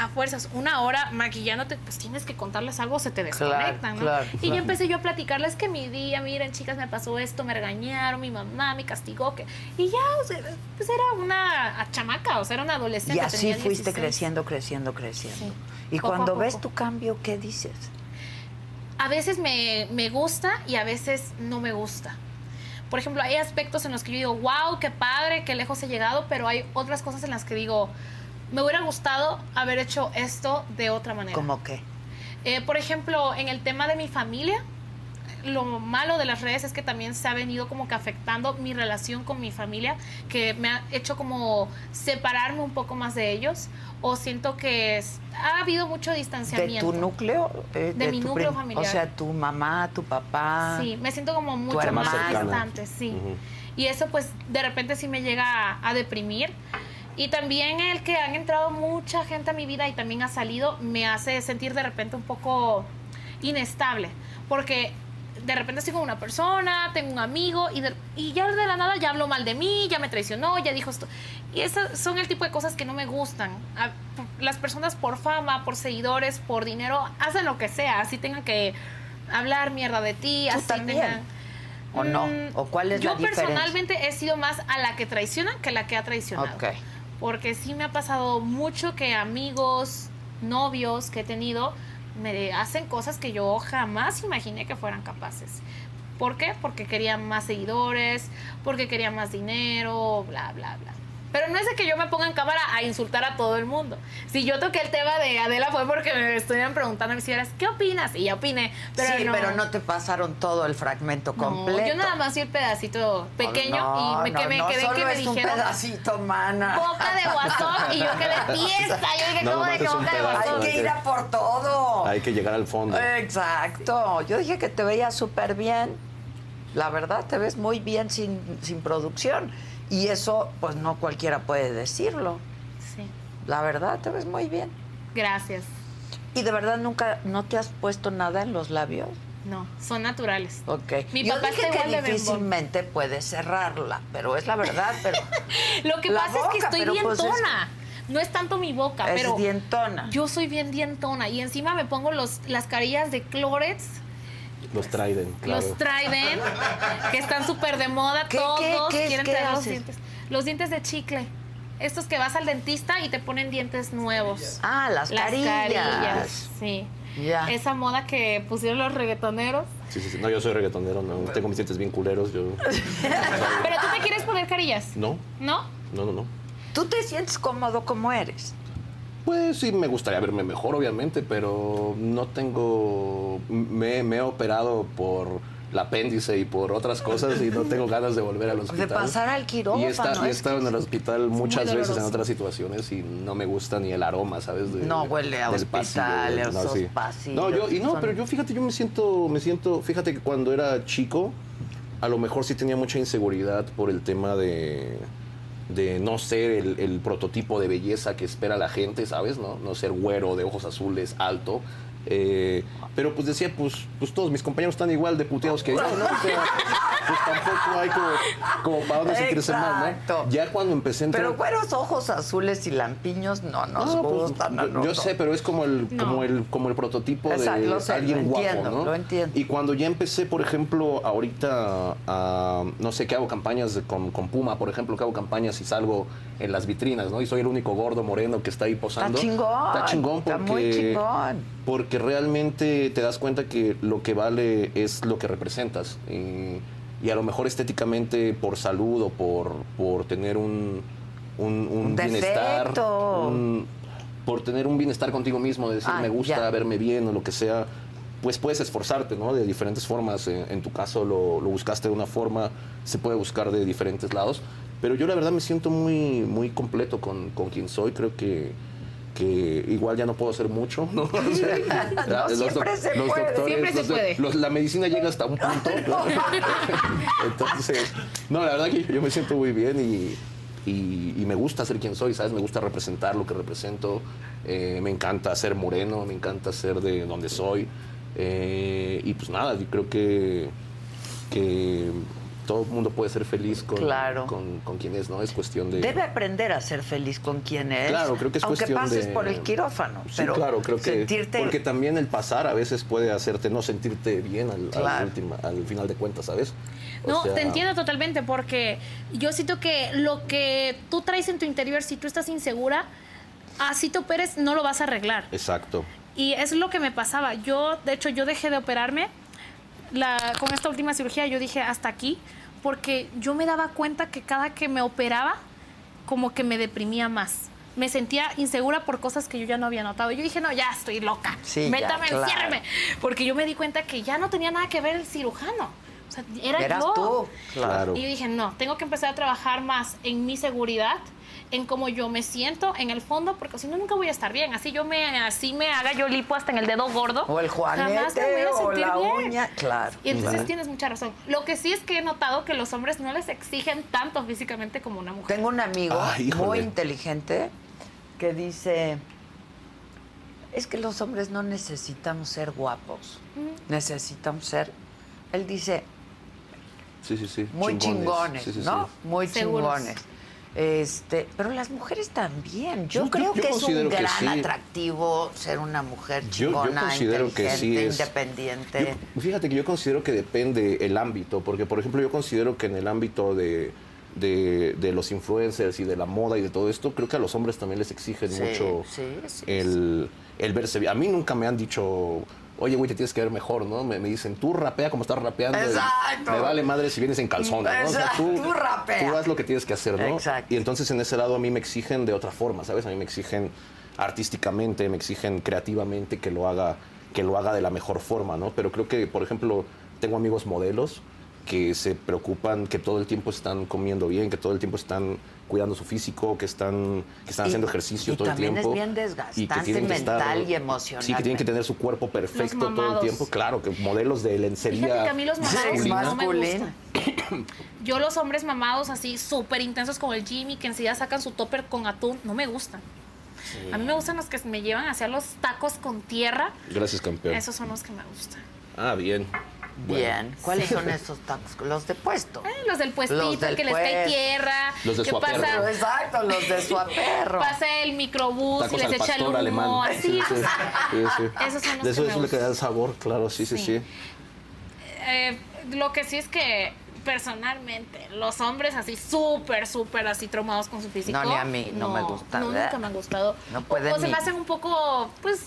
C: a fuerzas una hora maquillándote, pues tienes que contarles algo, se te desconectan, ¿no?
A: claro,
C: y yo empecé yo a platicarles que mi día, miren, chicas, me pasó esto, me regañaron, mi mamá me castigó, que... Y ya, o sea, pues era una chamaca, o sea, era una adolescente.
A: Y así
C: tenía
A: fuiste
C: 16.
A: creciendo, creciendo, creciendo.
C: Sí.
A: Y
C: Poco a
A: cuando ves
C: poco.
A: tu cambio, ¿qué dices?
C: a veces me, me gusta y a veces no me gusta. Por ejemplo, hay aspectos en los que yo digo, wow, qué padre, qué lejos he llegado, pero hay otras cosas en las que digo, me hubiera gustado haber hecho esto de otra manera.
A: ¿Cómo qué?
C: Eh, por ejemplo, en el tema de mi familia, lo malo de las redes es que también se ha venido como que afectando mi relación con mi familia, que me ha hecho como separarme un poco más de ellos, o siento que es- ha habido mucho
A: ¿De
C: distanciamiento.
A: tu núcleo? Eh,
C: De mi
A: tu
C: núcleo
A: prim-
C: familiar.
A: O sea, tu mamá, tu papá.
C: Sí, me siento como mucho
A: hermana.
C: más
A: Más cercana.
C: distante, sí.
B: Ujú.
C: Y eso pues de repente sí me llega a, a deprimir. Y también el que han entrado mucha gente a mi vida y también ha salido me hace sentir de repente un poco inestable. Porque de repente estoy con una persona, tengo un amigo y, de- y ya de la nada ya habló mal de mí, ya me traicionó, ya dijo esto. Y esas son el tipo de cosas que no me gustan. A- Las personas por fama, por seguidores, por dinero, hacen lo que sea. Así tengan que hablar mierda de ti,
A: ¿Tú
C: así
A: también?
C: tengan...
A: ¿O no?
C: Mm,
A: ¿O cuál es
C: yo
A: la diferencia?
C: personalmente he sido más a la que traiciona que la que ha traicionado.
A: Ok.
C: Porque sí me ha pasado mucho que amigos, novios que he tenido me hacen cosas que yo jamás imaginé que fueran capaces. ¿Por qué? Porque querían más seguidores, porque querían más dinero, bla, bla, bla. Pero no es de que yo me ponga en cámara a insultar a todo el mundo. Si yo toqué el tema de Adela fue porque me estuvieran preguntando si eras, ¿qué opinas? Y ya opiné. Pero
A: sí,
C: no.
A: pero no te pasaron todo el fragmento completo.
C: No, yo nada más vi el pedacito pequeño
A: No,
C: y me, que
A: no,
C: me
A: no,
C: quedé
A: solo
C: que me
A: es un
C: dijeron
A: pedacito, mana.
C: boca de guasón y yo quedé tiesta. Yo dije,
B: No,
C: ¿cómo
B: nomás
C: de que
B: es un
C: boca de
B: pedazo.
C: guasón?
A: Hay que ir a por todo.
B: Hay que llegar al fondo.
A: Eh, Exacto. Yo dije que te veías súper bien. La verdad, te ves muy bien sin, sin producción. Y eso, pues no cualquiera puede decirlo.
C: Sí,
A: La verdad, te ves muy bien.
C: gracias.
A: Y de verdad, nunca, ¿no te has puesto nada en los labios?
C: No, son naturales.
A: Ok.
C: Mi
A: Yo
C: papá
A: dije
C: está igual
A: que
C: de bembón.
A: difícilmente puedes cerrarla, pero es la verdad. Pero
C: Lo que
A: La
C: pasa es que
A: boca,
C: estoy
A: pero pues es-
C: dientona. No es tanto mi boca,
A: es
C: pero
A: dientona.
C: yo soy bien dientona. Y encima me pongo los, las carillas de clorets,
B: Los Trident, claro.
C: los Trident, que están súper de moda.
A: ¿Qué, qué,
C: Todos
A: qué,
C: quieren
A: qué
C: tener los
A: haces?
C: dientes. Los dientes de chicle. Estos que vas al dentista y te ponen dientes nuevos.
A: Ah, las,
C: Las carillas, sí.
A: Ya.
C: Esa moda que pusieron los reggaetoneros.
B: Sí, sí, sí. No, yo soy reggaetonero, no. Tengo mis dientes bien culeros, yo.
C: Pero tú te quieres poner carillas,
B: No,
C: ¿no?
B: no, no, no.
A: ¿Tú te sientes cómodo como eres?
B: Pues sí, me gustaría verme mejor, obviamente, pero no tengo. Me, me he operado por el apéndice y por otras cosas y no tengo ganas de volver al hospital.
A: pasar al quirófano,
B: Y he esta- y he
A: es
B: estado en el hospital muchas veces en
C: doloroso.
B: otras situaciones y no me gusta ni el aroma, ¿sabes? De-
A: No, huele a
B: del
A: hospital,
B: pasillo,
A: esos
B: sí.
A: pasillos
B: No, yo, y no,
A: son-
B: pero yo fíjate, yo me siento, me siento, fíjate que cuando era chico, a lo mejor sí tenía mucha inseguridad por el tema de, de no ser el, el prototipo de belleza que espera la gente, ¿sabes? No, no ser güero, de ojos azules, alto. Eh, pero pues decía, pues, pues todos mis compañeros están igual de puteados que yo, ¿no? O sea, pues tampoco hay como, como para dónde sentirse mal,
A: Exacto.
B: ¿no? Ya cuando empecé a entrar...
A: Pero güeros, ojos azules y lampiños no nos
B: No, pues,
A: gustan. a
B: yo- yo,
A: nosotros.
B: sé, pero es como el,
C: No.
B: como el, como el prototipo
A: Exacto,
B: de
A: lo sé,
B: alguien
A: lo
B: guapo,
A: entiendo,
B: ¿no?
A: lo entiendo.
B: Y cuando ya empecé, por ejemplo, ahorita, a, no sé, que hago campañas de- con, con Puma, por ejemplo, que hago campañas y salgo en las vitrinas, ¿no? Y soy el único gordo moreno que está ahí
A: Está
B: posando.
A: chingón.
B: Está chingón porque...
A: Está muy chingón.
B: Porque realmente te das cuenta que lo que vale es lo que representas. Y, y a lo mejor estéticamente por salud o por, por tener un, un, un
A: Un
B: bienestar.
A: defecto.
B: un- por tener un bienestar contigo mismo, de decir
A: Ah,
B: me gusta
A: ya.
B: verme bien o lo que sea. Pues puedes esforzarte, ¿no? De diferentes formas. En, en tu caso lo, lo buscaste de una forma, se puede buscar de diferentes lados. Pero yo la verdad me siento muy, muy completo con, con quien soy. Creo que, que igual ya no puedo hacer mucho, ¿no? O sea,
A: No,
B: los doc-
A: siempre se
B: los
A: puede.
B: doctores,
C: Siempre se
B: los doc-
C: puede.
B: los- la medicina llega hasta un punto. ¿no? Entonces, no, la verdad que yo me siento muy bien y, y- y me gusta ser quien soy, ¿sabes? Me gusta representar lo que represento. eh, me encanta ser moreno, me encanta ser de donde soy. eh, y pues nada, yo creo que, que todo el mundo puede ser feliz con,
A: Claro.
B: con, con quien es, ¿no? Es cuestión de...
A: Debe aprender a ser feliz con quien es.
B: Claro, creo que es
A: Aunque
B: cuestión
A: pases
B: de-
A: por el quirófano.
B: Sí,
A: pero
B: claro, creo que...
A: sentirte.
B: Porque también el pasar a veces puede hacerte no sentirte bien al, al
A: Claro.
B: última- al final de cuentas, ¿sabes? O
C: No,
B: sea,
C: te entiendo totalmente porque yo siento que lo que tú traes en tu interior, si tú estás insegura, así te operes, no lo vas a arreglar.
B: Exacto.
C: Y es lo que me pasaba. Yo, de hecho, yo dejé de operarme la- con esta última cirugía, yo dije hasta aquí, porque yo me daba cuenta que cada que me operaba, como que me deprimía más. Me sentía insegura por cosas que yo ya no había notado. Yo dije, no, ya estoy loca.
A: Sí, ya,
C: Métame,
A: claro.
C: enciérrame. Porque yo me di cuenta que ya no tenía nada que ver el cirujano. O sea, era
A: Eras
C: yo.
A: tú. Claro.
B: Claro.
C: Y yo dije, no, tengo que empezar a trabajar más en mi seguridad, en cómo yo me siento en el fondo, porque si no, nunca voy a estar bien. Así yo me, así me haga yo lipo hasta en el dedo gordo.
A: O el
C: jamás me voy
A: juanete
C: a
A: o
C: sentir
A: la
C: bien.
A: uña. Claro.
C: Y entonces
A: claro.
C: tienes mucha razón. Lo que sí es que he notado que los hombres no les exigen tanto físicamente como una mujer.
A: Tengo un amigo
B: Ay, Ah, híjole.
A: muy inteligente que dice, es que los hombres no necesitamos ser guapos, necesitamos ser, él dice,
B: Sí, sí, sí.
A: muy chingones,
B: Sí, sí, sí.
A: ¿no? Muy
C: Seguros.
A: chingones. Este, pero las mujeres también. Yo
B: Yo-
A: creo
B: yo- yo
A: que es un
B: considero que
A: gran
B: sí.
A: atractivo ser una mujer
B: Yo- yo
A: chingona,
B: considero que
A: inteligente,
B: sí es-
A: independiente.
B: Yo- fíjate que yo considero que depende el ámbito, porque por ejemplo yo considero que en el ámbito de, de- de los influencers y de la moda y de todo esto, creo que a los hombres también les exigen
A: Sí,
B: mucho
A: sí, sí,
B: el, el verse bien. A mí nunca me han dicho... Oye, güey, te tienes que ver mejor, ¿no? Me, me dicen, tú rapea como estás rapeando. y
A: Exacto.
B: Me vale madre si vienes en calzones, ¿no?
A: Exacto, tú rapea.
B: Tú haz lo que tienes que hacer, ¿no?
A: Exacto.
B: Y entonces en ese lado a mí me exigen de otra forma, ¿sabes? A mí me exigen artísticamente, me exigen creativamente que lo haga, que lo haga de la mejor forma, ¿no? Pero creo que, por ejemplo, tengo amigos modelos que se preocupan, que todo el tiempo están comiendo bien, que todo el tiempo están cuidando su físico, que están, que están
A: Y-
B: haciendo ejercicio
A: y
B: todo el
A: también es
B: tiempo.
A: bien desgastante mental y emocionalmente.
B: Sí, que tienen que tener su cuerpo perfecto todo el
C: mamados.
B: tiempo. Claro, que modelos de lencería.
C: Fíjate que a mí los mamados
B: masculina.
C: no me
A: masculina.
C: gustan. Yo los hombres mamados así súper intensos como el Jimmy, que enseguida sacan su topper con atún, no me gustan. A mí me gustan los que me llevan hacia los tacos con tierra.
B: Gracias, campeón.
C: Esos son los que me gustan.
B: Ah, bien. Bueno.
A: Bien. ¿Cuáles son esos tacos? Los de puesto.
C: Eh, Los del puestito,
A: Los del
C: que les cae
A: puest-
C: tierra,
B: Los de
C: que
B: suaperro.
C: pasa,
A: Pero Exacto, los de su aperro.
C: pasa el microbús
B: Tacos
C: y
B: al
C: les echa el
B: pastor
C: humo.
B: alemán.
C: Así
B: Sí, sí, sí, sí.
C: Esos son los
B: De eso
C: que
B: es
C: me
B: lo que da el sabor, claro, sí, sí,
C: Sí.
B: sí.
C: Eh, lo que sí es que personalmente los hombres así súper súper así traumados con su físico
A: No, ni a mí, no me gusta,
C: no,
A: ¿verdad?
C: nunca me han gustado
A: No
C: O-
A: puede
C: o, se
A: ni-
C: me hacen un poco pues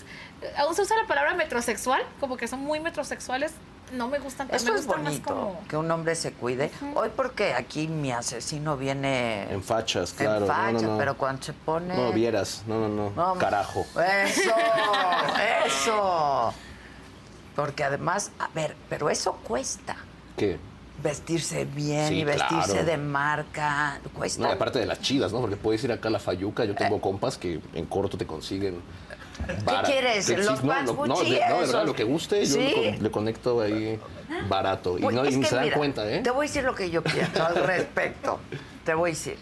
C: aún se usa la palabra metrosexual como que son muy metrosexuales no me gustan pero
A: Eso
C: me
A: es
C: gustan más
A: bonito,
C: como
A: que un hombre se cuide. Hoy porque aquí mi asesino viene
B: En fachas, claro.
A: en
B: no,
A: facha,
B: no, no.
A: pero cuando se pone...
B: No, vieras. No, no, no.
A: No,
B: Carajo.
A: Eso, eso. Porque además, a ver, pero eso cuesta.
B: ¿Qué?
A: Vestirse bien
B: Sí,
A: y vestirse
B: claro.
A: de marca, cuesta.
B: No, y aparte de las chidas, ¿no? Porque puedes ir acá a la Fayuca. Yo
A: Eh.
B: tengo compas que en corto te consiguen. barato.
A: quieres?
B: Sí,
A: ¿Los
B: no,
A: pants
B: lo- no, de-
A: Gucci,
B: no, de
A: esos?
B: verdad, lo que guste, yo
A: ¿Sí?
B: le, con- le conecto ahí barato. Y,
A: Oye,
B: no, y
A: es
B: ni
A: que
B: se dan
A: mira,
B: cuenta, ¿eh?
A: Te voy a decir lo que yo pienso al respecto. Te voy a decir.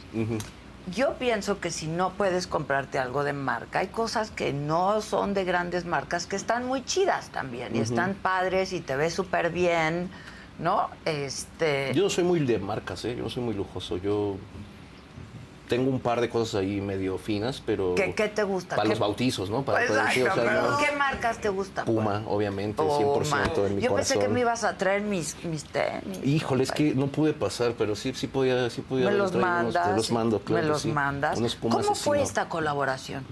A: Yo pienso que si no puedes comprarte algo de marca, hay cosas que no son de grandes marcas que están muy chidas también y están padres y te ves súper bien, ¿no? Este.
B: Yo no soy muy de marcas, ¿eh? Yo no soy muy lujoso. Yo tengo un par de cosas ahí medio finas, pero...
A: ¿Qué- qué te gusta?
B: Para
A: ¿Qué-
B: los bautizos, ¿no? Para
A: Pues,
B: todo
A: ay,
B: sí, o
A: no,
B: sea,
A: pero
B: no-
A: ¿qué marcas te gustan?
B: Puma, obviamente,
A: Puma.
B: 100% en mi
A: Yo
B: corazón.
A: pensé que me ibas a traer mis, mis tenis.
B: Híjole, es que no pude pasar, pero sí, sí podía, sí podía.
A: Me
B: haber
A: los
B: traído unos-
A: mandas.
B: te los mando, claro
A: Me
B: que
A: los
B: sí.
A: mandas.
B: Unos Puma
A: ¿Cómo fue
B: asesino.
A: esta colaboración?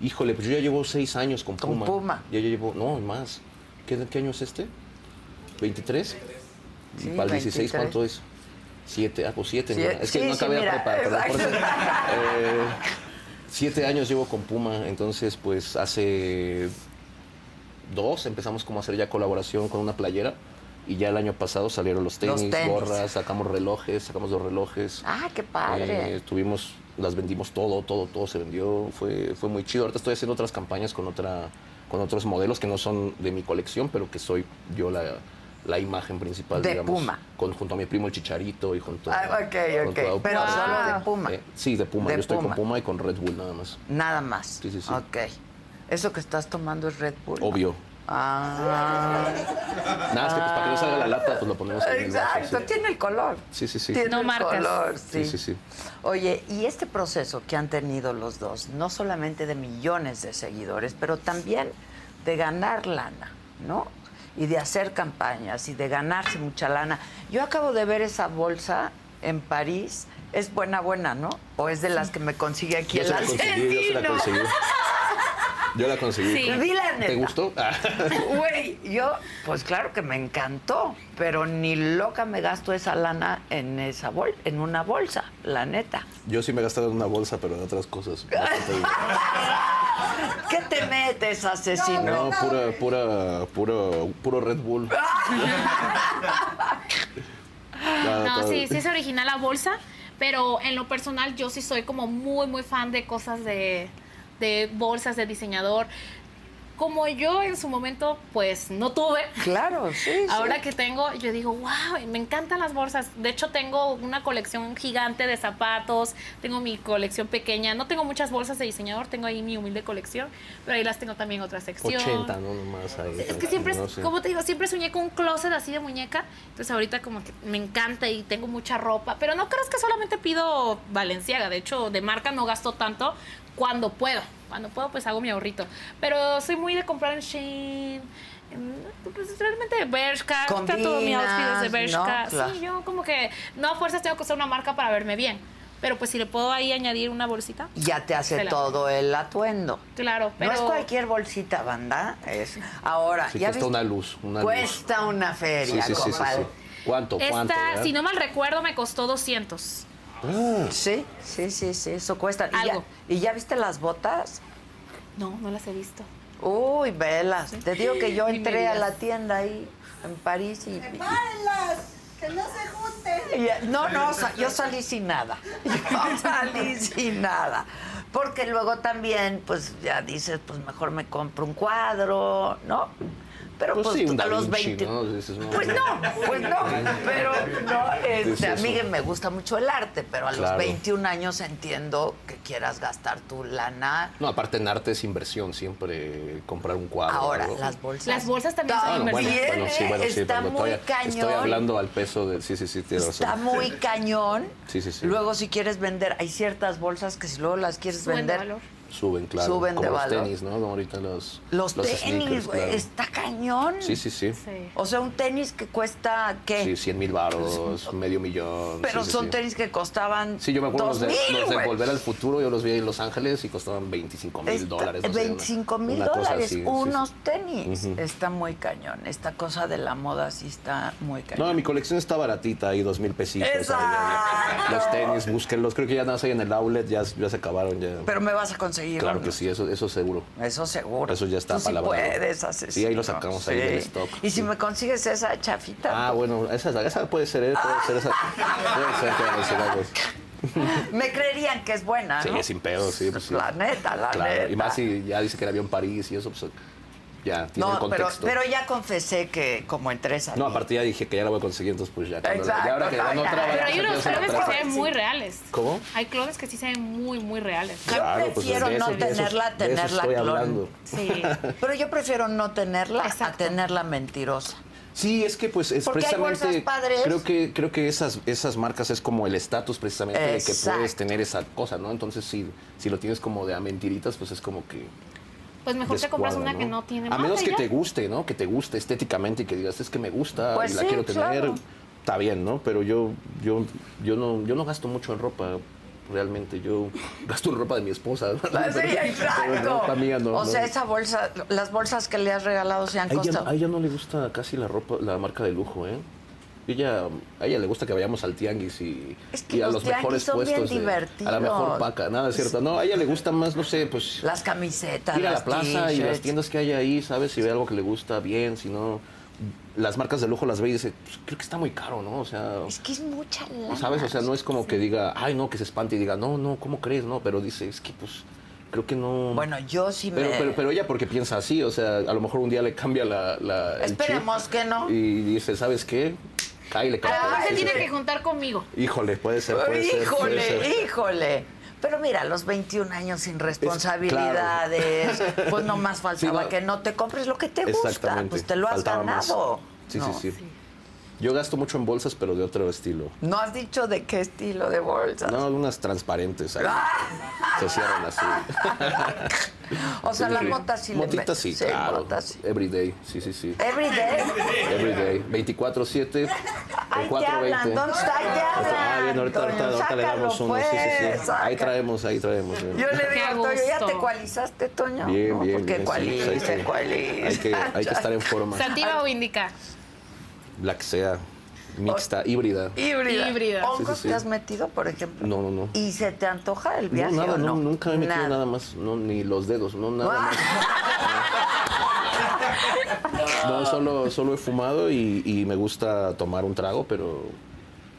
B: Híjole, pues yo ya llevo seis años con
A: Con
B: Puma.
A: Puma.
B: Ya, ya llevo, no, más. ¿Qué, qué año es este? ¿23?
A: Sí,
B: y para el 16,
A: 23.
B: ¿cuánto es? Siete, ah, pues siete.
A: Sí,
B: ¿no? Es que
A: sí,
B: no
A: sí,
B: acabé la
A: mira,
B: prepa, pero por eso-
A: exacto.
B: eh, siete años llevo con Puma, entonces pues hace dos empezamos como a hacer ya colaboración con una playera y ya el año pasado salieron los
A: Los
B: tenis,
A: tenis.
B: gorras, sacamos relojes, sacamos dos relojes.
A: Ah, qué padre.
B: Eh, tuvimos, las vendimos todo, todo, todo se vendió, fue, fue muy chido. Ahorita estoy haciendo otras campañas con otra, con otros modelos que no son de mi colección, pero que soy yo la, la imagen principal,
A: De
B: digamos.
A: Puma.
B: Con, junto a mi primo el Chicharito y junto a-
A: Ah, ok, ok.
B: junto a-
A: Pero solo de Puma.
B: Eh, sí, de Puma.
A: De
B: yo estoy
A: Puma.
B: con Puma y con Red Bull nada más.
A: Nada más.
B: Sí, sí, sí.
A: Ok. Eso que estás tomando es Red Bull.
B: Obvio.
A: Ah,
B: Nada, es que pues, para que no salga la lata, pues lo ponemos ahí en el vaso,
A: exacto,
B: sí.
A: tiene el color.
B: Sí, sí, sí.
A: Tiene
C: No
A: el
C: marcas.
A: color, sí.
B: Sí, sí, sí.
A: Oye, y este proceso que han tenido los dos, no solamente de millones de seguidores, pero también de ganar lana, ¿no? Y de hacer campañas y de ganarse mucha lana. Yo acabo de ver esa bolsa en París. Es buena, buena, ¿no? O es de las que me consigue aquí
B: Yo
A: el
B: se la conseguí, yo se la
A: argentino.
B: conseguí. Yo la conseguí.
C: Sí.
A: Di la neta.
B: ¿Te gustó? Ah,
A: Güey, yo, pues claro que me encantó, pero ni loca me gasto esa lana en esa bol en una bolsa, la neta.
B: Yo sí me he gastado en una bolsa, pero en otras cosas. Bastante bien.
A: ¿Qué te metes, asesino?
B: No, pura, pura, pura, puro Red Bull. Nada,
C: No,
B: Ah, todo-
C: sí, sí es original la bolsa, pero en lo personal yo sí soy como muy, muy fan de cosas de, de bolsas, de diseñador. Como yo en su momento, pues no tuve.
A: Claro, sí.
C: Ahora
A: sí.
C: que tengo, yo digo, wow, me encantan las bolsas. De hecho, tengo una colección gigante de zapatos, tengo mi colección pequeña. No tengo muchas bolsas de diseñador, tengo ahí mi humilde colección, pero ahí las tengo también en otra sección.
B: 80, ¿no? Nomás ahí.
C: Es que siempre,
B: Pues, no sé.
C: como te digo, siempre soñé con un closet así de muñeca. Entonces ahorita como que me encanta y tengo mucha ropa. Pero no creas que solamente pido Valenciaga. De hecho, de marca no gasto tanto cuando puedo. Cuando puedo, pues hago mi ahorrito. Pero soy muy de comprar en Shein. en- Pues realmente Bershka. Trato mi outfit de
A: Combinas,
C: Bershka.
A: ¿no? Claro.
C: Sí, yo como que no a fuerzas tengo que usar una marca para verme bien. Pero pues si le puedo ahí añadir una bolsita.
A: Ya te hace
C: Te la-
A: todo el atuendo.
C: Claro, pero...
A: No es cualquier bolsita, banda. Es... Ahora,
B: Sí,
A: ya
B: cuesta
A: ves-
B: una luz, una luz.
A: cuesta una feria,
B: sí, sí, sí, sí,
A: compadre.
B: sí. ¿Cuánto? ¿Cuánto?
C: Esta,
B: verdad?
C: si no mal recuerdo, me costó 200.
A: Sí, sí, sí, sí, eso cuesta. ¿Y
C: Algo.
A: Ya, ¿Y ya viste las botas?
C: No, no las he visto.
A: Uy, velas. Te digo que yo
C: Ni me
A: entré a
C: digas.
A: la tienda ahí en París y...
E: ¡Párenlas! ¡Que no se junten!
A: y- No, no, sa- yo salí sin nada. Yo salí sin nada. Porque luego también, pues ya dices, pues mejor me compro un cuadro, ¿no? Pero pues,
B: Pues sí, un
A: a
B: Da
A: los
B: Vinci,
A: 20...
B: ¿no? Dices, no,
A: Pues no, pues no, pero no,
B: Es
A: este, a
B: eso.
A: mí que me gusta mucho el arte, pero a los
B: Claro.
A: 21 años entiendo que quieras gastar tu lana.
B: No, aparte en arte es inversión, siempre comprar un cuadro.
A: Ahora,
B: algo.
A: las bolsas.
C: Las bolsas también
A: Está
C: son
B: Bueno, bueno,
C: inversión.
B: bueno, sí, bueno, sí,
A: Está
B: perdón,
A: muy
B: todavía Estoy
A: cañón.
B: hablando al peso del. Sí, sí, sí, tienes razón.
A: Está muy cañón.
B: Sí, sí, sí.
A: Luego, si quieres vender, hay ciertas bolsas que si luego las quieres
C: Suben de
A: vender.
C: valor.
B: Suben, claro.
A: Suben
B: como
A: de
B: los
A: valor.
B: tenis, ¿no? Como ahorita los.
A: Los, tenis,
B: sneakers,
A: güey,
B: claro.
A: está cañón.
B: Sí, sí, sí.
C: Sí.
A: O sea, un tenis que cuesta, ¿qué?
B: Sí, 100 mil baros, medio millón.
A: Pero
B: sí, sí,
A: son
B: sí.
A: tenis que costaban.
B: Sí, yo me acuerdo los de,
A: 2000,
B: los de
A: güey.
B: Volver al Futuro, yo los vi en Los Ángeles y costaban 25 mil
A: Está-
B: dólares. no sé, una-
A: 25 mil
B: una cosa
A: dólares,
B: así, sí, sí.
A: unos tenis.
B: Ujú.
A: Está muy cañón. Esta cosa de la moda sí está muy cañón.
B: No, mi colección está baratita, ahí dos mil pesitos. ahí,
A: Exacto.
B: los tenis, búsquenlos. Creo que ya nada más hay en el outlet, ya, ya se acabaron. Ya.
A: Pero me vas a conseguir.
B: claro
A: uno.
B: que sí, eso, eso seguro.
A: Eso seguro.
B: Eso ya está
A: Tú sí
B: palabrado.
A: puedes hacer.
B: Sí, ahí lo sacamos ahí del stock.
A: Y si
B: Sí.
A: me consigues esa chafita,
B: Ah, bueno, esa, esa puede ser, ¿eh? puede ser esa. Puede ser que la consigamos.
A: me creerían que es buena,
B: Sí,
A: ¿no?
B: sin pedo, sí. Pues, sí.
A: La neta, la
B: Claro,
A: neta.
B: y más si ya dice que la vio en París y eso, pues ya tiene el
A: No, pero,
B: contexto.
A: pero ya confesé que como entré esa.
B: No, aparte ya dije que ya la voy a conseguir, entonces pues ya. cuando-
A: Exacto,
B: ya ahora que
A: no,
B: ganó
A: ya.
B: otra
C: Pero
B: vez,
C: hay
B: ya
C: unos
B: se la
C: clones que se
B: trae.
C: ven muy reales.
B: ¿Cómo?
C: Hay clones que sí se ven muy, muy reales.
A: Yo prefiero
B: pues, de
A: no
B: de de
A: tenerla,
B: eso
A: tenerla
B: estoy
A: clon.
B: hablando.
C: Sí.
A: Pero yo prefiero no tenerla a
C: Exacto.
A: tenerla mentirosa.
B: Sí, es que pues es
A: Porque hay
B: precisamente
A: bolsas padres.
B: creo que creo que esas esas marcas es como el estatus precisamente de que
A: Exacto.
B: puedes tener esa cosa, ¿no? Entonces si si lo tienes como de a mentiritas, pues es como que
C: Pues mejor te compras
B: descuadra,
C: una que no tiene
B: A
C: marca
B: menos
C: y
B: que
C: ya.
B: te guste, ¿no? Que te guste estéticamente y que digas, es que me gusta
A: Pues
B: y la
A: sí,
B: quiero tener.
A: claro.
B: Está bien, ¿no? Pero yo, yo, yo no, yo no gasto mucho en ropa. Realmente, yo gasto en ropa de mi esposa.
A: Pues Sí,
B: Pero- pero en
A: exacto.
B: ropa mía no, no.
A: o sea, esa bolsa, las bolsas que le has regalado se han
B: A ella,
A: costado.
B: a ella no le gusta casi la ropa, la marca de lujo, ¿eh? Ella, a ella le gusta que vayamos al tianguis y,
A: Es que
B: y a
A: los
B: los, mejores
A: tianguis son
B: puestos. de- a
A: bien
B: la
A: divertidos.
B: mejor vaca, nada, es cierto. No, a ella le gusta más, no sé, pues
A: Las camisetas,
B: ir a
A: las
B: la plaza y las
A: t-shirts.
B: tiendas que hay ahí, ¿sabes? Si ve algo que le gusta, bien, si no. Las marcas de lujo las ve y dice, "Pues, creo que está muy caro, ¿no? O sea, pues,
A: Es que es mucha lana.
B: ¿sabes? O sea, no es como que diga, ay, no, que se espante y diga, no, no, ¿cómo crees? No, pero dice, es que pues, creo que no.
A: Bueno, yo sí
B: Pero,
A: me...
B: pero, pero ella porque piensa así, o sea, a lo mejor un día le cambia la... la el chip
A: Esperemos que no.
B: Y dice, ¿sabes qué? Cáile,
C: A lo mejor
B: cabrón".
C: se
B: Sí,
C: tiene
B: sí.
C: que juntar conmigo.
B: Híjole, puede ser, puede ser, puede
A: híjole,
B: ser.
A: híjole. Pero mira, a los 21 años sin responsabilidades, pues nomás faltaba
B: Sí, no.
A: que no te compres lo que te gusta,
B: Exactamente.
A: pues te lo has
B: Faltaba más.
A: ganado.
B: Sí,
A: no.
B: sí, sí, Yo gasto mucho en bolsas, pero de otro estilo.
A: No has dicho de qué estilo de bolsa.
B: No, unas transparentes. ahí. Se cierran así.
A: o sea,
B: Sí,
A: la
B: sí.
A: mota sí le
B: Motitas
A: metes.
B: sí, claro.
A: motas sí.
B: Everyday, sí, sí, sí.
A: Every day.
B: Everyday. 24-7.
A: Ahí
B: el
A: te hablan,
B: 420.
A: ¿dónde está? Ahí te
B: Ah,
A: hablan.
B: bien, ahorita, ahorita,
A: Toño,
B: ahorita le damos
A: sácalo,
B: uno. Sí, sí,
A: pues,
B: sí. Ahí
A: saca.
B: traemos, ahí traemos. eh.
A: Yo le
C: Qué
A: digo, Toño, ya
C: gusto.
A: te ecualizaste, Toño.
B: Bien,
A: No,
B: bien,
A: Porque
B: bien, sí,
A: ecualiza,
B: pues hay que-
A: ecualiza.
B: Hay que, hay que estar en forma.
C: ¿Sativa o indica?
B: La que sea mixta, híbrida.
A: Híbrida.
C: Híbrida.
A: ¿Hongos
B: Sí, sí, sí.
A: te has metido, por ejemplo?
B: No, no, no.
A: ¿Y se te antoja el
B: No,
A: viaje
B: nada,
A: o no?
B: no, nunca me he metido nada. más, no, ni los dedos, no, nada más. No, solo, solo he fumado y, y me gusta tomar un trago, pero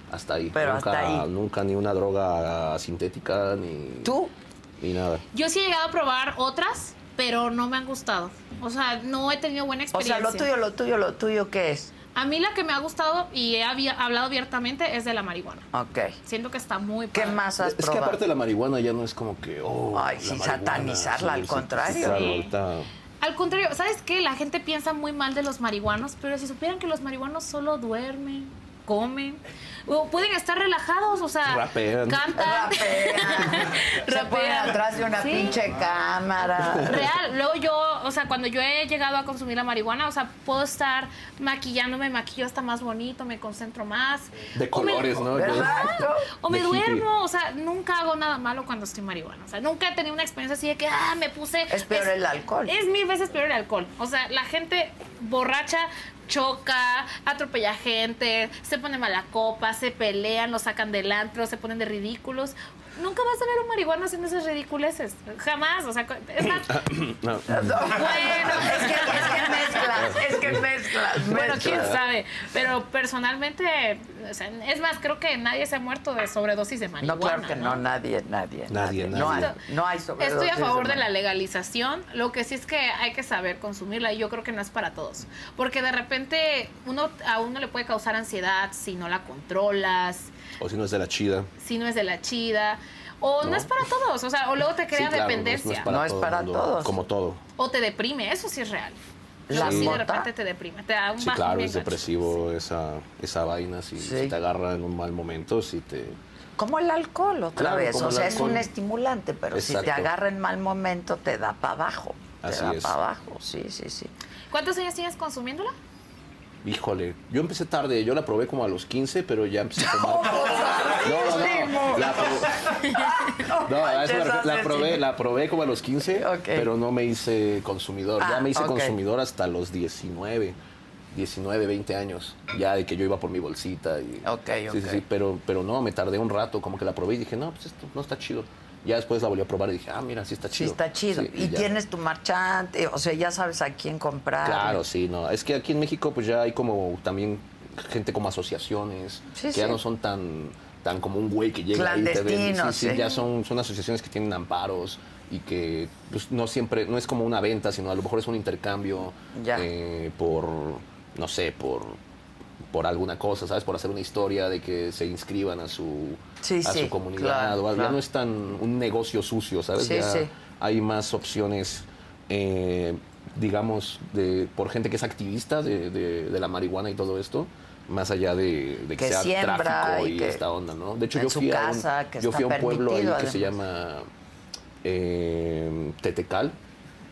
B: hasta ahí.
A: Pero
B: nunca,
A: hasta ahí.
B: nunca ni una droga sintética, ni.
A: ¿Tú?
B: Ni nada.
C: Yo sí he llegado a probar otras, pero no me han gustado. O sea, no he tenido buena
A: O sea,
C: experiencia.
A: lo tuyo, lo tuyo, lo tuyo, ¿qué es?
C: A mí la que me ha gustado y he habi- hablado abiertamente es de la marihuana.
A: Ok.
C: Siento que está muy
A: ¿Qué
C: padre.
A: más has
B: Es que
A: probado?
B: aparte la marihuana ya no es como que. Oh,
A: Ay,
B: la
A: sin
B: marihuana,
A: satanizarla, al contrario.
B: claro,
C: Sí.
B: ahorita-
C: Al contrario, ¿sabes qué? La gente piensa muy mal de los marihuanos, pero si supieran que los marihuanos solo duermen, comen, o pueden estar relajados, o sea,
B: Rapean.
C: cantan.
A: Rapean. Se
C: Rapean.
A: ponen atrás de una
C: Sí.
A: pinche cámara.
C: Real, luego yo, o sea, cuando yo he llegado a consumir la marihuana, o sea, puedo estar maquillándome, maquillo hasta más bonito, me concentro más.
B: De
C: O me-
B: colores, ¿no?
A: ¿Verdad?
C: O me
B: De
C: duermo, o sea, nunca hago nada malo cuando estoy marihuana. O sea, nunca he tenido una experiencia así de que, ah, me puse.
A: Es peor el alcohol.
C: Es mil veces peor el alcohol. O sea, la gente borracha choca, atropella gente, se pone mala copa, se pelean, lo sacan del antro, se ponen de ridículos. Nunca vas a ver a un marihuano haciendo esas ridiculeces. Jamás. O sea, es más-
B: No,
A: Bueno, es que, es que mezclas, es que mezclas.
C: Bueno, quién
A: mezclas.
C: sabe. Pero personalmente, o sea, es más, creo que nadie se ha muerto de sobredosis de marihuana.
A: No, claro que no, nadie, nadie.
B: Nadie,
A: No hay,
B: nadie.
A: no hay sobredosis
C: Estoy a favor de
A: mar-
C: la legalización. Lo que sí es que hay que saber consumirla y yo creo que no es para todos. Porque de repente uno a uno le puede causar ansiedad si no la controlas,
B: O si no es de la chida.
C: si no es de la chida. O no,
B: No.
C: es para todos. O sea, o luego te
B: Sí,
C: crea
B: claro, no es-
C: dependencia.
A: No es
B: todo
A: para
B: mundo,
A: todos.
B: Como todo.
C: O te deprime. Eso sí es real.
A: ¿La
C: Luego sí de
A: mota?
C: repente te deprime. Te da un
B: Sí,
C: bajón
B: claro,
C: bien
B: es
C: gacho.
B: depresivo esa, esa vaina. Si,
A: Sí.
B: si te agarra en un mal momento, si te.
A: Como el alcohol, otra
B: Claro,
A: vez.
B: como
A: O
B: el
A: sea, es
B: alcohol.
A: un estimulante, pero si te
B: Exacto.
A: agarra en mal momento, te da para abajo.
B: Así
A: te da
B: es.
A: para abajo, sí, sí, sí.
C: ¿Cuántos años tienes consumiéndola?
B: Híjole, yo empecé tarde, yo la probé como a los 15, pero ya empecé a tomar. No, no, no. La, pro- No, a eso me refiero, la probé, la probé como a los 15,
A: Ok.
B: pero no me hice consumidor.
A: Ah,
B: ya me hice
A: ok.
B: consumidor hasta los 19, 19, 20 años. Ya de que yo iba por mi bolsita. Y,
A: Ok,
B: Sí, sí,
A: ok.
B: sí, pero, pero no, me tardé un rato, como que la probé y dije, no, pues esto no está chido. Ya después la volví a probar y dije, ah, mira, sí está
A: Sí,
B: chido.
A: está chido.
B: Sí,
A: y
B: ya.
A: tienes tu marchante, o sea, ya sabes a quién comprar.
B: Claro, sí, no. Es que aquí en México pues ya hay como también gente como asociaciones
A: Sí,
B: que
A: sí.
B: ya no son tan tan como un güey que llega ahí y te vende. Sí,
A: Clandestinos,
B: sí,
A: sí.
B: ya son, son asociaciones que tienen amparos y que pues, no siempre, no es como una venta, sino a lo mejor es un intercambio
A: Ya.
B: eh, por, no sé, por por alguna cosa, ¿sabes? Por hacer una historia de que se inscriban a su,
A: Sí,
B: a
A: sí,
B: su comunidad.
A: claro,
B: o algo. Ya
A: claro.
B: no es tan un negocio sucio, ¿sabes?
A: Sí,
B: Ya
A: sí.
B: Hay más opciones, eh, digamos, de, por gente que es activista de, de- de la marihuana y todo esto, más allá de, de que,
A: Que
B: sea
A: siembra
B: tráfico
A: y
B: y,
A: que-
B: esta onda, ¿no? De hecho,
A: en
B: yo
A: su
B: fui, a
A: casa,
B: un,
A: que
B: yo fui a
A: está
B: un pueblo ahí
A: permitido,
B: que se
A: además.
B: llama eh, Tetecal.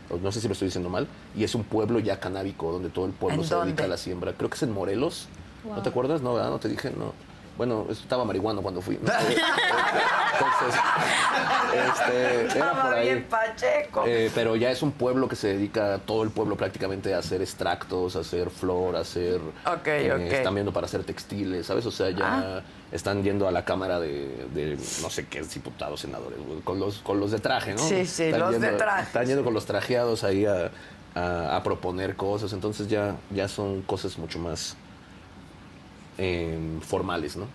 B: o No sé si lo estoy diciendo mal, y es un pueblo ya canábico, donde todo el pueblo
A: ¿En
B: se dedica
A: dónde?
B: a la siembra. Creo que es en Morelos.
C: Wow.
B: ¿No te acuerdas? No, ¿verdad? No te dije, no. Bueno, estaba marihuano cuando fui. ¿no? Entonces, este, era por
A: Estaba
B: ahí.
A: bien Pacheco.
B: Eh, pero ya es un pueblo que se dedica, todo el pueblo prácticamente, a hacer extractos, a hacer flor, a hacer... eh,
A: Ok, ok. Ah.
B: Están viendo para hacer textiles, ¿sabes? O sea, ya están yendo a la Cámara de, de no sé qué diputados, senadores, güey, con los, con los de traje, ¿no?
A: Sí, sí,
B: Están
A: los de
B: yendo,
A: traje.
B: Están yendo con los trajeados ahí a, a- a proponer cosas. Entonces ya, ya son cosas mucho más em, formales, ¿no?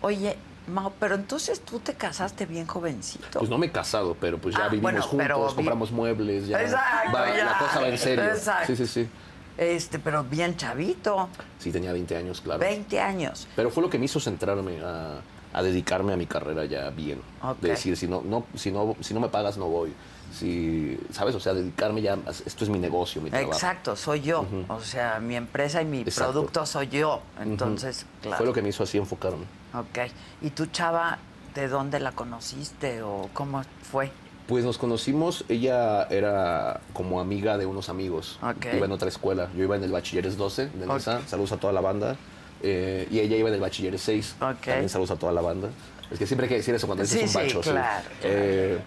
A: Oye, Mao, pero entonces tú te casaste bien jovencito.
B: Pues no me he casado, pero pues ya
A: Ah,
B: vivimos
A: bueno, pero
B: juntos,
A: vi-
B: compramos muebles, ya,
A: Exacto,
B: va-
A: ya.
B: la cosa va en serio.
A: Exacto.
B: Sí, sí, sí.
A: Este, pero bien chavito,
B: Sí, tenía 20 años, claro.
A: 20 años.
B: Pero fue lo que me hizo centrarme a, a dedicarme a mi carrera ya bien.
A: Ok.
B: De decir, si no, no, si, no, si no me pagas, no voy. Si, ¿Sabes? O sea, dedicarme ya, a- esto es mi negocio, mi trabajo.
A: Exacto, soy yo. O sea, mi empresa y mi
B: Exacto.
A: producto soy yo. Entonces, claro.
B: Fue lo que me hizo así enfocarme.
A: Ok. ¿Y tú, chava, de dónde la conociste o cómo fue?
B: Pues nos conocimos, ella era como amiga de unos amigos.
A: Ok.
B: Iba en otra escuela. Yo iba en el Bachilleres 12 de Nesa, saludos a toda la banda. Eh, y ella iba en el Bachilleres 6,
A: Ok.
B: también saludos a toda la banda. Es que siempre hay que decir eso cuando dices
A: Sí,
B: un
A: sí,
B: bacho.
A: claro,
B: Eh,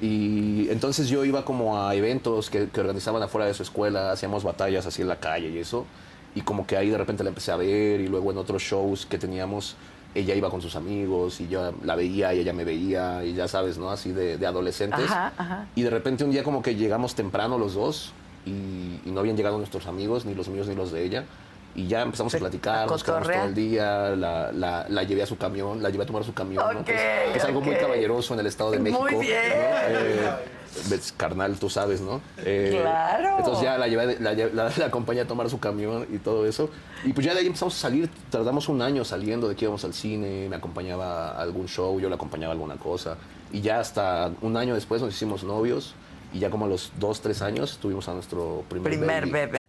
B: y entonces yo iba como a eventos que, que organizaban afuera de su escuela, hacíamos batallas así en la calle y eso. Y como que ahí de repente la empecé a ver y luego en otros shows que teníamos, ella iba con sus amigos y yo la veía y ella me veía y ya sabes, ¿no? Así de, de adolescentes.
A: Ajá, ajá.
B: Y de repente un día como que llegamos temprano los dos y, y no habían llegado nuestros amigos, ni los míos ni los de ella. Y ya empezamos a
A: Pe- a
B: platicar, nos quedamos
A: cotorrear.
B: todo el día, la, la- la llevé a su camión, la llevé a tomar su camión, ¿no?
A: Ok,
B: que, es, que es algo muy
A: ok.
B: caballeroso en el Estado de
A: Muy
B: México. ¿no?
A: bien.
B: Eh, ves, carnal, tú sabes, ¿no? Eh,
A: Claro.
B: Entonces ya la, llevé, la, lle- la- la acompañé a tomar su camión y todo eso. Y pues ya de ahí empezamos a salir, tardamos un año saliendo de que íbamos al cine, me acompañaba a algún show, yo la acompañaba a alguna cosa. Y ya hasta un año después nos hicimos novios. Y ya como a los dos, tres años tuvimos a nuestro primer,
A: Primer bebé.
B: Pues
A: Primer
B: baby.
A: bebé.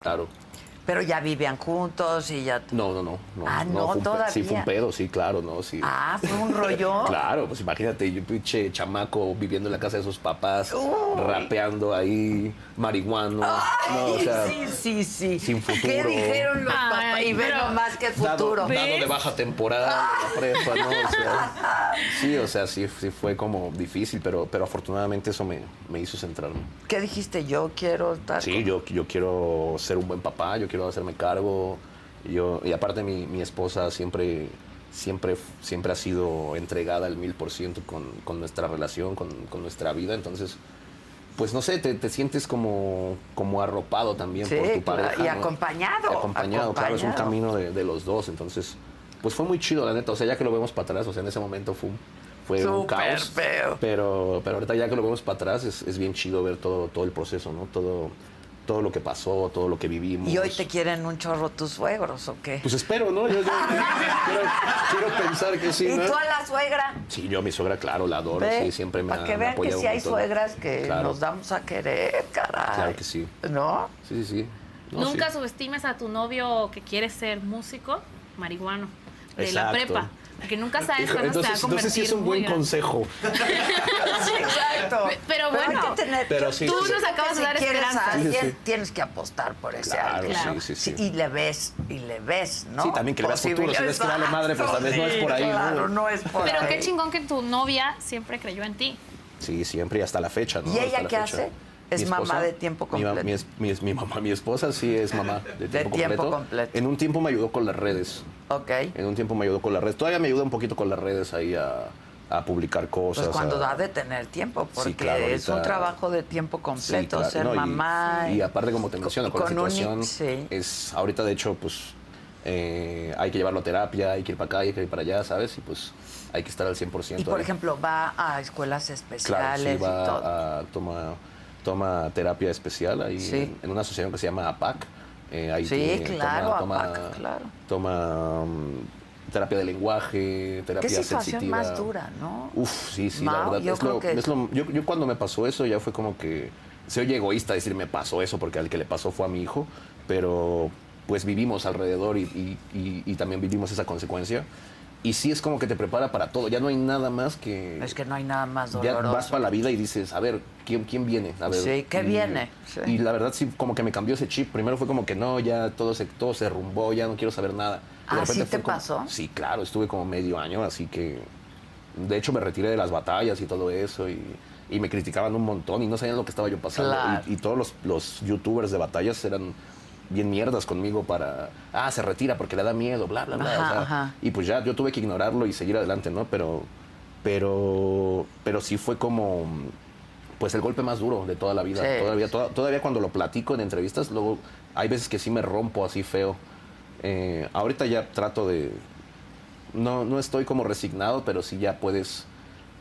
B: Claro.
A: Pero ya vivían juntos y ya.
B: No, no, no. no
A: Ah,
B: fue
A: no,
B: un pe- Sí,
A: todavía.
B: fue un pedo, sí, claro, no, sí.
A: Ah, fue un rollo.
B: Claro, pues imagínate, yo pinche chamaco viviendo en la casa de sus papás, rapeando ahí, marihuano. no, o sea,
A: sí, sí, sí.
B: sin
A: ¿Qué
B: futuro.
A: dijeron los
C: Ay,
A: papás? Y ve
C: pero-
A: nomás que
B: dado,
A: futuro.
B: dado de baja temporada, en la prepa, ¿no? O sea, sí, o sea, sí, sí fue como difícil, pero, pero afortunadamente eso me, me hizo centrarme.
A: ¿Qué dijiste? Yo quiero estar.
B: Sí,
A: con-
B: yo, yo quiero ser un buen papá, yo quiero hacerme cargo. Yo, y aparte mi, mi esposa siempre, siempre, siempre ha sido entregada al mil por ciento con con nuestra relación, con, con nuestra vida. Entonces, pues no sé, te, te sientes como, como arropado también
A: Sí,
B: por tu
A: claro,
B: pareja.
A: y
B: ¿no?
A: acompañado,
B: Y acompañado, claro, es un
A: acompañado.
B: camino de, de los dos. Entonces, pues fue muy chido, la neta. O sea, ya que lo vemos para atrás, o sea, en ese momento fue un... Fue un
A: Súper
B: caos,
A: feo.
B: pero, pero ahorita ya que lo vemos para atrás, es, es bien chido ver todo, todo el proceso, ¿no? Todo, todo lo que pasó, todo lo que vivimos.
A: ¿Y hoy te quieren un chorro tus suegros o qué?
B: Pues espero, ¿no? Yo, yo- quiero, quiero pensar que sí,
A: ¿Y
B: ¿no?
A: tú a la suegra?
B: Sí, yo a mi suegra, claro, la adoro,
A: Ve,
B: sí, siempre me
A: Para
B: ha
A: que
B: me ha
A: vean que
B: apoyado
A: si
B: un
A: hay
B: montón.
A: suegras que
B: Claro.
A: nos damos a querer, caray.
B: Claro que sí.
A: ¿No?
B: Sí, sí, sí. No,
C: Nunca
B: sí.
C: subestimes a tu novio que quiere ser músico marihuano de la
B: Exacto.
C: prepa. Porque nunca sabes
B: Hijo,
C: cuándo se va a
B: Entonces, no
C: convertir
B: sé si es un
C: muy
B: buen
C: grande.
B: consejo.
A: Sí, exacto.
C: Pe- pero
A: hay
C: bueno,
A: que tener-
B: pero sí,
C: Tú
B: sí.
C: nos acabas de
A: si
C: dar
A: quieres
C: esperanza.
A: a alguien,
B: Sí, sí, sí.
A: tienes que apostar por ese
B: Claro,
A: alguien.
C: sí,
A: ¿no?
B: sí, sí.
A: Y le ves, y le ves, ¿no?
B: Sí, también que le veas futuro,
A: Posibilidades.
B: si ves que vale madre, pues, tal vez no es por ahí, ¿no?
A: Claro, no es por
C: pero
A: ahí.
C: qué chingón que tu novia siempre creyó en ti.
B: Sí, siempre y hasta la fecha, ¿no?
A: ¿Y ella
B: Hasta la
A: qué
B: fecha.
A: hace? ¿Es
B: Mi
A: mamá de tiempo
B: mi ma-
A: completo?
B: Mi, es- mi es- mi mamá, mi esposa sí es mamá de tiempo,
A: tiempo
B: completo.
A: completo.
B: En un tiempo me ayudó con las redes.
A: Ok.
B: En un tiempo me ayudó con las redes. Todavía me ayuda un poquito con las redes ahí a, a publicar cosas.
A: Pues cuando
B: a-
A: da de tener tiempo, porque
B: claro,
A: es un
B: ahorita-
A: trabajo de tiempo
B: Sí,
A: completo,
B: claro,
A: ser
B: no, y-
A: mamá.
B: Y, aparte, como te menciono, con,
A: con
B: la
A: un-
B: situación,
A: sí.
B: es, ahorita de hecho, pues eh, hay que llevarlo a terapia, hay que ir para acá, hay que ir para allá, ¿sabes? Y pues hay que estar al 100%.
A: Y por
B: ahí.
A: ejemplo, va a escuelas
B: Claro, sí,
A: especiales
B: va
A: y todo.
B: a toma, toma terapia especial ahí
A: Sí.
B: en, en una asociación que se llama APAC. Eh, ahí
A: Sí, claro, APAC, claro.
B: Toma mm, terapia de lenguaje, terapia
A: Qué situación
B: sensitiva.
A: más dura, ¿no?
B: Uf, sí, sí,
A: Mau,
B: la verdad.
A: yo
B: es
A: creo
B: lo-
A: que-
B: es lo- yo, yo cuando me pasó eso ya fue como que se oye egoísta decir me pasó eso porque al que le pasó fue a mi hijo, pero pues vivimos alrededor y, y- y- y también vivimos esa consecuencia. Y sí es como que te prepara para todo, ya no hay nada más que...
A: Es que no hay nada más
B: Ya
A: doloroso.
B: vas para la vida y dices, a ver, ¿quién, quién viene? A ver,
A: Sí, ¿qué
B: y-
A: viene? Sí.
B: Y la verdad sí, como que me cambió ese chip. Primero fue como que no, ya todo se, todo se rumbó, ya no quiero saber nada. Y de
A: ¿Ah, sí
B: repente fue
A: te
B: como-
A: pasó?
B: sí, claro, estuve como medio año, así que... De hecho, me retiré de las batallas y todo eso y, y me criticaban un montón y no sabían lo que estaba yo pasando.
A: Claro.
B: Y, y todos los, los youtubers de batallas eran bien mierdas conmigo para... Ah, se retira porque le da miedo, bla, bla, bla.
A: Ajá,
B: o sea,
A: ajá.
B: y pues ya yo tuve que ignorarlo y seguir adelante, ¿no? Pero, pero, pero sí fue como, pues el golpe más duro de toda la vida.
A: Sí.
B: Todavía, toda- todavía cuando lo platico en entrevistas, luego hay veces que sí me rompo así feo. Eh, ahorita ya trato de, no, no estoy como resignado, pero sí ya puedes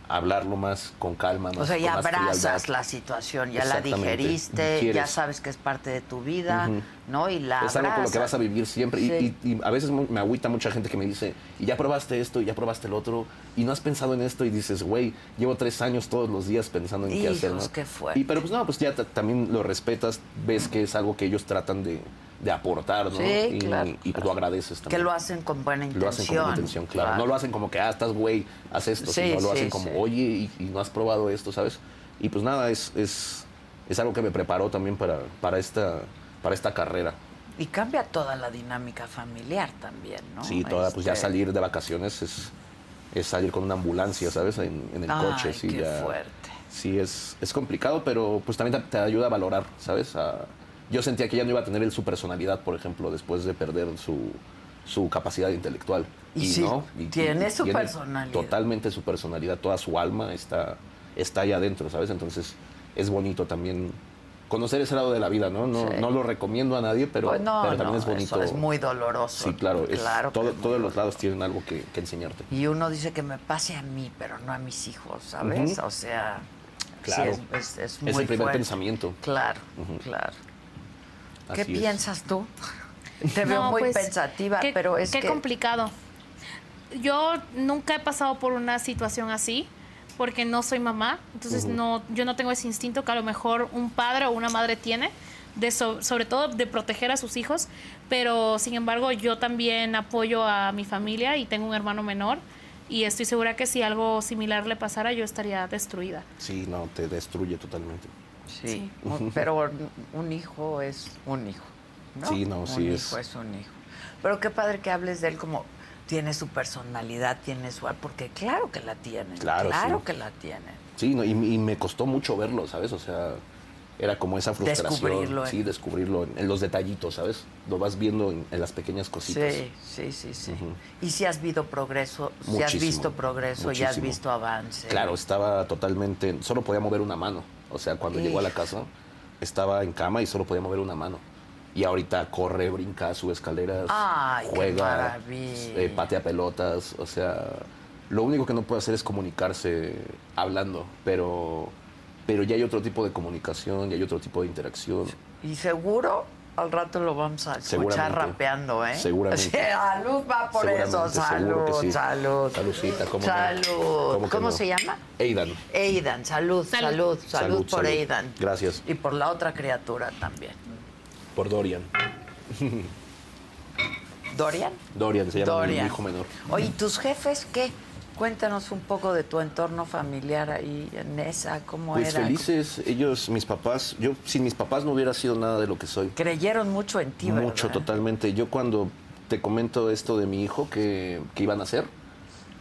B: hablarlo más con calma.
A: O
B: más-
A: sea,
B: con
A: ya
B: más
A: abrazas
B: frialdad.
A: la situación, ya la
B: Exactamente.
A: digeriste, ya
B: Digieres.
A: sabes que es parte de tu vida, ¿no? Y la
B: es algo con lo que vas
A: abrazas.
B: a vivir siempre. Y-
A: Sí.
B: Y, y a veces mu- me agüita mucha gente que me dice, y ya probaste esto, y ya probaste el otro, y no has pensado en esto, y dices, güey, llevo tres años todos los días pensando en qué hacer.
A: Hijos,
B: ¿no?
A: qué fuerte.
B: Y pero pues no, pues ya ta- también lo respetas, ves que es algo que ellos tratan de, de aportar, ¿no?
A: Sí,
B: y,
A: claro,
B: y pues
A: claro.
B: lo agradeces
A: Que
B: también.
A: lo hacen con buena intención.
B: Lo hacen con buena intención, claro. No lo hacen como que, ah, estás güey, haz esto,
A: Sí,
B: sino lo
A: sí,
B: hacen como,
A: sí.
B: oye, y, y no has probado esto, ¿sabes? Y pues nada, es, es, es algo que me preparó también para, para, esta, para esta carrera.
A: Y cambia toda la dinámica familiar también, ¿no?
B: Sí, toda, pues ya
A: Este,
B: salir de vacaciones es, es salir con una ambulancia, ¿sabes? En, en el
A: Ay,
B: coche, sí.
A: qué
B: ya-
A: fuerte.
B: Sí, es, es complicado, pero pues también te, te ayuda a valorar, ¿sabes? A- yo sentía que ya no iba a tener el- su personalidad, por ejemplo, después de perder su, su capacidad intelectual.
A: Y sí,
B: no.
A: tiene su personalidad.
B: Totalmente su personalidad, toda su alma está, está ahí adentro, ¿sabes? Entonces es bonito también conocer ese lado de la vida, ¿no? No,
A: Sí.
B: no lo recomiendo a nadie, pero,
A: Pues no,
B: pero también
A: no,
B: es bonito.
A: eso es muy doloroso.
B: Sí, claro. es-
A: Claro que
B: todo-
A: es muy
B: todos los
A: doloroso.
B: lados tienen algo que, que enseñarte.
A: Y uno dice que me pase a mí, pero no a mis hijos, ¿sabes? O sea,
B: Claro.
A: sí, es, es, es
B: Es
A: muy
B: el primer
A: fuerte.
B: pensamiento.
A: Claro, claro. ¿Qué
B: Así es.
A: piensas tú? Te veo
C: No,
A: muy
C: pues,
A: pensativa,
C: qué-
A: pero es
C: qué
A: que...
C: complicado. Yo nunca he pasado por una situación así porque no soy mamá, entonces no yo no tengo ese instinto que a lo mejor un padre o una madre tiene de so- sobre todo de proteger a sus hijos, pero sin embargo yo también apoyo a mi familia y tengo un hermano menor y estoy segura que si algo similar le pasara yo estaría destruida.
B: Sí, no, te destruye totalmente.
A: Sí, un- pero un- un hijo es un hijo. ¿no?
B: Sí, no, sí
A: Un
B: es-
A: hijo es un hijo. Pero qué padre que hables de él como tiene su personalidad, tiene su... Porque claro que la tiene.
B: Claro, sí.
A: que la tiene.
B: Sí, no, y, y me costó mucho verlo, ¿sabes? O sea, era como esa frustración.
A: Descubrirlo, ¿eh?
B: Sí, descubrirlo en, en los detallitos, ¿sabes? Lo vas viendo en, en las pequeñas cositas.
A: Sí, sí, sí, sí. Y si has visto progreso, si has
B: Muchísimo,
A: visto progreso, ya has
B: muchísimo.
A: visto avance.
B: Claro, estaba totalmente. Solo podía mover una mano. O sea, cuando llegó a la
A: Hijo.
B: casa, estaba en cama y solo podía mover una mano. Y ahorita corre, brinca, sube escaleras,
A: Ay, qué
B: juega,
A: maravilla.
B: eh, patea pelotas. O sea, lo único que no puede hacer es comunicarse hablando, pero, pero ya hay otro tipo de comunicación, ya hay otro tipo de interacción.
A: Y seguro al rato lo vamos a escuchar
B: Seguramente.
A: rapeando, ¿eh?
B: Seguramente.
A: Sí, salud va por eso.
B: Seguramente, seguro
A: Salud,
B: que sí.
A: salud.
B: Saludcita, ¿cómo no?
A: Salud.
B: ¿Cómo
A: ¿Cómo,
B: que no?
A: se llama?
B: Aidan.
A: Aidan, salud, salud, salud,
C: Salud.
B: Salud,
A: por
B: salud.
A: Aidan.
B: Gracias.
A: Y por la otra criatura también.
B: Por Dorian.
A: ¿Dorian?
B: Dorian se llama mi- mi hijo menor.
A: Oye, ¿y tus jefes qué? Cuéntanos un poco de tu entorno familiar ahí en esa, cómo
B: Pues
A: era.
B: felices, ellos, mis papás, yo sin mis papás no hubiera sido nada de lo que soy.
A: Creyeron mucho en ti, ¿verdad?
B: Mucho, totalmente. Yo cuando te comento esto de mi hijo que, que iban a hacer,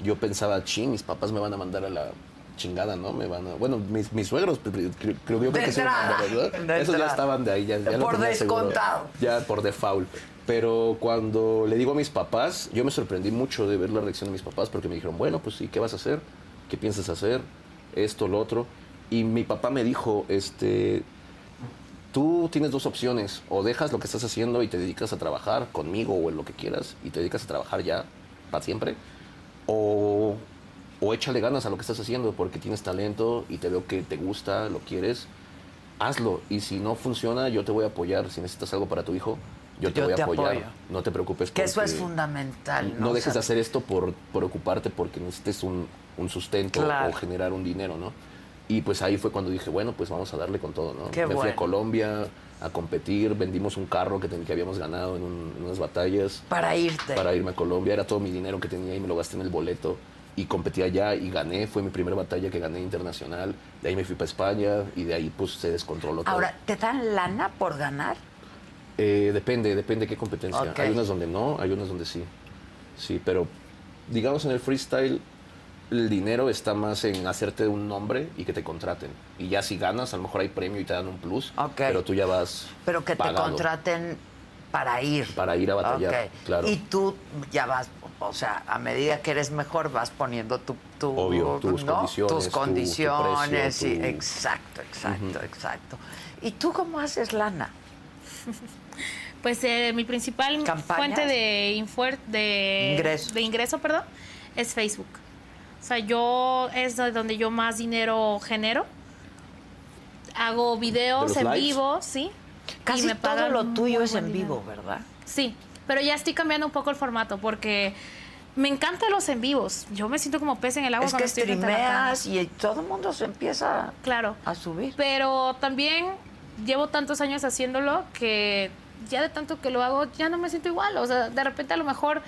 B: yo pensaba, ching, mis papás me van a mandar a la chingada, ¿no? Me van a... Bueno, mis, mis suegros, pues, cre- cre- creo yo
A: De
B: que sí me
A: entrada,
B: mandaron, ¿verdad?
A: de
B: Esos ya
A: entrada.
B: estaban de ahí, ya, ya lo
A: Por
B: tenía seguro.
A: descontado.
B: Ya por default. Pero cuando le digo a mis papás, yo me sorprendí mucho de ver la reacción de mis papás porque me dijeron, bueno, pues sí, ¿qué vas a hacer? ¿Qué piensas hacer? Esto, lo otro. Y mi papá me dijo, este, tú tienes dos opciones, o dejas lo que estás haciendo y te dedicas a trabajar conmigo o en lo que quieras y te dedicas a trabajar ya para siempre, o, o échale ganas a lo que estás haciendo porque tienes talento y te veo que te gusta, lo quieres, hazlo y si no funciona yo te voy a apoyar, si necesitas algo para tu hijo, yo te
A: Yo
B: voy
A: te
B: a apoyar,
A: apoyo.
B: no te preocupes.
A: Que eso es
B: porque
A: fundamental.
B: No dejes de
A: O sea,
B: hacer esto por preocuparte porque necesites un, un sustento
A: Claro.
B: o generar un dinero, ¿no? Y pues ahí fue cuando dije, bueno, pues vamos a darle con todo, ¿no?
A: Qué
B: Me fui
A: bueno.
B: a Colombia a competir, vendimos un carro que, ten- que habíamos ganado en, un- en unas batallas
A: Para irte.
B: para irme a Colombia. Era todo mi dinero que tenía y me lo gasté en el boleto. Y competí allá y gané. Fue mi primera batalla que gané internacional. De ahí me fui para España y de ahí pues se descontroló todo.
A: Ahora, ¿te dan lana por ganar?
B: Eh, depende, depende de qué competencia.
A: Ok.
B: Hay unas donde no, hay unas donde sí. Sí, pero digamos en el freestyle el dinero está más en hacerte un nombre y que te contraten. Y ya si ganas, a lo mejor hay premio y te dan un plus,
A: Ok.
B: pero tú ya vas
A: Pero que te
B: pagado
A: contraten para ir.
B: para ir a batallar.
A: Ok.
B: Claro.
A: Y tú ya vas, o sea, a medida que eres mejor vas poniendo tu, tu-
B: Obvio, tus
A: ¿no?
B: condiciones,
A: Tus
B: tu- tu
A: condiciones
B: precio,
A: y-
B: tu-
A: exacto, exacto, exacto. ¿Y tú cómo haces lana?
C: Pues eh, mi principal
A: ¿Campañas?
C: fuente de, infuer- de,
A: Ingreso.
C: de ingreso perdón, es Facebook. O sea, yo es de donde yo más dinero genero. Hago videos
B: los
C: en
B: likes?
C: vivo, sí. y
A: Casi
C: me
A: todo
C: pagan
A: lo
C: muy
A: tuyo es
C: buen
A: en
C: dinero.
A: vivo, ¿verdad?
C: Sí, pero ya estoy cambiando un poco el formato porque me encantan los en vivos. Yo me siento como pez en el agua
A: es
C: cuando
A: que
C: estoy frente a la cámara.
A: streameas y todo el mundo se empieza
C: Claro.
A: a subir.
C: Pero también llevo tantos años haciéndolo que ya de tanto que lo hago ya no me siento igual. O sea, de repente a lo mejor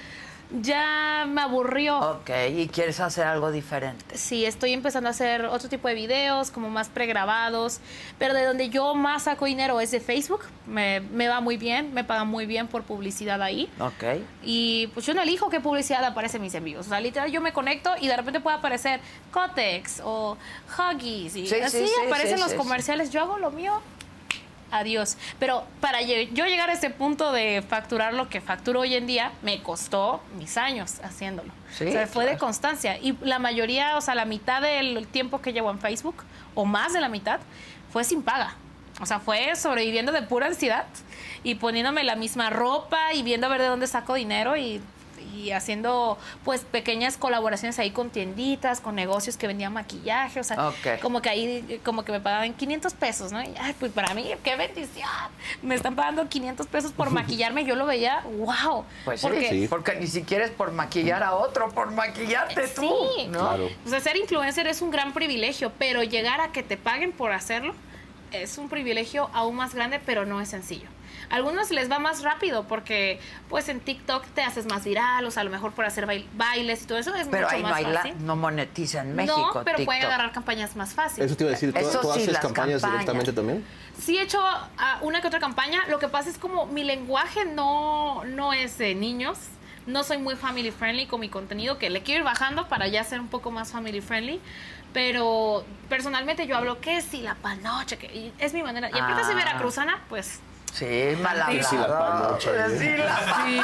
C: ya me aburrió.
A: Ok, y quieres hacer algo diferente.
C: Sí, estoy empezando a hacer otro tipo de videos, como más pregrabados, pero de donde yo más saco dinero es de Facebook. Me, me va muy bien, me pagan muy bien por publicidad ahí.
A: Ok.
C: Y pues yo no elijo qué publicidad aparece en mis envíos. O sea, literal, yo me conecto y de repente puede aparecer Cotex o Huggies. Y
A: Sí, sí,
C: así
A: sí,
C: aparecen
A: sí,
C: los
A: sí,
C: comerciales. Yo hago lo mío. Adiós. Pero para lle- yo llegar a ese punto de facturar lo que facturo hoy en día, me costó mis años haciéndolo.
A: Sí,
C: o sea, fue de
A: claro.
C: constancia. Y la mayoría, o sea, la mitad del tiempo que llevo en Facebook, o más de la mitad, fue sin paga. O sea, fue sobreviviendo de pura ansiedad y poniéndome la misma ropa y viendo a ver de dónde saco dinero y, y haciendo pues pequeñas colaboraciones ahí con tienditas, con negocios que vendían maquillaje, o sea,
A: Ok.
C: como que ahí eh, como que me pagaban 500 pesos, ¿no? Y ay, pues para mí qué bendición. Me están pagando 500 pesos por maquillarme, yo lo veía, wow.
A: Pues sí,
C: porque
B: Sí.
A: porque ni siquiera es por maquillar a otro, por maquillarte tú.
C: Eh, Sí,
A: ¿no?
B: Claro.
C: O sea, ser influencer es un gran privilegio, pero llegar a que te paguen por hacerlo es un privilegio aún más grande, pero no es sencillo. A algunos les va más rápido porque pues en TikTok te haces más viral, o sea, a lo mejor por hacer bail- bailes y todo eso es
A: Pero
C: mucho
A: ahí no,
C: más
A: hay la-
C: fácil.
A: no monetiza en México.
C: no, pero pueden
A: TikTok.
C: agarrar campañas más fáciles.
B: Eso te iba a decir, ¿tú,
A: Eso
B: tú
A: sí,
B: haces
A: las
B: campañas,
A: campañas.
B: directamente también?
C: Sí he hecho ah, una que otra campaña. Lo que pasa es como mi lenguaje no, no es de niños. No soy muy family friendly con mi contenido, que le quiero ir bajando para ya ser un poco más family friendly. Pero personalmente yo hablo que si la panocha, que y es mi manera. Y aparte soy
A: Ah.
C: veracruzana, pues.
A: Sí, mal hablado.
B: Que si la panocha, ¿eh?
A: Sí, la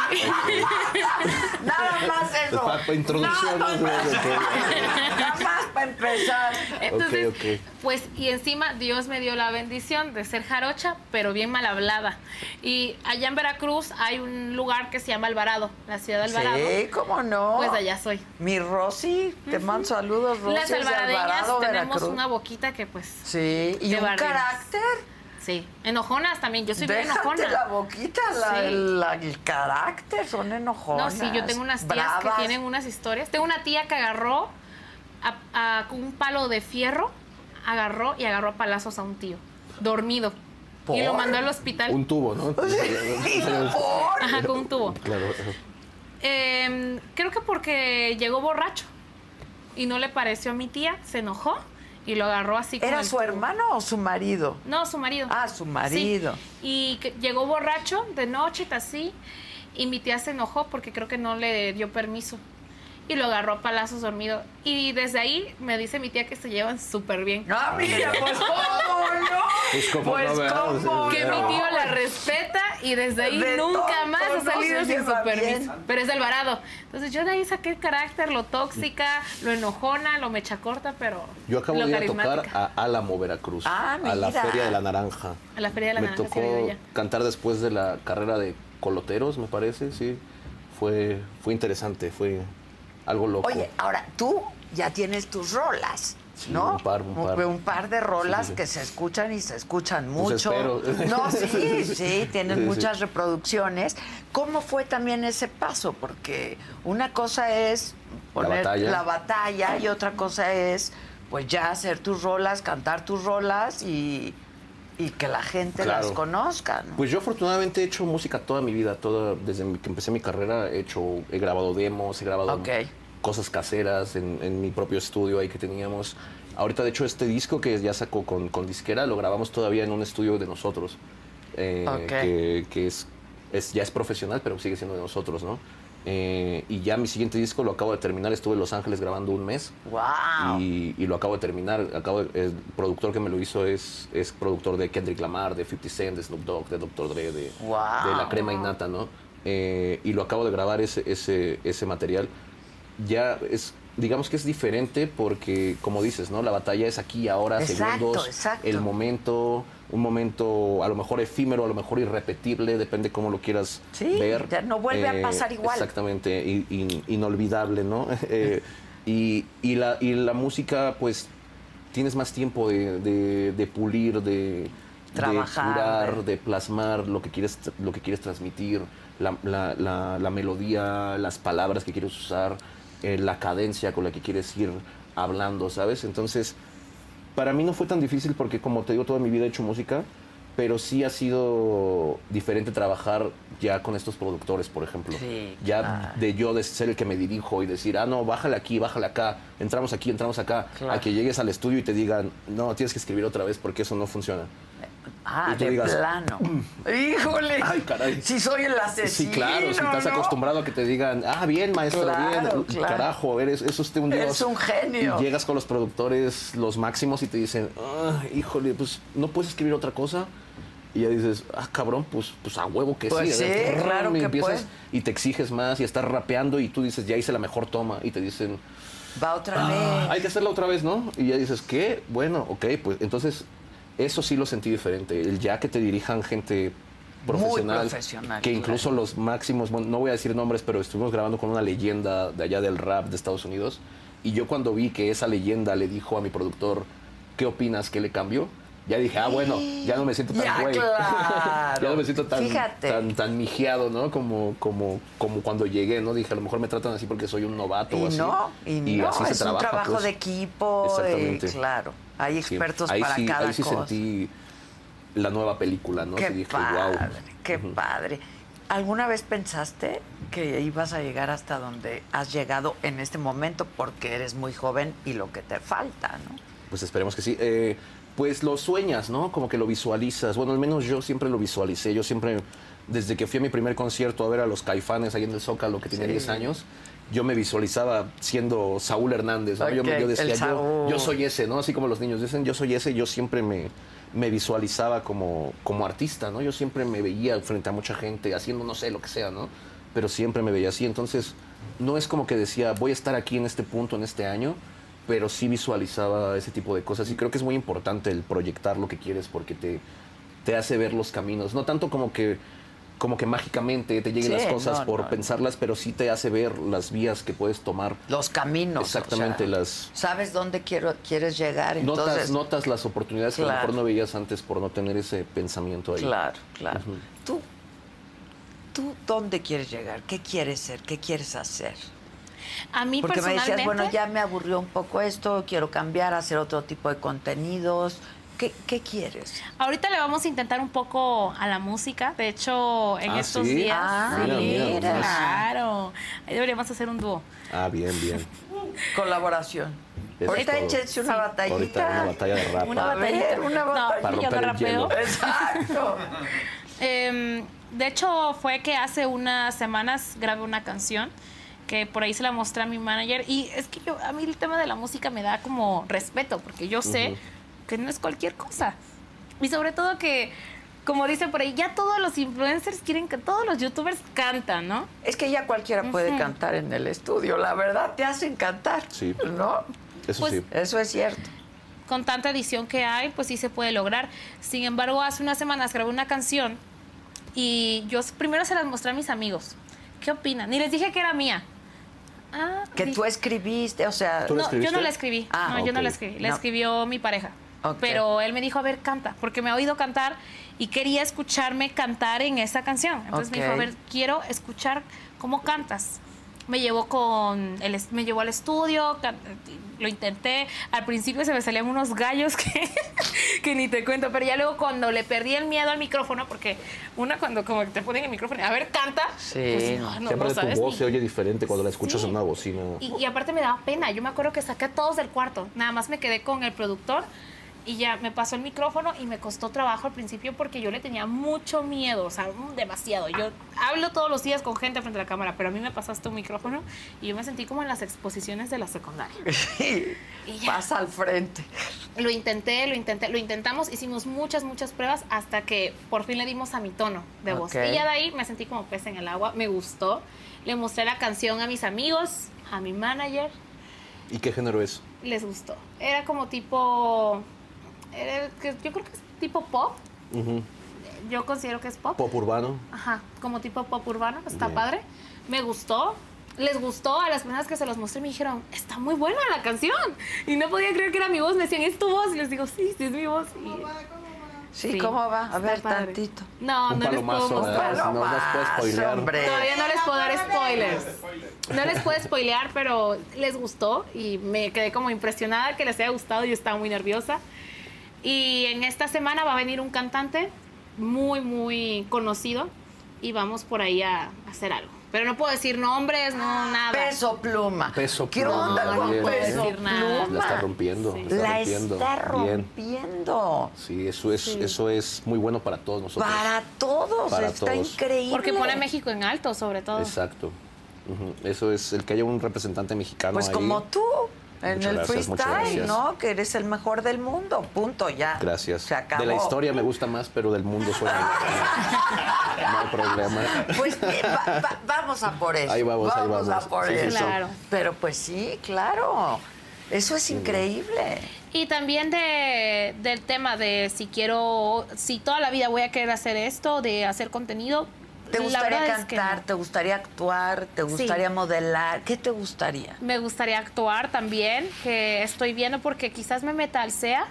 A: Nada más eso.
B: Para, para introducción.
A: Nada
B: ¿no?
A: más, nada más para empezar.
C: Entonces,
B: ok.
C: pues, y encima Dios me dio la bendición de ser jarocha, pero bien mal hablada. Y allá en Veracruz hay un lugar que se llama Alvarado, la ciudad de Alvarado.
A: Sí, cómo no.
C: Pues allá soy.
A: Mi Rosy, te mando saludos, Rosy.
C: Las
A: es de
C: alvaradeñas
A: Alvarado,
C: tenemos
A: Veracruz.
C: una boquita que pues
A: Sí, y
C: de
A: un
C: barrios.
A: carácter.
C: sí, enojonas también, yo soy bien
A: Déjate
C: enojona.
A: la boquita, la-
C: Sí.
A: la- el carácter, son
C: no,
A: enojonas.
C: sí, yo tengo unas tías
A: bravas.
C: que tienen unas historias. Tengo una tía que agarró a- a- con un palo de fierro, agarró y agarró a palazos a un tío, dormido. Y lo
A: ¿Por?
C: mandó al hospital
B: Un tubo, ¿no?
A: Sí, por-
C: ajá, con un tubo.
B: Claro.
C: Eh, creo que porque llegó borracho y no le pareció a mi tía, se enojó y lo agarró así con
A: ¿Era
C: el
A: su
C: tubo.
A: hermano o su marido?
C: No, su marido.
A: Ah, su marido.
C: Sí. Y que- llegó borracho de noche, así, y mi tía se enojó porque creo que no le dio permiso. Y lo agarró a palazos dormido. Y desde ahí me dice mi tía que se llevan súper bien.
A: No, mira, pues cómo no.
B: Pues, ¿cómo no,
A: Pues
B: verdad?
A: cómo
C: Que
A: no.
C: mi tío la respeta y desde ahí
A: De
C: nunca
A: tonto,
C: más ha
A: no
C: salido
A: se
C: sin su
A: lleva
C: permiso.
A: bien.
C: Pero es de Alvarado. Entonces yo de ahí saqué el carácter, lo tóxica, lo enojona, lo mecha corta, pero
B: Yo acabo
C: lo
B: de ir a tocar
C: carismática.
B: a Álamo, Veracruz.
A: Ah,
B: A la
A: mira.
B: Feria de la Naranja.
C: A la Feria de la
B: me
C: Naranja, sí, he ido
B: tocó
C: ya.
B: cantar después de la carrera de coloteros, me parece, sí. Fue, fue interesante, fue algo loco.
A: Oye, ahora tú ya tienes tus rolas.
B: Sí,
A: ¿No?
B: un par, un par.
A: par de
B: Sí,
A: rolas
B: sí, sí.
A: que se escuchan y se escuchan mucho.
B: espero.
A: no, sí, sí,
B: Sí,
A: tienen
B: sí.
A: muchas reproducciones. ¿Cómo fue también ese paso? Porque una cosa es poner
B: batalla.
A: batalla y otra cosa es pues ya hacer tus rolas, cantar tus rolas y, y que la gente
B: Claro.
A: las conozca, ¿no?
B: Pues yo afortunadamente he hecho música toda mi vida, toda, desde mi- que empecé mi carrera he hecho, he grabado demos, he grabado
A: Ok.
B: cosas caseras en, en mi propio estudio ahí que teníamos. Ahorita de hecho este disco que ya sacó con, con disquera lo grabamos todavía en un estudio de nosotros, eh,
A: Ok.
B: que, que es, es- ya es profesional pero sigue siendo de nosotros, ¿no? Eh, y ya mi siguiente disco lo acabo de terminar, estuve en Los Ángeles grabando un mes.
A: ¡Wow!
B: Y, y lo acabo de terminar. Acabo de- el productor que me lo hizo es, es productor de Kendrick Lamar, de 50 Cent, de Snoop Dogg, de Dr. Dre, de,
A: Wow.
B: de La Crema Innata, ¿no? Eh, y lo acabo de grabar ese, ese, ese material. Ya es, digamos que es diferente porque, como dices, ¿no? La batalla es aquí, ahora,
A: Exacto,
B: segundos,
A: exacto.
B: el momento, un momento a lo mejor efímero, a lo mejor irrepetible, depende cómo lo quieras
A: Sí,
B: ver. Eh,
A: ya no vuelve a pasar igual.
B: exacta- Exactamente, y- y- inolvidable, ¿no? Eh, y, y la, y la música, pues, tienes más tiempo de, de- de pulir, de
A: Trabajar,
B: de, curar,
A: de-
B: de plasmar lo que quieres, lo que quieres transmitir, la, la- la- la melodía, las palabras que quieres usar, eh, la cadencia con la que quieres ir hablando, ¿sabes? Entonces, para mí no fue tan difícil porque, como te digo, toda mi vida he hecho música, pero sí ha sido diferente trabajar ya con estos productores, por ejemplo.
A: Sí,
B: ya
A: claro.
B: de yo de ser el que me dirijo y decir, ah, no, bájale aquí, bájale acá, entramos aquí, entramos acá,
A: Claro.
B: a que llegues al estudio y te digan, no, tienes que escribir otra vez porque eso no funciona.
A: Ah,
B: y tú
A: de
B: digas, "Mm".
A: plano. ¡Híjole!
B: Ay, caray.
A: Si soy el asesino.
B: Sí, claro, si estás
A: ¿no?
B: acostumbrado a que te digan, ah, bien, maestro, bien,
A: Claro, claro.
B: carajo, eres, es usted un dios.
A: Eres un genio.
B: Y llegas con los productores, los máximos, y te dicen, ah, híjole, pues, ¿no puedes escribir otra cosa? Y ya dices, ah, cabrón, pues, pues a huevo que
A: Pues
B: sí.
A: sí,
B: Rrrr,
A: claro
B: y
A: que
B: empiezas
A: puede.
B: y te exiges más y estás rapeando y tú dices, ya hice la mejor toma. Y te dicen,
A: Va otra
B: "Ah,
A: vez.
B: hay que hacerla otra vez, ¿no? Y ya dices, ¿qué? Bueno, ok, pues entonces eso sí lo sentí diferente. El ya que te dirijan gente
A: Muy
B: profesional.
A: profesional,
B: que incluso
A: claro.
B: los máximos, bueno, no voy a decir nombres, pero estuvimos grabando con una leyenda de allá del rap de Estados Unidos. Y yo cuando vi que esa leyenda le dijo a mi productor, ¿qué opinas? ¿Qué le cambió? Ya dije, ah, bueno, ya no me siento tan
A: Ya,
B: güey.
A: claro.
B: ya no me siento tan,
A: Fíjate.
B: tan, tan mijeado, ¿no? Como, como, como cuando llegué, ¿no? Dije, a lo mejor me tratan así porque soy un novato o
A: Y
B: así.
A: no, y, no,
B: así se
A: es un
B: trabaja,
A: trabajo
B: pues.
A: de equipo, eh,
B: Exactamente.
A: claro. Hay
B: Sí,
A: expertos
B: ahí
A: para
B: sí,
A: cada
B: ahí sí
A: cosa.
B: sentí la nueva película, ¿no?
A: qué
B: Sí dije,
A: padre,
B: wow.
A: qué padre. ¿Alguna vez pensaste que ibas a llegar hasta donde has llegado en este momento porque eres muy joven y lo que te falta, ¿no?
B: Pues esperemos que sí. Eh, pues lo sueñas, ¿no? Como que lo visualizas. Bueno, al menos yo siempre lo visualicé. Yo siempre, desde que fui a mi primer concierto a ver a los caifanes ahí en el Zócalo, que tenía 10 años, yo me visualizaba siendo Saúl Hernández. ¿no? yo, me-
A: Ok,
B: yo
A: el
B: decía, yo,
A: Saúl.
B: yo soy ese, ¿no? Así como los niños dicen, yo soy ese. Yo siempre me, me visualizaba como, como artista, ¿no? Yo siempre me veía frente a mucha gente haciendo, no sé, lo que sea, ¿no? Pero siempre me veía así. Entonces, no es como que decía, voy a estar aquí en este punto, en este año pero sí visualizaba ese tipo de cosas y creo que es muy importante el proyectar lo que quieres porque te, te hace ver los caminos, no tanto como que como que mágicamente te lleguen
A: Sí,
B: las cosas
A: no,
B: por
A: no.
B: pensarlas, pero sí te hace ver las vías que puedes tomar.
A: Los caminos. o sea,
B: Exactamente, las-
A: ¿Sabes dónde quiero, quieres llegar?
B: notas,
A: Entonces,
B: notas las oportunidades que a lo
A: Claro.
B: mejor no veías antes por no tener ese pensamiento ahí.
A: Claro, claro.
B: Ujú.
A: ¿Tú, ¿Tú dónde quieres llegar? ¿Qué quieres ser? ¿Qué quieres hacer?
C: A mí
A: Porque me
C: personalmente...
A: decías, bueno, ya me aburrió un poco esto, quiero cambiar, hacer otro tipo de contenidos. ¿Qué, qué quieres?
C: Ahorita le vamos a intentar un poco a la música. De hecho, en
B: Ah,
C: estos
B: ¿sí?
C: días.
A: Ah,
C: sí,
B: mira, mira nomás.
C: claro. Ahí deberíamos hacer un dúo.
B: Ah, bien, bien.
A: Colaboración.
B: Eso
A: Ahorita
B: es todo.
A: échense una batallita.
B: Ahorita una batalla de rap.
C: Una
A: A ver,
C: batallita.
A: una batallita.
B: Para
C: No, yo no
B: romper el hielo.
C: rapeo.
A: Exacto.
C: Em, de hecho, fue que hace unas semanas grabé una canción que por ahí se la mostré a mi manager. Y es que yo, a mí el tema de la música me da como respeto, porque yo sé
B: Ujú.
C: que no es cualquier cosa. Y sobre todo que, como dicen por ahí, ya todos los influencers quieren que todos los youtubers cantan, ¿no?
A: Es que ya cualquiera puede
C: Ujú.
A: cantar en el estudio, la verdad, te hacen cantar.
B: Sí.
A: ¿No?
B: Eso
C: Pues,
B: sí.
A: Eso es cierto.
C: con tanta edición que hay, pues sí se puede lograr. Sin embargo, hace unas semanas grabé una canción y yo s- primero se las mostré a mis amigos. ¿Qué opinan? Ni les dije que era mía. Ah,
A: Que
C: di-
A: tú escribiste, o sea,
B: ¿Tú la
C: No, yo no
B: escribiste?
C: la escribí.
A: Ah,
C: no, yo no
B: ok.
C: la escribí. La
A: No.
C: escribió mi pareja.
A: Ok.
C: Pero él me dijo, a ver, canta, porque me ha oído cantar y quería escucharme cantar en esa canción. Entonces me dijo, a
A: Ok.
C: ver, quiero escuchar cómo cantas. me llevó con el es- me llevó al estudio ca- lo intenté al principio se me salían unos gallos que, que ni te cuento pero ya luego cuando le perdí el miedo al micrófono porque una cuando como que te ponen el micrófono a ver canta Pues,
A: Sí,
C: no, no,
B: Siempre
C: no
B: tu
C: sabes
B: voz
C: ni-
B: se oye diferente cuando la escuchas
C: Sí.
B: en una bocina.
C: y, y aparte me daba pena. Yo me acuerdo que saqué a todos del cuarto. Nada más me quedé con el productor y ya me pasó el micrófono y me costó trabajo al principio porque yo le tenía mucho miedo, o sea, mm, demasiado. Yo hablo todos los días con gente frente a la cámara, pero a mí me pasaste un micrófono y yo me sentí como en las exposiciones de la secundaria. Y ya.
A: Pasa al frente.
C: Lo intenté, lo intenté, lo intentamos, hicimos muchas, muchas pruebas hasta que por fin le dimos a mi tono de voz.
A: Ok.
C: Y ya de ahí me sentí como pez en el agua, me gustó. Le mostré la canción a mis amigos, a mi manager,
B: ¿Y qué género es?
C: les gustó. Era como tipo. era- que- yo creo que es tipo pop.
B: Ujú.
C: Yo considero que es pop.
B: Pop urbano.
C: Ajá, como tipo pop urbano. Está
B: Bien.
C: padre. Me gustó. Les gustó a las personas que se los mostré me dijeron, está muy buena la canción. Y no podía creer que era mi voz. Me decían, ¿es tu voz? Y les digo, sí, sí es mi voz. Y-
A: Sí, ¿cómo va? A
C: está
A: ver,
C: padre.
A: tantito.
C: No,
B: Un
C: no les puedo
B: palomazo,
C: mostrar.
B: ¿verdad? Pues No, no las puedes
A: Palomas,
B: spoilear.
A: hombre.
C: Todavía no les puedo dar spoilers. No les puedo spoilear, pero les gustó y me quedé como impresionada que les haya gustado. Yo estaba muy nerviosa. Y en esta semana va a venir un cantante muy, muy conocido y vamos por ahí a hacer algo. Pero no puedo decir nombres, no, nada.
A: Ah, Peso pluma.
B: Peso
A: ¿Qué
B: pluma, ¿eh?
A: onda con
B: bien,
A: peso
C: decir nada.
A: pluma?
B: La está rompiendo.
A: La
B: rompiendo.
A: está
B: Bien.
A: rompiendo.
B: Sí, eso es, eso es muy bueno para todos nosotros.
A: Para todos,
B: Para
A: está
B: todos.
A: increíble.
C: Porque pone a México en alto, sobre todo.
B: Exacto. Ujú. Eso es el que haya un representante mexicano.
A: Pues
B: ahí.
A: como tú, en
B: Muchas
A: el
B: gracias, muchas
A: freestyle,
B: gracias.
A: ¿no? Que eres el mejor del mundo, punto, ya.
B: Gracias.
A: Se acabó.
B: De la historia me gusta más, pero del mundo suena. no hay problema.
A: Pues eh, va- va- vamos a por eso.
B: Ahí vamos, ahí vamos.
A: a por
B: Sí, sí,
A: eso.
C: sí. Claro.
A: Pero pues sí, claro. Eso es increíble.
C: Y también de, del tema de si quiero, si toda la vida voy a querer hacer esto, de hacer contenido.
A: ¿Te
C: la
A: gustaría
C: verdad es que no.
A: cantar? ¿Te gustaría actuar? ¿Te gustaría modelar? ¿Qué te gustaría?
C: Me gustaría actuar también, que estoy viendo porque quizás me meta al SEA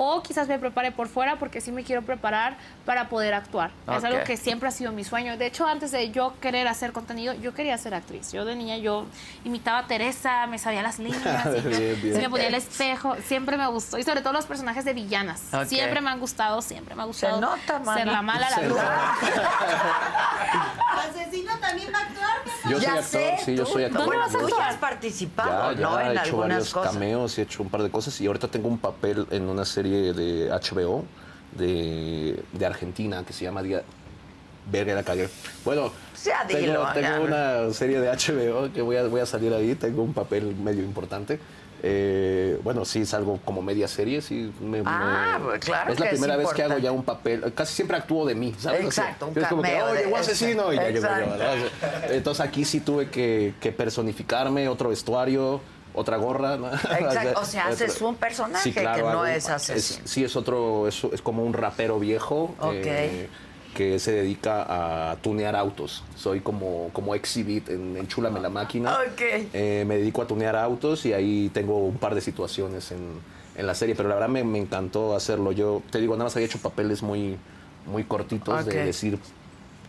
C: o quizás me prepare por fuera porque sí me quiero preparar para poder actuar. Es
A: Ok.
C: algo que siempre ha sido mi sueño. De hecho, antes de yo querer hacer contenido, yo quería ser actriz. Yo de niña yo imitaba a Teresa, me sabía las líneas, y
B: Bien, bien.
C: se me ponía el espejo, siempre me gustó y sobre todo los personajes de villanas.
A: Ok.
C: Siempre me han gustado, siempre me ha
A: Se
C: gustado
A: nota,
C: ser
A: mana.
C: la mala, la
B: Se
C: bruja.
E: Asesino también va a actuar. mi amor.
B: Yo
A: ya
B: soy actor,
A: sé,
B: sí, yo
A: tú-
B: soy actor.
C: ¿Dónde
A: Bueno,
C: vas a
A: tú ya
C: actuar?
A: has participado,
B: Ya, ya,
A: ¿no?
B: he
A: En
B: hecho
A: algunas
B: varios
A: cosas.
B: cameos, he hecho un par de cosas y ahorita tengo un papel en una serie de HBO de, de Argentina que se llama Día... Verga, la cagué. Bueno,
A: Ya
B: tengo,
A: dilo,
B: tengo
A: ya.
B: una serie de HBO que voy a, voy a salir ahí, tengo un papel medio importante. Eh, bueno, sí, salgo como media serie, sí. me-
A: Ah,
B: me-
A: claro
B: Es la
A: que es
B: primera vez que hago
A: importante.
B: ya un papel, casi siempre actúo de mí, ¿sabes? O sea,
A: Exacto, un
B: es como que,
A: cameo
B: "Oh,
A: de
B: llegó
A: ese".
B: asesino y ya llegó yo,
A: Exacto.
B: ¿verdad? Entonces aquí sí tuve que, que personificarme, otro vestuario, otra gorra. ¿no?
A: Exacto, o sea, haces un personaje que no
B: hago-
A: es asesino.
B: sí, es otro, es, es como un rapero viejo. eh,
A: Ok.
B: que se dedica a tunear autos. Soy como, como exhibit en, en Chúlame la máquina.
A: Ah. Ok.
B: Eh, me dedico a tunear autos y ahí tengo un par de situaciones en, en la serie, pero la verdad me, me encantó hacerlo. Yo te digo, nada más había hecho papeles muy, muy cortitos
A: Ok.
B: de decir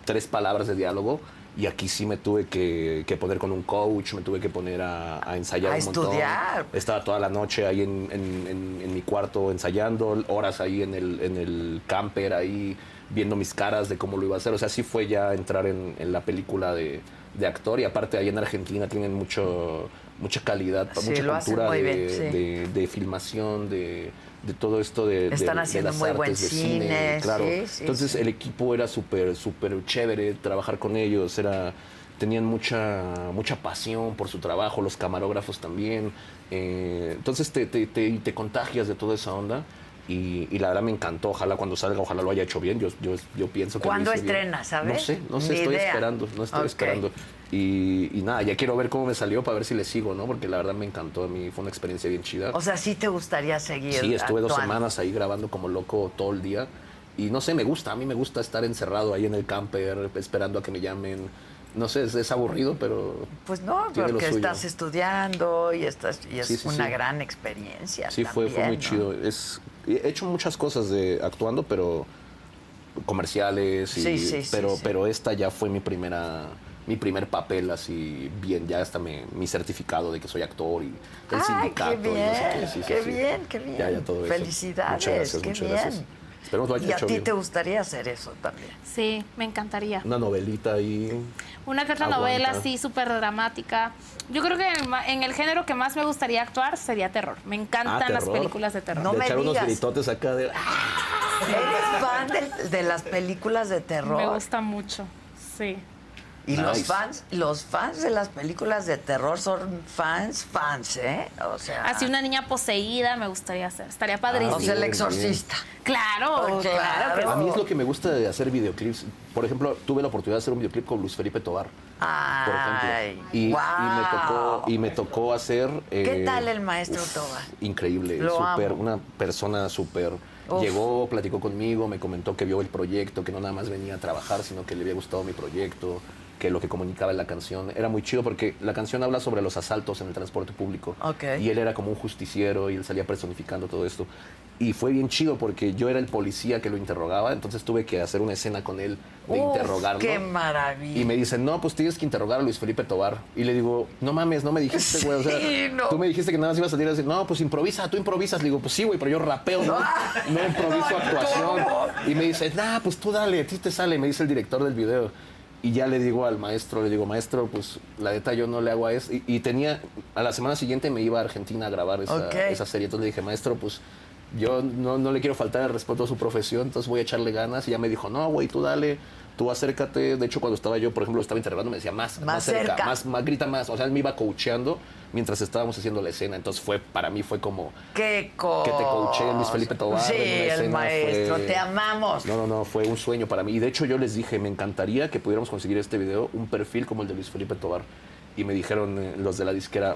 B: tres palabras de diálogo y aquí sí me tuve que, que poner con un coach, me tuve que poner a, a ensayar
A: A
B: un montón.
A: estudiar.
B: Estaba toda la noche ahí en, en- en- en mi cuarto ensayando, horas ahí en el, en el camper, ahí viendo mis caras de cómo lo iba a hacer. O sea, sí fue ya entrar en, en la película de, de actor y aparte ahí en Argentina tienen mucho mucha calidad,
A: Sí,
B: mucha
A: lo hacen
B: cultura
A: muy
B: de,
A: bien, sí.
B: de- de filmación, de, de todo esto de, de-
A: Están
B: de
A: haciendo
B: las
A: muy buen
B: artes, de
A: cine,
B: claro.
A: sí, sí,
B: Entonces
A: sí.
B: el equipo era súper, súper chévere, trabajar con ellos era tenían mucha mucha pasión por su trabajo, los camarógrafos también. eh, entonces te, te, te- te contagias de toda esa onda y, y la verdad me encantó. Ojalá cuando salga, ojalá lo haya hecho bien. Yo, yo, yo pienso que... lo
A: ¿Cuándo
B: hice bien.
A: estrena, sabes?
B: No sé, no sé,
A: Ni
B: estoy
A: idea.
B: esperando, no estoy
A: Ok.
B: esperando. Y, y nada, ya quiero ver cómo me salió para ver si le sigo, ¿no? Porque la verdad me encantó, a mí fue una experiencia bien chida.
A: O sea, sí te gustaría seguir.
B: Sí, estuve dos
A: actuando.
B: semanas ahí grabando como loco todo el día. Y no sé, me gusta, a mí me gusta estar encerrado ahí en el camper, esperando a que me llamen. No sé, es, es aburrido, pero...
A: Pues no,
B: tiene lo
A: porque
B: suyo.
A: estás estudiando y, estás, y es
B: Sí, sí,
A: una
B: sí.
A: gran experiencia.
B: Sí, fue, fue
A: también,
B: muy
A: ¿no?
B: chido. Es, he hecho muchas cosas de actuando, pero comerciales. Y,
A: Sí, sí, sí,
B: pero,
A: sí.
B: pero esta ya fue mi primera, mi primer papel así bien, ya hasta me- mi certificado de que soy actor y el
A: Ay,
B: sindicato.
A: qué
B: y no sé
A: bien,
B: Sí, sí,
A: qué
B: sí.
A: bien, qué bien.
B: Ya, ya todo eso.
A: Felicidades,
B: Muchas gracias,
A: qué
B: muchas
A: bien.
B: gracias. Esperemos lo haya
A: Y a
B: hecho
A: ti
B: bien.
A: te gustaría hacer eso también.
C: Sí, me encantaría.
B: Una novelita ahí.
C: Una que otra
B: Aguanta.
C: novela así súper dramática. Yo creo que en el, ma- en el género que más me gustaría actuar sería terror. Me encantan
B: Ah,
C: las
B: terror.
C: películas de terror.
A: No
B: de
A: me
B: echar unos
A: digas.
B: gritotes acá de. ¡Ah!
A: ¿Eres fan del- de, las películas de
C: me
A: terror?
C: gusta mucho. Sí.
A: Y los
B: Nice.
A: fans, los fans de las películas de terror son fans, fans, ¿eh? O sea,
C: Así una niña poseída me gustaría hacer. Estaría
B: Ah,
C: padrísimo.
A: Ah, o sea, el
B: Bien,
A: exorcista.
C: Claro,
A: Oh,
C: claro.
A: claro.
B: A mí es lo que me gusta de hacer videoclips. Por ejemplo, tuve la oportunidad de hacer un videoclip con Luis Felipe Tobar. Por
A: Ay,
B: ejemplo. Y, y me
A: guau.
B: tocó, y me tocó hacer.
A: ¿Qué
B: eh,
A: tal el maestro Toba?
B: Increíble,
A: Lo
B: súper,
A: amo.
B: una persona súper.
A: Uf.
B: Llegó, platicó conmigo, me comentó que vio el proyecto, que no nada más venía a trabajar, sino que le había gustado mi proyecto, que lo que comunicaba en la canción era muy chido porque la canción habla sobre los asaltos en el transporte público.
A: Ok.
B: Y él era como un justiciero y él salía personificando todo esto. Y fue bien chido porque yo era el policía que lo interrogaba, entonces tuve que hacer una escena con él de
A: Uf,
B: interrogarlo.
A: ¡Qué maravilla!
B: Y me dicen, no, pues tienes que interrogar a Luis Felipe Tobar. Y le digo, no mames, no me dijiste, güey. O sea,
A: Sí, no.
B: tú me dijiste que nada más iba a salir a decir, no, pues improvisa, tú improvisas. Le digo, pues sí, güey, pero yo rapeo, no, no improviso actuación. Y me dice, nah, pues tú dale, a ti te sale. Me dice el director del video. Y ya le digo al maestro, le digo, maestro, pues la neta yo no le hago a eso. Y, y tenía, a la semana siguiente me iba a Argentina a grabar esa,
A: Ok.
B: esa serie. Entonces le dije, maestro, pues yo no, no le quiero faltar el respeto a su profesión, entonces voy a echarle ganas. Y ya me dijo, no, güey, tú dale, tú acércate. De hecho, cuando estaba yo, por ejemplo, estaba interrogando, me decía, más,
A: Más
B: más, cerca,
A: cerca.
B: Más, más, grita más. O sea, él me iba coacheando mientras estábamos haciendo la escena. Entonces fue, para mí fue como...
A: ¡Qué cosa!
B: Que te coaché Luis Felipe Tobar.
A: Oh, Sí,
B: en una
A: el
B: escena
A: maestro.
B: fue-
A: Te amamos.
B: No, no, no, fue un sueño para mí. Y de hecho yo les dije, me encantaría que pudiéramos conseguir este video, un perfil como el de Luis Felipe Tobar. Y me dijeron eh, los de la disquera,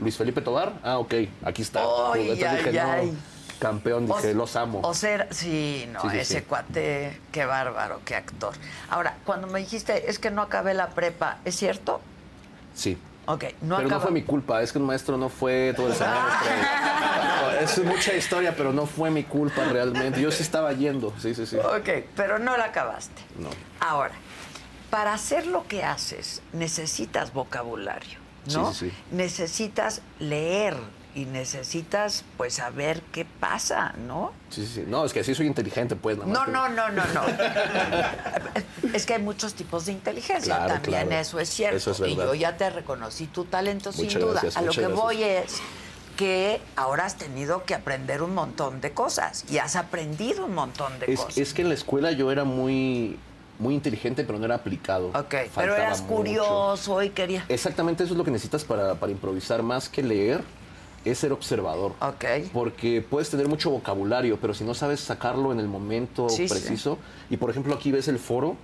B: Luis Felipe Tobar, ah, ok, aquí está.
A: Ay,
B: Entonces
A: ay,
B: dije,
A: ay.
B: no, campeón,
A: O-
B: dije, los amo.
A: O ser, sí, no,
B: Sí, sí,
A: ese
B: sí.
A: cuate, qué bárbaro, qué actor. Ahora, cuando me dijiste, es que no acabé la prepa, ¿es cierto?
B: sí.
A: Ok, no
B: pero
A: acabé.
B: no fue mi culpa, es que el maestro no fue todo el semestre. es mucha historia, pero no fue mi culpa realmente. Yo sí estaba yendo, sí, sí, sí.
A: Ok, pero no la acabaste.
B: No.
A: Ahora, para hacer lo que haces, necesitas vocabulario, ¿no?
B: Sí, sí, sí.
A: Necesitas leer y necesitas, pues, saber qué pasa, ¿no?
B: Sí, sí, sí. No, es que sí soy inteligente, pues. nada más
A: No,
B: que-
A: no, no, no, no. es que hay muchos tipos de inteligencia.
B: Claro,
A: También
B: claro.
A: eso es cierto.
B: Eso es
A: y
B: verdad.
A: yo ya te reconocí tu talento sin
B: Muchas
A: duda.
B: gracias,
A: A lo que
B: muchas gracias.
A: voy es que ahora has tenido que aprender un montón de cosas y has aprendido un montón de
B: es,
A: cosas.
B: es que en la escuela yo era muy, muy inteligente, pero no era aplicado.
A: ok, pero
B: Faltaba
A: eras
B: mucho.
A: curioso y querías...
B: Exactamente, eso es lo que necesitas para, para improvisar más que leer, es ser observador.
A: Ok.
B: Porque puedes tener mucho vocabulario, pero si no sabes sacarlo en el momento
A: Sí, sí.
B: preciso, y por ejemplo aquí ves el foro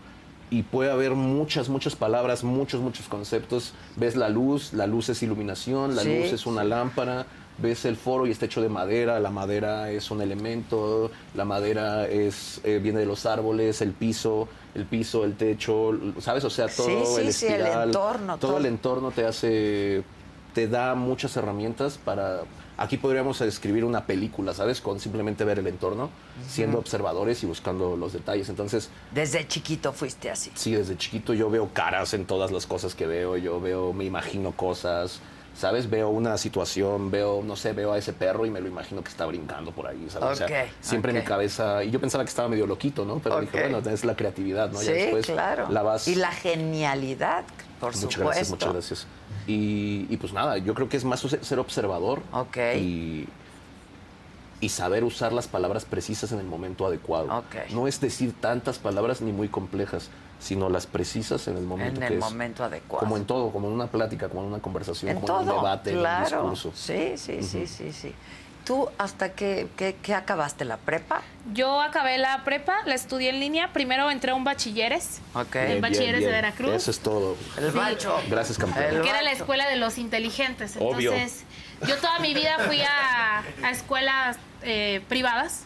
B: y puede haber muchas, muchas palabras, muchos, muchos conceptos. Ves la luz, la luz es iluminación, la
A: Sí.
B: luz es una lámpara. Ves el foro y está hecho de madera, la madera es un elemento, la madera es eh, viene de los árboles, el piso, el piso, el techo, ¿sabes? O sea,
A: Sí,
B: todo
A: sí,
B: el
A: sí, el
B: espiral,
A: entorno,
B: todo el
A: todo.
B: entorno te hace te da muchas herramientas para aquí podríamos escribir una película, ¿sabes? Con simplemente ver el entorno, siendo observadores y buscando los detalles. Entonces,
A: Desde chiquito fuiste así.
B: sí, desde chiquito yo veo caras en todas las cosas que veo, yo veo, me imagino cosas, ¿sabes? Veo una situación, veo, no sé, veo a ese perro y me lo imagino que está brincando por ahí, ¿sabes? O sea,
A: Ok,
B: siempre
A: ok.
B: en mi cabeza, y yo pensaba que estaba medio loquito, ¿no? Pero
A: Ok.
B: dije, bueno, es la creatividad, ¿no?
A: sí,
B: ya después
A: claro.
B: la vas
A: Y la genialidad, por
B: muchas
A: supuesto.
B: gracias, muchas gracias. Y, y pues nada, yo creo que es más ser ser observador
A: Ok.
B: y, y saber usar las palabras precisas en el momento adecuado.
A: Ok.
B: No es decir tantas palabras ni muy complejas, sino las precisas en el momento
A: En
B: que
A: el
B: es.
A: momento adecuado.
B: Como en todo, como en una plática, como en una conversación,
A: en
B: como
A: todo,
B: en un debate,
A: claro.
B: en un discurso.
A: Sí, sí, sí, sí, sí. ¿Tú hasta qué, qué, qué acabaste la prepa?
C: Yo acabé la prepa, la estudié en línea. Primero entré a un bachilleres.
A: Ok.
C: En
B: Bien,
C: bachilleres
B: bien.
C: de Veracruz.
B: Eso es todo.
A: El
C: Sí.
A: macho.
B: Gracias, campeón.
A: El
C: que era la
A: vato.
C: escuela de los inteligentes.
B: Obvio.
C: Entonces, yo toda mi vida fui a, a escuelas eh, privadas.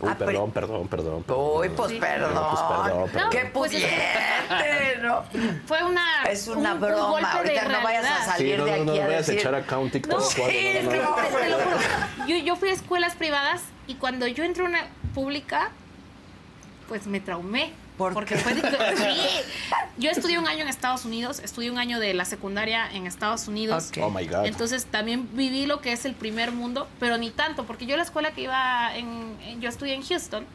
B: Uy,
A: Ah, pero-
B: perdón, perdón, perdón, perdón.
A: Uy, pues
C: Sí.
A: perdón.
B: No, pues, perdón, perdón.
A: Qué
C: No, pues, es-
A: pudiente, ¿no?
C: Fue una.
A: Es una
C: un- un
A: broma.
C: golpe de
A: Ahorita no vayas a
C: realidad.
A: salir.
B: Sí, no,
A: de
B: no,
A: aquí
B: no,
A: a
B: no vayas
A: decir-
B: a echar acá un TikTok.
C: No,
B: o algo,
A: sí,
B: no, no, no.
A: no.
C: Te- te lo juro. Yo, yo fui a escuelas privadas y cuando yo entré a una pública, pues me traumé.
F: ¿Por
C: Porque
F: qué?
C: fue de- sí. Yo estudié un año en Estados Unidos, estudié un año de la secundaria en Estados Unidos.
A: Ok. Oh,
B: my God.
C: Entonces también viví lo que es el primer mundo, pero ni tanto, porque yo la escuela que iba en, en- yo estudié en Houston,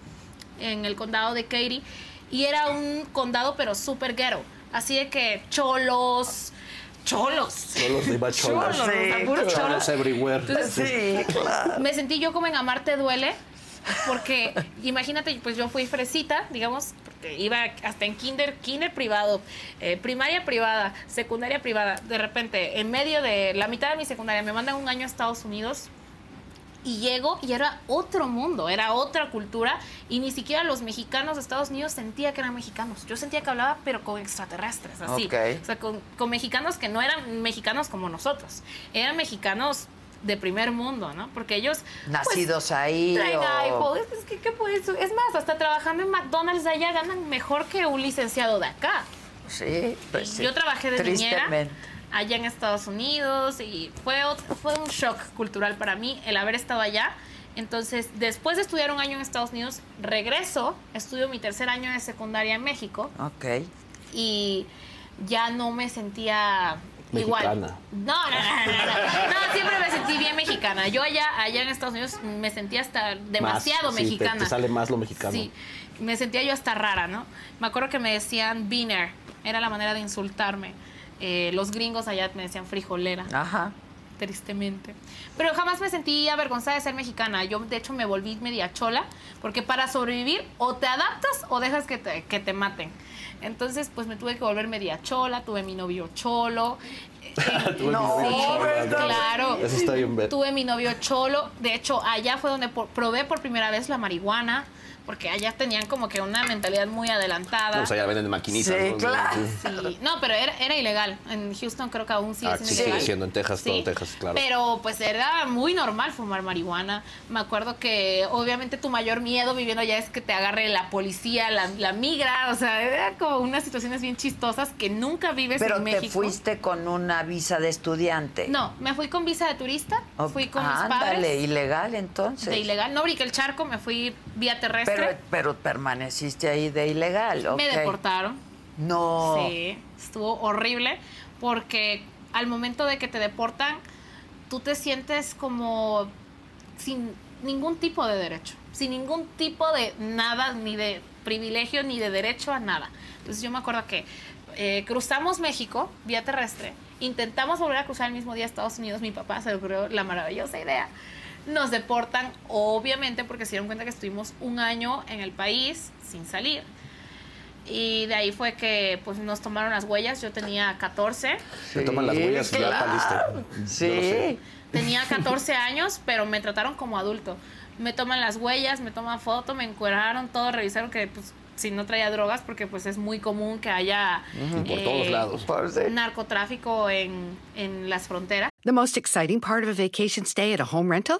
C: en el condado de Katy, y era un condado pero súper ghetto, así de que cholos, cholos.
B: Cholos de bacholas.
A: Cholos, Sí,
C: o
A: claro.
C: sea, puros cholos.
B: Cholos everywhere.
C: Pues
A: Sí, claro.
C: Me sentí yo como en Amarte Duele, porque imagínate, pues yo fui fresita, digamos, porque iba hasta en kinder, kinder privado, eh, primaria privada, secundaria privada. De repente, en medio de la mitad de mi secundaria, me mandan un año a Estados Unidos y llego y era otro mundo, era otra cultura y ni siquiera los mexicanos de Estados Unidos sentía que eran mexicanos. Yo sentía que hablaba pero con extraterrestres, así.
A: Ok.
C: O sea, con, con mexicanos que no eran mexicanos como nosotros, eran mexicanos de primer mundo, ¿no? Porque ellos pues,
A: Nacidos ahí.
C: traen
A: o-
C: iPhone, es que ¿qué puede ser? Es más, hasta trabajando en McDonald's de allá ganan mejor que un licenciado de acá.
A: Sí, pues sí.
C: Yo trabajé de niñera
A: Tristemente.
C: allá en Estados Unidos y fue, ot- fue un shock cultural para mí el haber estado allá. Entonces, después de estudiar un año en Estados Unidos, regreso, estudio mi tercer año de secundaria en México
A: Ok.
C: y ya no me sentía igual.
B: Mexicana.
C: No, no, no, no, no. No, siempre me sentí bien mexicana. Yo allá, allá en Estados Unidos me sentía hasta demasiado
B: Más, sí, te-
C: mexicana.
B: te sale más lo mexicano.
C: Sí, me sentía yo hasta rara, ¿no? Me acuerdo que me decían biner, era la manera de insultarme. Eh, los gringos allá me decían frijolera
A: Ajá.
C: tristemente. Pero jamás me sentí avergonzada de ser mexicana. Yo, de hecho, me volví media chola, porque para sobrevivir o te adaptas o dejas que te, que te maten. Entonces, pues me tuve que volver media chola, tuve mi novio cholo. Eh,
B: Tuve mi
A: No,
B: novio cholo,
A: ¿verdad?
C: claro.
B: Eso está bien ver.
C: Tuve mi novio cholo. De hecho, allá fue donde por- probé por primera vez la marihuana, porque allá tenían como que una mentalidad muy adelantada.
B: O sea, ya Pues venden de maquinitas.
A: Sí,
B: ¿no?
A: claro.
C: Sí. No, pero era, era ilegal. En Houston creo que aún sigue
B: Ah,
C: siendo
B: sí,
C: ilegal.
B: sigue siendo en Texas, todo en Texas, claro.
C: Pero pues era muy normal fumar marihuana. Me acuerdo que obviamente tu mayor miedo viviendo allá es que te agarre la policía, la, la migra. O sea, era como unas situaciones bien chistosas que nunca vives
A: Pero
C: en
A: te
C: México.
A: fuiste con una visa de estudiante.
C: No, me fui con visa de turista.
A: Ok.
C: Fui con mis
A: Ándale,
C: padres.
A: ilegal entonces.
C: De ilegal. No brinqué el charco, me fui vía terrestre.
A: Pero, pero permaneciste ahí de ilegal. ok.
C: Me deportaron.
A: No.
C: Sí, estuvo horrible porque al momento de que te deportan, tú te sientes como sin ningún tipo de derecho, sin ningún tipo de nada, ni de privilegio, ni de derecho a nada. Entonces yo me acuerdo que eh, cruzamos México vía terrestre, intentamos volver a cruzar el mismo día a Estados Unidos, mi papá se le ocurrió la maravillosa idea. Nos deportan, obviamente, porque se dieron cuenta que estuvimos un año en el país sin salir. Y de ahí fue que pues nos tomaron las huellas. Yo tenía 14.
B: Te toman las
A: Sí,
B: huellas y ya
A: claro.
B: está listo. Yo lo
A: Sí.
B: sé.
C: Tenía 14 años, pero me trataron como adulto. Me toman las huellas, me toman foto, me encueraron todo, revisaron que pues si no traía drogas, porque pues es muy común que haya eh,
B: Por todos lados.
A: Por si-
C: narcotráfico en, en las fronteras.
D: The most exciting part of a vacation stay at a home rental?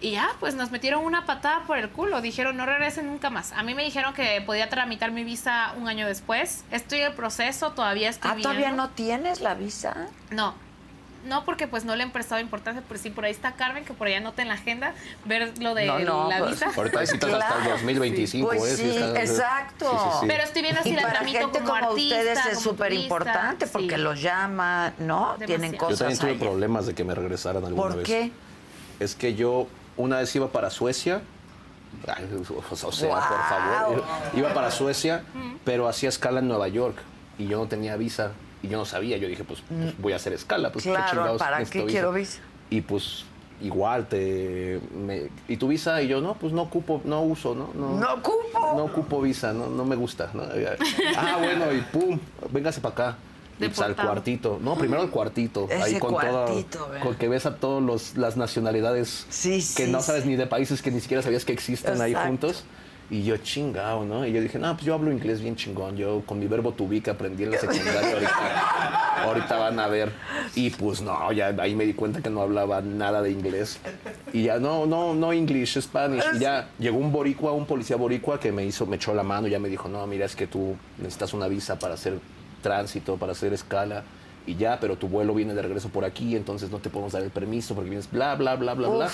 C: Y ya, pues nos metieron una patada por el culo. Dijeron, no regresen nunca más. A mí me dijeron que podía tramitar mi visa un año después. Estoy en el proceso, todavía estoy
A: Ah, ¿todavía
C: viendo.
A: no tienes la visa?
C: No. No, porque pues no le han prestado importancia, pero sí, por ahí está Carmen, que por allá nota en la agenda, ver lo de
A: No, no,
C: la
A: pues,
C: visa.
B: Ahorita hay citas hasta el
A: Claro.
B: 2025.
A: Pues
B: ¿eh?
A: sí,
B: está-
A: exacto.
C: Pero estoy viendo si
A: y
C: la
A: para
C: tramito
A: gente como,
C: como, artista,
A: ustedes es
C: como
A: súper
C: turista,
A: importante porque
C: sí.
A: los llaman, ¿no? Tienen
C: Demasiado.
B: Yo
A: cosas
B: también tuve
A: allá.
B: problemas de que me regresaran alguna
A: ¿Por
B: vez.
A: qué?
B: Es que yo una vez iba para Suecia Ay, o sea, por favor. Iba para Suecia, pero hacía escala en Nueva York y yo no tenía visa y yo no sabía. Yo dije, pues, pues, voy a hacer escala. Pues, ¿qué
A: Claro,
B: chingados
A: ¿para qué
B: necesito
A: quiero visa?
B: Y pues igual te me- y tu visa y yo no pues no ocupo no uso no no,
A: No ocupo.
B: no ocupo visa no no me gusta ¿no? ah bueno y pum véngase para acá y pues, al
C: Deportado.
B: cuartito no primero el cuartito
A: Ese
B: ahí con
A: cuartito,
B: todo
A: ¿verdad?
B: con que ves a todos los las nacionalidades
A: Sí,
B: que
A: sí,
B: no sabes
A: sí.
B: ni de países que ni siquiera sabías que existen ahí
A: Exacto.
B: juntos y yo chingado, ¿no? Y yo dije, no, pues yo hablo inglés bien chingón. Yo con mi verbo to be que aprendí en la secundaria ahorita, ahorita van a ver. Y pues no, ya ahí me di cuenta que no hablaba nada de inglés. Y ya no, no, no English, Spanish. Y ya llegó un boricua, un policía boricua que me hizo, me echó la mano y ya me dijo, no, mira, es que tú necesitas una visa para hacer tránsito, para hacer escala. Y ya, pero tu vuelo viene de regreso por aquí, entonces no te podemos dar el permiso porque vienes bla, bla, bla, bla, bla.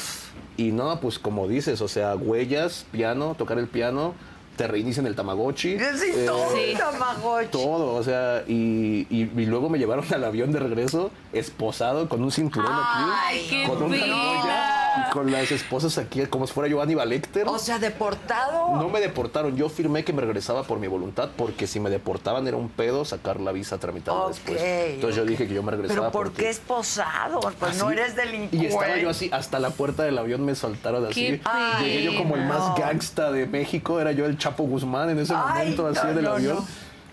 B: Y no, pues como dices, o sea, huellas, piano, tocar el piano, te reinician el Tamagotchi.
A: Sí,
B: eh,
A: todo,
C: Sí.
A: Tamagotchi.
B: todo, o sea, y, y- y luego me llevaron al avión de regreso esposado con un cinturón
C: Ay,
B: aquí,
C: qué
B: con una
C: pena.
B: joya y con las esposas aquí, como si fuera yo Aníbal Lecter.
A: O sea, deportado.
B: no me deportaron, yo firmé que me regresaba por mi voluntad porque si me deportaban era un pedo sacar la visa tramitada
A: Ok,
B: después. pues, Entonces yo
A: ok.
B: dije que yo me regresaba
A: Pero ¿por
B: porque-
A: qué es posado? Pues no
B: Así.
A: eres delincuente.
B: Y estaba yo así, hasta la puerta del avión me soltaron así.
C: Qué
B: Llegué yo como el más gangsta de México, era yo el Chapo Guzmán en ese
A: Ay,
B: momento, así
A: no,
B: en el
A: no,
B: avión.
A: no.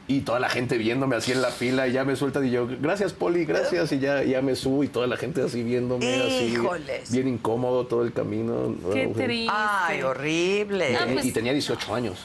B: Y toda la gente viéndome así en la fila y ya me sueltan y yo, gracias Poli, gracias. Y ya, ya me subo y toda la gente así viéndome
A: Híjoles.
B: así. Bien incómodo todo el camino.
C: Qué
B: O sea,
C: triste.
A: Ay, horrible.
C: Ah,
B: tenía-
C: pues-
B: Y tenía 18 años.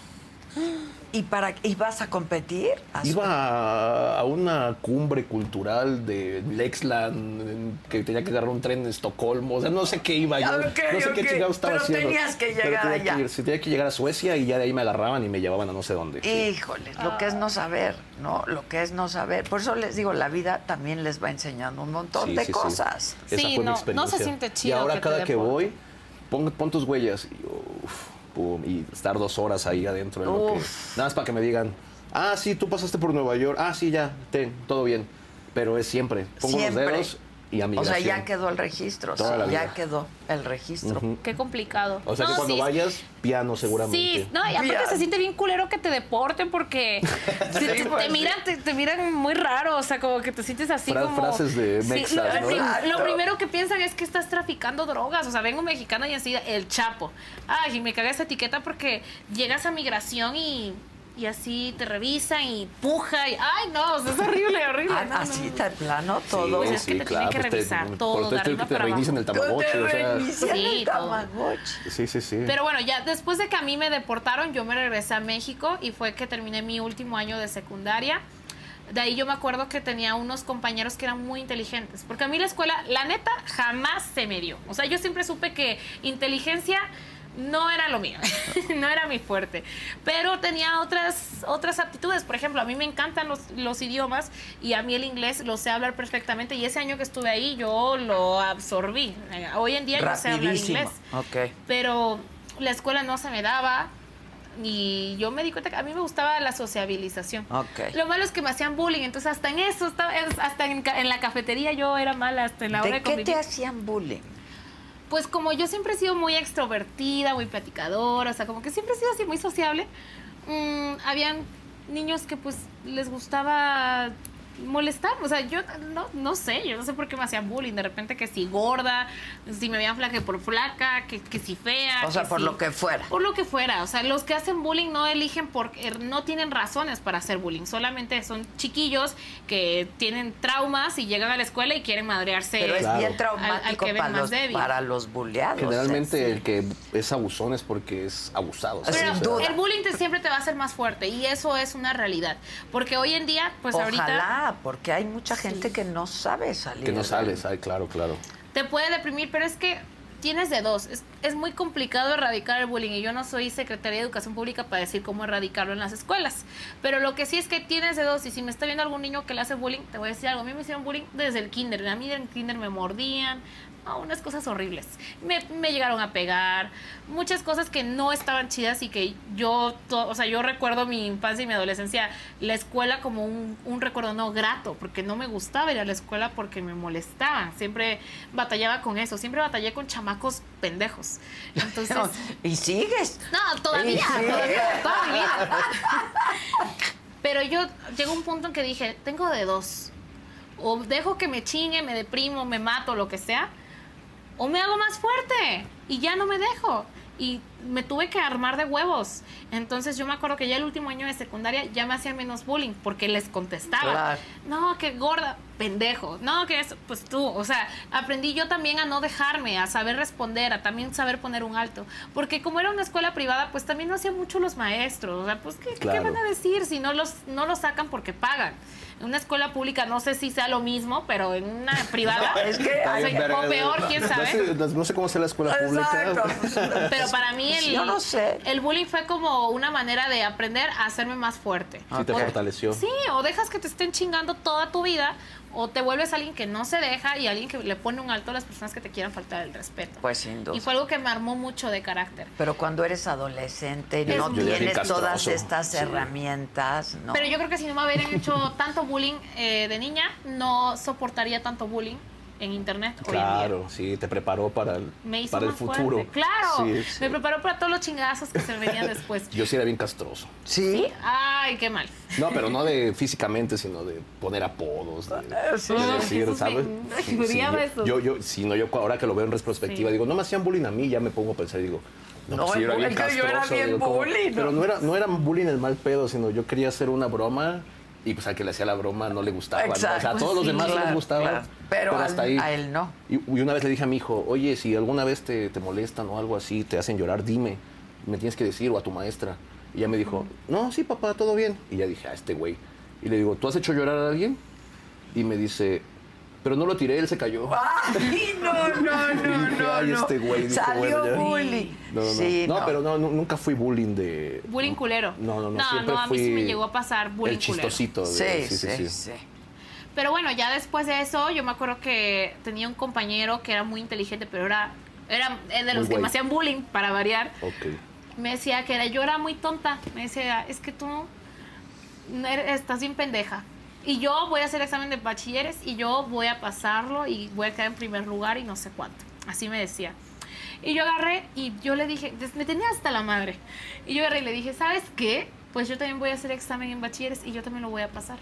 A: ¿Y para y vas a competir? ¿A-
B: Iba a, a una cumbre cultural de Lexland en- que tenía que agarrar un tren en Estocolmo. O sea, no sé qué iba yo.
A: Ok,
B: no sé
A: ok.
B: qué chingado estaba
A: Pero
B: haciendo.
A: tenías que
B: Pero
A: llegar
B: tenía que
A: allá.
B: ir, sí, tenía que llegar a Suecia y ya de ahí me agarraban y me llevaban a no sé dónde.
A: Híjole, lo que es no saber, ¿no? Lo que es no saber. Por eso les digo, la vida también les va enseñando un montón
B: Sí,
A: de
B: sí, sí.
A: cosas.
B: Esa
C: Sí,
B: fue
C: no,
B: mi
C: no se
B: experiencia.
C: siente
B: Y
C: chido
B: ahora
C: que te
B: cada que
C: deporten.
B: voy, pon, pon tus huellas y, uf, pum, y estar dos horas ahí adentro. en lo que-
A: Uf.
B: nada más para que me digan, ah, sí, tú pasaste por Nueva York, ah, sí, ya, ten, todo bien. Pero es siempre, pongo
A: Siempre.
B: los dedos y a
A: O sea,
B: migración.
A: ya quedó el registro,
B: Toda
A: sí,
B: la vida.
A: ya quedó el registro.
C: Qué complicado.
B: O sea que
C: No,
B: cuando
C: sí,
B: vayas, piano seguramente.
C: Sí, no, y aparte
A: Bien.
C: se siente bien culero que te deporten porque te, te-
A: pues.
C: te miran, te, te miran muy raro, o sea, como que te sientes así
B: Fra-
C: como...
B: frases de
C: Sí,
B: mexas,
C: lo,
B: ¿no?
C: prim-
A: Exacto.
C: lo primero que piensan es que estás traficando drogas, o sea, vengo mexicana y así, el chapo. Ay, y me caga esa etiqueta porque llegas a migración y... y así te revisan y puja y... Ay, no, o sea, es horrible, horrible.
A: Ah,
C: no, no,
A: así
C: no.
A: de plano todo.
C: Pues es que te tienen que
B: pues te-
C: revisar
B: por
C: todo, de
B: te-
C: arriba
B: te
C: para
B: reinician el tamagotchi, o sea.
A: Reiniciar el
C: Sí, todo.
A: Tamagotchi.
B: Sí, sí, sí.
C: Pero bueno, ya después de que a mí me deportaron, yo me regresé a México y fue que terminé mi último año de secundaria. De ahí yo me acuerdo que tenía unos compañeros que eran muy inteligentes, porque a mí la escuela, la neta, jamás se me dio. O sea, yo siempre supe que inteligencia no era lo mío, no era mi fuerte, pero tenía otras, otras aptitudes. Por ejemplo, a mí me encantan los, los idiomas y a mí el inglés lo sé hablar perfectamente y ese año que estuve ahí yo lo absorbí. Eh, Hoy en día yo sé hablar
A: Rapidísimo.
C: inglés
A: Ok.
C: pero la escuela no se me daba y yo me di cuenta que a mí me gustaba la sociabilización.
A: Ok.
C: Lo malo es que me hacían bullying, entonces hasta en eso, estaba- es- hasta en, ca- en la cafetería yo era mala, hasta en la hora
A: ¿De
C: de
A: qué te
C: convivir.
A: hacían bullying?
C: Pues como yo siempre he sido muy extrovertida, muy platicadora, o sea, como que siempre he sido así muy sociable, mm, habían niños que pues les gustaba molestar, o sea, yo no, no sé, yo no sé por qué me hacían bullying, de repente que si gorda, si me veían flaca por flaca, que, Ah, que si fea.
A: O sea, por
C: si-
A: lo que fuera.
C: por lo que fuera, o sea, los que hacen bullying no eligen porque no tienen razones para hacer bullying, solamente son chiquillos que tienen traumas y llegan a la escuela y quieren madrearse.
A: Pero es
B: Claro.
A: bien
C: Al- al
A: traumático
C: que ven
A: para,
C: más
A: los,
C: débil.
A: para los buleados.
B: Generalmente el que es abusón es porque es abusado.
A: Pero-
B: ¿sabes? O sea,
A: Sin duda.
C: el bullying te- siempre te va a hacer más fuerte y eso es una realidad, porque hoy en día, pues ahorita
A: Ojalá, porque hay mucha gente que no sabe salir.
B: que no sales, ay, claro, claro.
C: te puede deprimir, pero es que tienes de dos. Es, es muy complicado erradicar el bullying y yo no soy secretaria de Educación Pública para decir cómo erradicarlo en las escuelas. Pero lo que sí es que tienes de dos y si me está viendo algún niño que le hace bullying, te voy a decir algo. A mí me hicieron bullying desde el kinder. A mí en el kinder me mordían. no, unas cosas horribles. Me, me llegaron a pegar, muchas cosas que no estaban chidas y que yo, to- o sea, yo recuerdo mi infancia y mi adolescencia, la escuela como un, un recuerdo no grato, porque no me gustaba ir a la escuela porque me molestaban. Siempre batallaba con eso, siempre batallé con chamacos pendejos. años. Entonces,
A: y sigues.
C: no, todavía,
A: Sí.
C: todavía, toda mi vida. Pero yo llegó un punto en que dije, tengo de dos. O dejo que me chingue, me deprimo, me mato, lo que sea. O me hago más fuerte y ya no me dejo. Y me tuve que armar de huevos. Entonces yo me acuerdo que ya el último año de secundaria ya me hacía menos bullying porque les contestaba.
A: Claro.
C: No, que gorda, pendejo. No, que es, pues tú. O sea, aprendí yo también a no dejarme, a saber responder, a también saber poner un alto. Porque como era una escuela privada, pues también no hacían mucho los maestros. O sea, pues, ¿qué, qué
B: Claro.
C: van a decir si no los, no los sacan porque pagan? En una escuela pública no sé si sea lo mismo, pero en una privada.
A: Es que
C: o sea,
A: hay-
C: o peor, quién
B: No
C: sabe.
B: sé, no- no sé cómo sea la escuela
A: Exacto.
B: pública.
C: Pero para mí el,
A: Pues Yo no sé.
C: el bullying fue como una manera de aprender a hacerme más fuerte.
B: Sí te
C: O-
B: fortaleció.
C: Sí, o dejas que te estén chingando toda tu vida, o te vuelves alguien que no se deja y alguien que le pone un alto a las personas que te quieran faltar el respeto.
A: Pues sin duda.
C: Y fue algo que me armó mucho de carácter.
A: Pero cuando eres adolescente
C: Es
A: no
C: muy- Yo
B: ya era
A: tienes
B: castroso.
A: todas estas
B: Sí.
A: herramientas, ¿no?
C: Pero yo creo que si no me hubieran hecho tanto bullying eh, de niña, no soportaría tanto bullying en internet hoy en día.
B: Claro, sí, te preparó para el,
C: Me hizo
B: para el
C: más
B: futuro.
C: fuerte. Claro,
B: Sí, sí.
C: me preparó para todos los chingazos que se venían después.
B: Yo sí era bien castroso.
A: ¿Sí?
C: Ay, qué mal.
B: No, pero no de físicamente, sino de poner apodos, de,
A: Ah, sí.
B: de
C: Ay,
B: decir,
C: Jesús,
B: ¿sabes?
C: me- me odiaba eso.
B: yo, yo, si no, yo cu- ahora que lo veo en retrospectiva,
C: Sí.
B: digo, no me hacían bullying a mí, ya me pongo a pensar y digo, no,
A: No,
B: pues sí,
A: el
B: era bien
A: bullying, yo era
B: castroso,
A: bien
B: digo, como-
A: bully, ¿no?
B: Pero no era, no era bullying el mal pedo, sino yo quería hacer una broma y pues al que le hacía la broma no le gustaba. ¿no? O sea, a
A: Exacto.
B: todos los
A: Sí,
B: demás
A: claro,
B: les gustaba,
A: claro. Pero al- a él no.
B: Y, y una vez le dije a mi hijo, oye, si alguna vez te, te molestan o algo así, te hacen llorar, dime, me tienes que decir, o a tu maestra. Y ella me dijo, no, sí, papá, todo bien. Y ya dije, a este güey. Y le digo, ¿tú has hecho llorar a alguien? Y me dice, pero no lo tiré, él se cayó.
A: Ah, Ay, no, no, no, no.
B: Ay,
A: no.
B: este güey, dije,
A: Salió
B: bueno, ya.
A: bullying.
B: No, no, no.
A: Sí,
B: No, pero no, nu- nunca fui bullying de...
C: Bullying culero.
B: No, no, no.
C: No,
B: siempre
C: no, a mí
B: fui
C: sí me llegó a pasar bullying
B: El chistosito. de-
A: Sí, sí, sí.
C: Pero bueno, ya después de eso, yo me acuerdo que tenía un compañero que era muy inteligente, pero era, era eh, de los
B: Muy
C: que
B: guay.
C: me hacían bullying, para variar.
B: Ok.
C: Me decía que era, yo era muy tonta. Me decía, es que tú no eres- estás bien pendeja. Y yo voy a hacer examen de bachilleres y yo voy a pasarlo y voy a quedar en primer lugar y no sé cuánto. Así me decía. Y yo agarré y yo le dije, des- me tenía hasta la madre. Y yo agarré y le dije, ¿sabes qué? Pues yo también voy a hacer examen en bachilleres y yo también lo voy a pasar.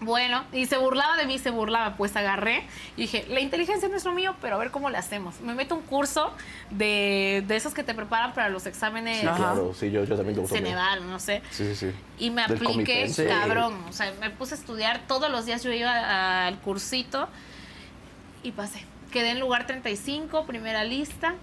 C: Bueno, y se burlaba de mí, se burlaba. Pues agarré y dije, la inteligencia no es lo mío, pero a ver cómo la hacemos. Me meto a un curso de, de esos que te preparan para los exámenes
B: Sí, claro, sí, yo, yo también lo tomé.
C: Ceneval, no sé.
B: Sí, sí, sí.
C: Y me
B: Del
C: apliqué,
B: comité, sí.
C: cabrón. O sea, me puse a estudiar. Todos los días yo iba al cursito y pasé. Quedé en lugar 35, primera lista.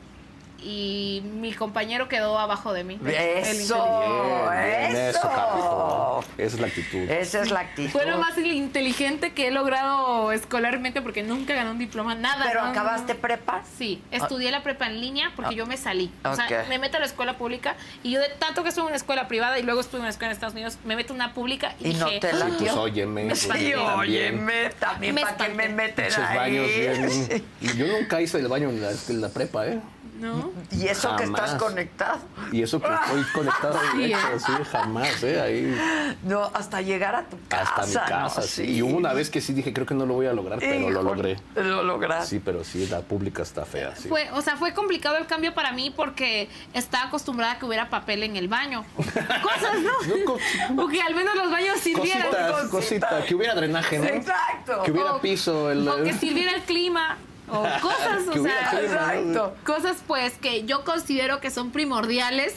C: Y mi compañero quedó abajo de mí. El
A: Eso.
C: inteligente.
B: Bien, bien, Oh, eso,
A: ¡Eso!
B: Carlito. Esa es la actitud.
A: Esa es la actitud.
C: Fue lo más inteligente que he logrado escolarmente porque nunca gané un diploma, nada.
A: Pero
C: no, no,
A: acabaste
C: no.
A: prepa.
C: Sí, estudié la prepa en línea porque yo me salí. O sea,
A: Ok.
C: me meto a la escuela pública y yo de tanto que estuve en una escuela privada y luego estuve en una escuela en Estados Unidos, me meto en una pública y,
A: Y no
C: dije,
A: te
B: Y pues
A: latió.
B: óyeme. pues,
C: espanté.
A: Sí,
B: yo también.
A: óyeme, también
C: Me
A: para que me
C: espanté.
A: meten
B: Muchos baños
A: ahí.
B: bien. Y Yo nunca hice el baño en la, en la prepa, ¿eh?
C: ¿no?
A: Y eso que estás
B: Jamás.
A: conectado.
B: Y eso que estoy conectado directo, sí, jamás, ¿eh? Ahí
A: No, hasta llegar a tu casa.
B: hasta mi casa,
A: ¿no?
B: sí. Y hubo una vez que sí dije, creo que no lo voy a lograr, pero lo
A: Híjole,
B: logré.
A: Lo lograste.
B: Sí, pero sí, la pública está fea, sí.
C: Fue, o sea, fue complicado el cambio para mí porque estaba acostumbrada a que hubiera papel en el baño. Cosas,
B: No,
C: ¿no?
B: co-
C: o que al menos los baños sirvieran.
B: Cositas, cositas, que hubiera drenaje, ¿no?
A: Exacto.
B: Que hubiera
C: O-
B: piso. El,
C: O que sirviera el clima. O cosas,
B: Que
C: o
B: hubiera
C: sea.
B: clima.
A: Exacto.
C: Cosas, pues, que yo considero que son primordiales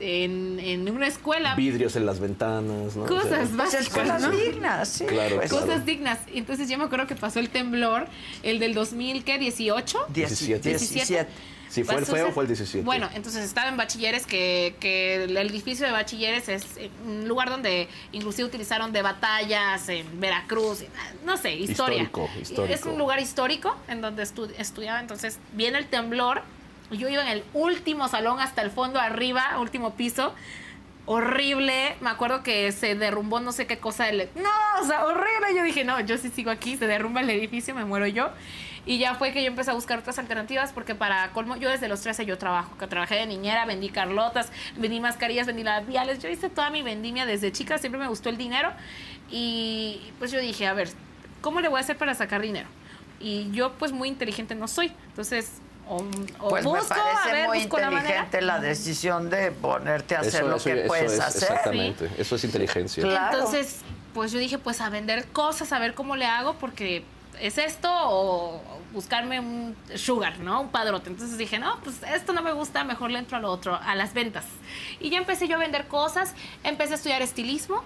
C: en, en una escuela.
B: vidrios en las ventanas, ¿no? O sea,
C: Cosas
A: Pues
C: básicas,
A: escuelas
C: ¿no?
A: dignas, sí.
B: Claro,
A: pues,
B: claro.
C: Cosas dignas. Entonces yo me acuerdo que pasó el temblor, el del 2018.
A: dieci-
B: 17.
A: 17.
B: Sí, fue el
A: Pues,
C: Pasó
B: feo,
C: ese-
B: fue el 17.
C: Bueno, entonces estaba en bachilleres, que, que el edificio de bachilleres es eh, un lugar donde inclusive utilizaron de batallas en Veracruz, eh, no sé, historia.
B: Histórico,
C: Y Es
B: histórico.
C: un lugar histórico en donde estu- estudiaba, entonces viene el temblor, yo iba en el último salón hasta el fondo arriba, último piso. Horrible, me acuerdo que se derrumbó no sé qué cosa del... No, o sea, horrible. Yo dije, no, yo sí sigo aquí, se derrumba el edificio, me muero yo. Y ya fue que yo empecé a buscar otras alternativas porque para colmo, yo desde los 13 yo trabajo, que trabajé de niñera, vendí carlotas, vendí mascarillas, vendí labiales, yo hice toda mi vendimia desde chica, siempre me gustó el dinero y pues yo dije, a ver, ¿cómo le voy a hacer para sacar dinero? Y yo pues muy inteligente no soy, entonces O, o
A: Pues me
C: busco, a
A: parece
C: ver,
A: muy
C: busco la manera.
A: inteligente la decisión de ponerte a hacer lo que
B: eso
A: puedes
B: es,
A: hacer.
B: Exactamente, eso es inteligencia.
A: Claro.
C: Entonces, pues yo dije, pues a vender cosas, a ver cómo le hago, porque es esto o buscarme un sugar, ¿no? Un padrote. Entonces dije, no, pues esto no me gusta, mejor le entro a lo otro, a las ventas. Y ya empecé yo a vender cosas, empecé a estudiar estilismo.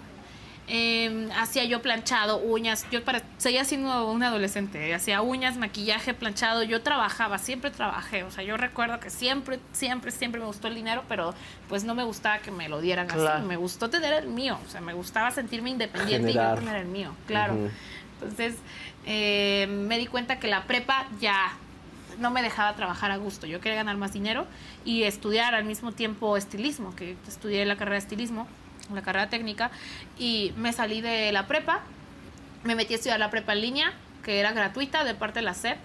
C: eh, hacía yo planchado, uñas, yo para, seguía siendo un adolescente, eh, hacía uñas, maquillaje, planchado, yo trabajaba, siempre trabajé, o sea, yo recuerdo que siempre, siempre, siempre me gustó el dinero, pero pues no me gustaba que me lo dieran
A: Claro.
C: así, me gustó tener el mío, o sea, me gustaba sentirme independiente
B: Generar.
C: y yo tener el mío, claro.
B: Ujú.
C: Entonces, eh, me di cuenta que la prepa ya no me dejaba trabajar a gusto. Yo quería ganar más dinero y estudiar al mismo tiempo estilismo, que estudié la carrera de estilismo, la carrera técnica, y me salí de la prepa, me metí a estudiar la prepa en línea, que era gratuita de parte de la SEP,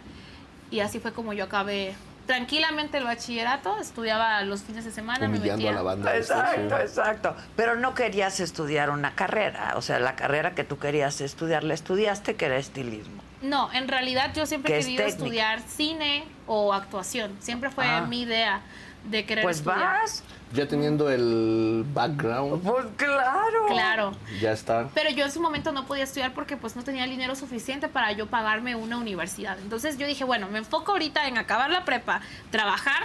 C: y así fue como yo acabé tranquilamente el bachillerato, estudiaba los fines de semana, me
B: Humillando
C: metía...
B: a la banda. este esta, sí.
A: Exacto, exacto. Pero no querías estudiar una carrera. O sea, la carrera que tú querías estudiar, la estudiaste que era estilismo.
C: No, en realidad yo siempre
A: Que
C: he
A: es
C: querido
A: técnica.
C: estudiar cine o actuación. Siempre fue
A: Ah.
C: mi idea de querer
A: Pues
C: estudiar.
A: vas.
B: Ya teniendo el background,
A: Pues claro.
C: Claro.
B: ya está.
C: Pero yo en su momento no podía estudiar porque pues no tenía el dinero suficiente para yo pagarme una universidad. Entonces yo dije, bueno, me enfoco ahorita en acabar la prepa, trabajar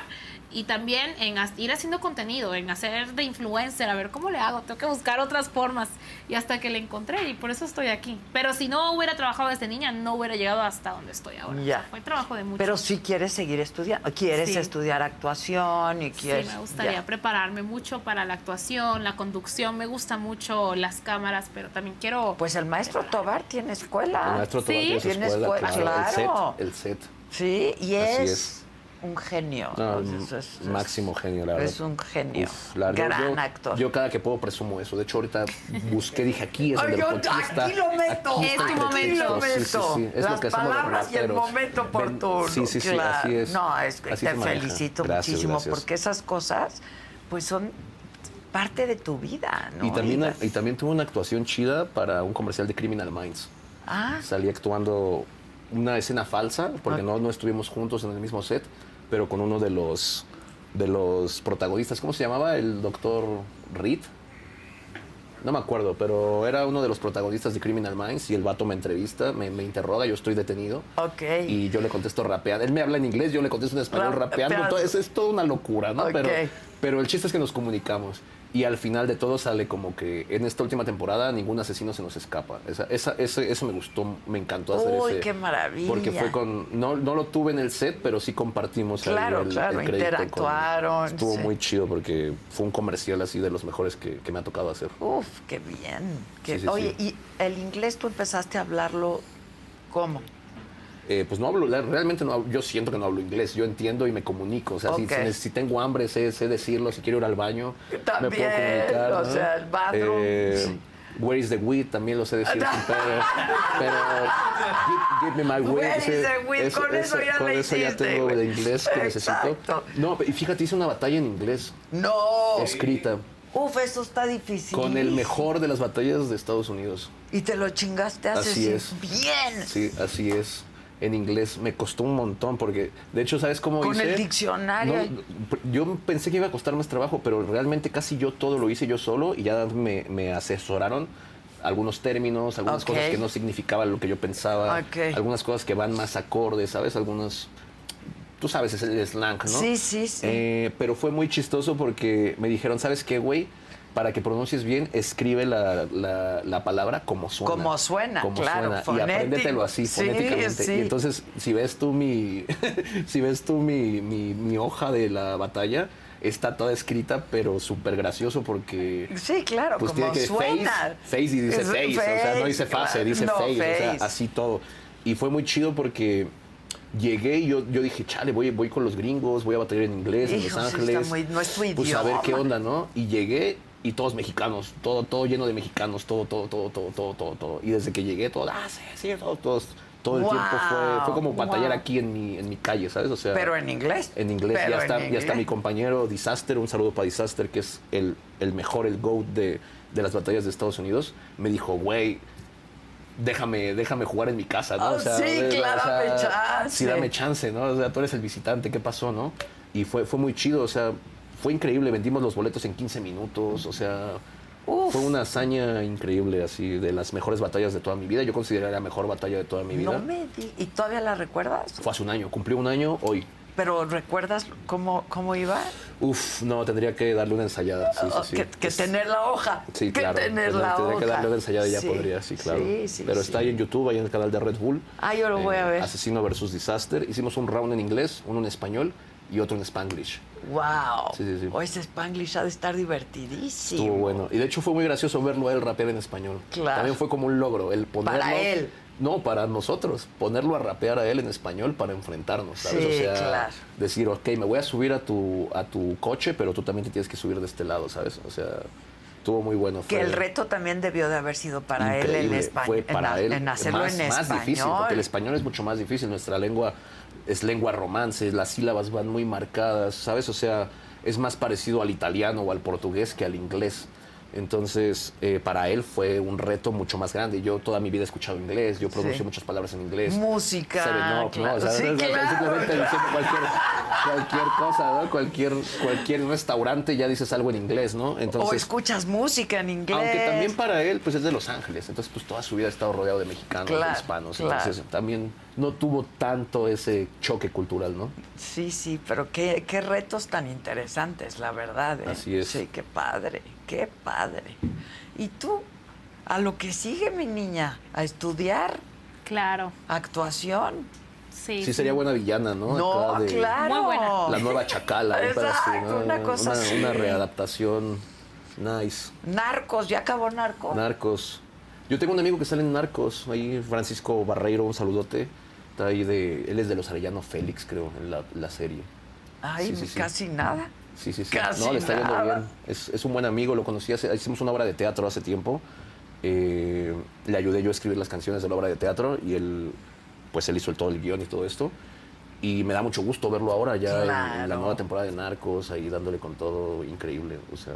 C: y también en as- ir haciendo contenido, en hacer de influencer, a ver cómo le hago, tengo que buscar otras formas. Y hasta que le encontré y por eso estoy aquí. Pero si no hubiera trabajado desde niña, no hubiera llegado hasta donde estoy ahora.
A: Ya.
C: O sea, fue trabajo de mucho.
A: Pero si quieres seguir estudiando, quieres
C: Sí.
A: estudiar actuación y
C: Sí,
A: quieres.
C: me gustaría
A: ya.
C: prepararme mucho para la actuación, la conducción, me gusta mucho las cámaras, pero también quiero...
A: Pues el maestro Tobar tiene escuela.
B: El maestro Tobar
C: Sí.
B: tiene su
A: Tiene
B: escuela,
A: escuela, claro.
B: claro. El set, el set.
A: Sí, y
B: Así
A: es,
B: es.
A: un genio.
B: No,
A: Entonces, es- es-
B: máximo genio, la verdad.
A: Es un genio.
B: Uf, la verdad,
A: gran
B: yo-
A: actor.
B: Yo cada que puedo presumo eso. De hecho, ahorita busqué, dije, aquí es
A: Ay,
B: donde
A: yo
B: lo está.
A: aquí lo meto,
B: Aquí está
C: es
B: el
C: tu
B: pretexto.
C: momento.
A: Aquí Este lo meto.
B: Es
A: Las
B: lo que hacemos los
A: palabras y el
B: raperos.
A: momento
B: Ven-
A: oportuno,
B: Sí, sí, sí,
A: claro.
B: así es.
A: No, es que
B: Así
A: te
B: se maneja.
A: felicito
B: Gracias,
A: muchísimo
B: gracias.
A: porque esas cosas, pues son parte de tu vida, ¿no?
B: Y también,
A: las-
B: y también tuve una actuación chida para un comercial de Criminal Minds.
A: Ah,
B: Salí actuando una escena falsa, porque no, no estuvimos juntos en el mismo set, pero con uno de los, de los protagonistas. ¿Cómo se llamaba? El doctor Reed. No me acuerdo, pero era uno de los protagonistas de Criminal Minds y el vato me entrevista, me, me interroga, yo estoy detenido.
A: Ok.
B: Y yo le contesto rapeando. Él me habla en inglés, yo le contesto en español
A: Ra-
B: rapeando.
A: rapeando.
B: Todo- es, es toda una locura, ¿no?
A: Ok.
B: Pero, pero el chiste es que nos comunicamos. Y al final de todo sale como que en esta última temporada ningún asesino se nos escapa. Esa, esa- ese- eso me gustó, me encantó hacer
A: Uy,
B: ese-
A: qué maravilla.
B: Porque fue con. No, no lo tuve en el set, pero sí compartimos. ahí
A: Claro,
B: el- el
A: claro,
B: crédito con-
A: interactuaron,
B: estuvo
A: sí.
B: muy chido porque fue un comercial así de los mejores que, que me ha tocado hacer.
A: uf, qué bien. qué-
B: Sí, sí,
A: Oye, ¿y el inglés tú empezaste a hablarlo cómo?
B: Eh, pues no hablo, la- realmente no hablo- yo siento que no hablo inglés, yo entiendo y me comunico, o sea, si-
A: Ok.
B: si, ne- si tengo hambre sé, sé decirlo, si quiero ir al baño, me
A: También,
B: puedo comunicar.
A: o
B: ¿no?
A: sea, el bathroom.
B: Eh, Where is the weed? También lo sé decir sin pedo, pero give, give me my weed.
A: Where is
B: ese-
A: the weed? Con eso ya
B: con
A: la
B: eso ya
A: hiciste,
B: tengo
A: güey.
B: el inglés que
A: Exacto.
B: necesito. No, y fíjate, hice una batalla en inglés,
A: No.
B: escrita,
A: Uf, eso está difícil.
B: con el mejor de las batallas de Estados Unidos.
A: Y te lo chingaste hace
B: Así
A: sí-
B: es.
A: bien.
B: Sí, así es. En inglés me costó un montón porque, de hecho, ¿sabes cómo
A: Con
B: hice?
A: el diccionario.
B: No, yo pensé que iba a costar más trabajo, pero realmente casi yo todo lo hice yo solo y ya me, me asesoraron algunos términos, algunas
A: Ok.
B: cosas que no significaban lo que yo pensaba,
A: Ok.
B: algunas cosas que van más acordes, ¿sabes? Algunos... Tú sabes, es el slang, ¿no?
A: Sí, sí, sí.
B: Eh, pero fue muy chistoso porque me dijeron, ¿sabes qué, güey? Para que pronuncies bien, escribe la, la- la palabra como suena.
A: Como suena,
B: Como
A: claro,
B: suena. Y
A: fonético.
B: apréndetelo así,
A: Sí,
B: fonéticamente.
A: sí.
B: Y entonces, si ves tú mi, si ves tú mi, mi- mi hoja de la batalla, está toda escrita, pero súper gracioso porque...
A: Sí, claro,
B: Pues
A: como
B: tiene que
A: suena.
B: face, face y dice
A: Es un
B: face, o sea, no dice
A: claro.
B: face, dice
A: No,
B: face, o
A: face.
B: sea, así todo. Y fue muy chido porque llegué y yo, yo dije, chale, voy, voy con los gringos, voy a batallar en inglés, en
A: Hijo,
B: Los
A: sí, está
B: Ángeles.
A: muy- no es tu
B: Pues a ver qué
A: idioma.
B: onda, ¿no? Y llegué y todos mexicanos, todo, todo lleno de mexicanos, todo, todo, todo, todo, todo, todo, todo. Y desde que llegué, todo, ah, sí, sí, todo, todos- todo el
A: Wow,
B: tiempo fue, fue como batallar
C: wow.
B: aquí en mi, en mi calle, ¿sabes? O sea,
A: Pero en inglés.
B: en inglés,
A: Pero
B: ya,
A: en
B: está, ya está
A: inglés.
B: mi compañero Disaster, un saludo para Disaster, que es el, el mejor, el GOAT de, de las batallas de Estados Unidos. Me dijo, güey, déjame, déjame jugar en mi casa, ¿no?
A: Ah, sí, claro, dame chance.
B: Sí, dame chance, ¿no? O sea, tú eres el visitante, ¿qué pasó, no? Y fue, fue muy chido, o sea, fue increíble, vendimos los boletos en 15 minutos, o sea,
A: Uf.
B: fue una hazaña increíble, así, de las mejores batallas de toda mi vida. Yo consideré la mejor batalla de toda mi vida.
A: No me di- ¿Y todavía la recuerdas?
B: Fue hace un año, cumplió un año hoy.
A: Pero ¿recuerdas cómo, cómo iba?
B: Uf, no, tendría que darle una ensayada. Sí,
A: Oh,
B: sí, sí.
A: Que, que
B: Es-
A: tener la hoja.
B: Sí,
A: que
B: claro.
A: tener
B: tendría-
A: la
B: tendría
A: hoja.
B: que darle una ensayada y ya
A: Sí,
B: podría, sí, claro.
A: sí, sí,
B: Pero
A: sí.
B: está ahí en YouTube, ahí en el canal de Red Bull. Eh,
A: Ah, yo lo voy a ver.
B: Asesino versus Disaster. Hicimos un round en inglés, uno en español y otro en Spanglish.
A: Wow.
B: Sí, sí, sí.
A: O Oh, ese Spanglish ha de estar divertidísimo.
B: Estuvo bueno. Y de hecho fue muy gracioso verlo a él rapear en español.
A: Claro.
B: También fue como un logro el ponerlo.
A: Para él.
B: No, para nosotros. Ponerlo a rapear a él en español para enfrentarnos, ¿sabes?
A: Sí,
B: o sea,
A: claro.
B: decir, ok, me voy a subir a tu, a tu coche, pero tú también te tienes que subir de este lado, ¿sabes? O sea, estuvo muy bueno.
A: Que
B: Fue-
A: el reto también debió de haber sido para él en
B: Increíble.
A: español.
B: Fue para
A: en,
B: él
A: en hacerlo
B: más,
A: en
B: más
A: español.
B: difícil, porque el español es mucho más difícil. Nuestra lengua es lengua romance, las sílabas van muy marcadas, ¿sabes? O sea, es más parecido al italiano o al portugués que al inglés. Entonces, eh, para él fue un reto mucho más grande. Yo toda mi vida he escuchado inglés, yo pronuncio
A: Sí.
B: muchas palabras en inglés.
A: Música,
B: Seven Up, ¿no? O sea,
A: claro. Sí,
B: o sea,
A: claro,
B: simplemente diciendo cualquier, cualquier cosa, ¿no? Cualquier, cualquier restaurante ya dices algo en inglés, ¿no?
A: o
B: Entonces,
A: escuchas música en inglés.
B: aunque también para él, pues es de Los Ángeles, entonces pues toda su vida ha estado rodeado de mexicanos,
A: Claro,
B: de hispanos,
A: claro.
B: entonces también no tuvo tanto ese choque cultural, ¿no?
A: Sí, sí, pero qué, qué retos tan interesantes, la verdad. ¿eh?
B: Así es.
A: Sí, qué padre, qué padre. ¿Y tú? A lo que sigue, mi niña, a estudiar
C: Claro,
A: actuación.
C: sí.
B: Sí, sería buena villana, ¿no?
A: No,
B: Acá de
A: claro.
C: Muy buena.
B: La nueva chacala, un pedazo,
A: Exacto,
B: ¿no?
A: una cosa así.
B: una readaptación, nice.
A: Narcos, ya acabó Narcos.
B: Narcos. Yo tengo un amigo que sale en Narcos, ahí Francisco Barreiro, un saludote. Está ahí de, él es de los Arellano Félix, creo, en la, la serie.
A: Ay,
B: Sí, sí, sí.
A: casi nada.
B: Sí, sí, sí.
A: Casi
B: no, le está yendo
A: nada.
B: bien. Es, es un buen amigo, lo conocí hace, hicimos una obra de teatro hace tiempo. Eh, le ayudé yo a escribir las canciones de la obra de teatro y él, pues él hizo el- todo el guión y todo esto. Y me da mucho gusto verlo ahora ya en- en,
A: Claro.
B: la nueva temporada de Narcos, ahí dándole con todo, increíble. O sea,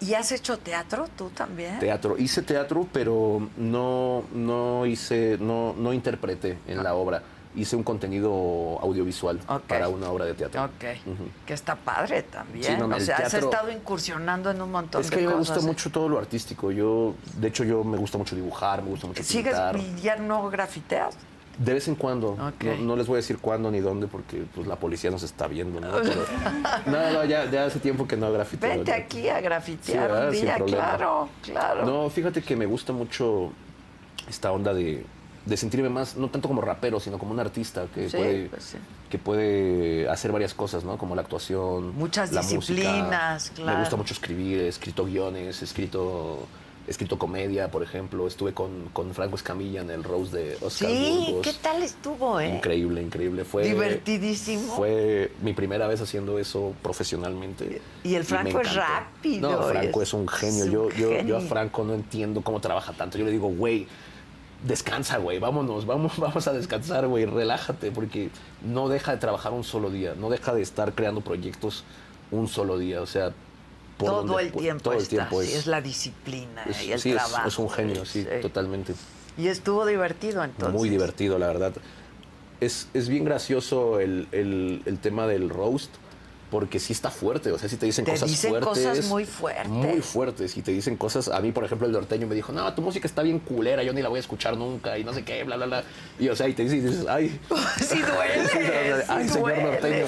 A: ¿Y has hecho teatro tú también?
B: teatro. Hice teatro, pero no, no hice, no, no interpreté en la obra. Hice un contenido audiovisual
A: Ah. Ok.
B: para una obra de teatro.
A: Ok,
B: Ujú.
A: que está padre también.
B: Sí, no, no,
A: o
B: el
A: sea, has
B: teatro-
A: estado incursionando en un montón
B: Es
A: de
B: que a mí me
A: cosas. ¿eh?
B: gusta mucho todo lo artístico. Yo, de hecho, yo me gusta mucho dibujar, me gusta mucho
A: ¿Sigues
B: pintar.
A: y ya no grafiteas?
B: De vez en cuando. No-
A: Ok.
B: No, les voy a decir cuándo ni dónde porque pues, la policía nos está viendo, ¿no? Pero, no, no, ya, ya hace tiempo que no grafiteo.
A: Vente
B: ya.
A: aquí a
B: Sí,
A: grafitear
B: ¿verdad?
A: un
B: Sin
A: día,
B: problema.
A: claro, claro.
B: No, fíjate que me gusta mucho esta onda de, de sentirme más, no tanto como rapero, sino como un artista que,
A: Sí,
B: puede,
A: pues sí.
B: que puede hacer varias cosas, ¿no? Como la actuación,
A: Muchas
B: la música.
A: disciplinas, claro.
B: Me gusta mucho escribir, he escrito guiones, he escrito, he escrito comedia, por ejemplo. Estuve con, con Franco Escamilla en el Rose de Oscar
A: sí,
B: Burgos.
A: ¿qué tal estuvo, eh?
B: Increíble, increíble. Fue,
A: Divertidísimo.
B: Fue mi primera vez haciendo eso profesionalmente.
A: Y el
B: me
A: Franco es
B: encantó.
A: rápido,
B: No, Franco
A: es-
B: es, un genio.
A: es un
B: yo, yo- yo a
A: genio.
B: Franco no entiendo cómo trabaja tanto. Yo le digo, güey, descansa, güey, vámonos, vamos, vamos a descansar, güey, relájate, porque no deja de trabajar un solo día, no deja de estar creando proyectos un solo día. O sea, por
A: Todo
B: donde
A: el
B: pu-
A: tiempo
B: todo el
A: está,
B: tiempo
A: sí, es la disciplina
B: es-
A: y el
B: sí, es-
A: trabajo.
B: es un genio, sí, totalmente.
A: Y estuvo divertido entonces.
B: Muy divertido, la verdad. Es, es bien gracioso el, el- el tema del roast, porque sí está fuerte, o sea, si te dicen
A: Te
B: cosas
A: dicen
B: fuertes.
A: cosas muy fuertes.
B: Muy fuertes, y te dicen cosas. A mí, por ejemplo, el norteño me dijo, no, tu música está bien culera, yo ni la voy a escuchar nunca, y no sé qué, bla, bla, bla. Y, o sea, y te dicen, y dices, ay.
A: Sí duele,
B: Sí, no, no,
A: sí
B: ay, señor
A: duele.
B: norteño.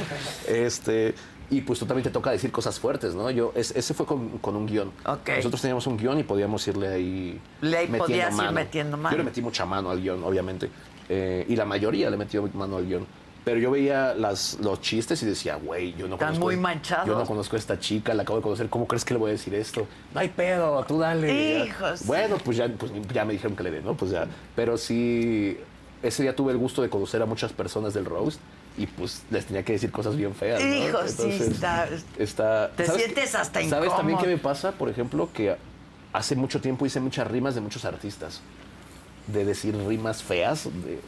B: Este. Y pues tú también te toca decir cosas fuertes, ¿no? Yo, es- ese fue con, con un guión.
A: Ok.
B: Nosotros teníamos un guión y podíamos irle ahí.
A: Le ahí
B: metiendo
A: podías ir
B: mano.
A: metiendo mano.
B: Yo le metí mucha mano al guión, obviamente. Eh, y la mayoría le metió mano al guión. Pero yo veía las, los chistes y decía, güey, yo no
A: Están
B: conozco. e-".
A: muy manchados.
B: Yo no conozco a esta chica, la acabo de conocer. ¿Cómo crees que le voy a decir esto? No hay pedo, tú dale.
A: Hijos.
B: Ya. Bueno, pues ya, pues ya me dijeron que le dé, ¿no? Pues ya. Pero sí, ese día tuve el gusto de conocer a muchas personas del roast y pues les tenía que decir cosas bien feas. ¿no?
A: Hijos, sí, está-
B: está-
A: te
B: ¿sabes
A: sientes
B: qué-
A: hasta
B: ¿Sabes también qué
A: incómodo?
B: me pasa? Por ejemplo, que hace mucho tiempo hice muchas rimas de muchos artistas de decir rimas feas, de-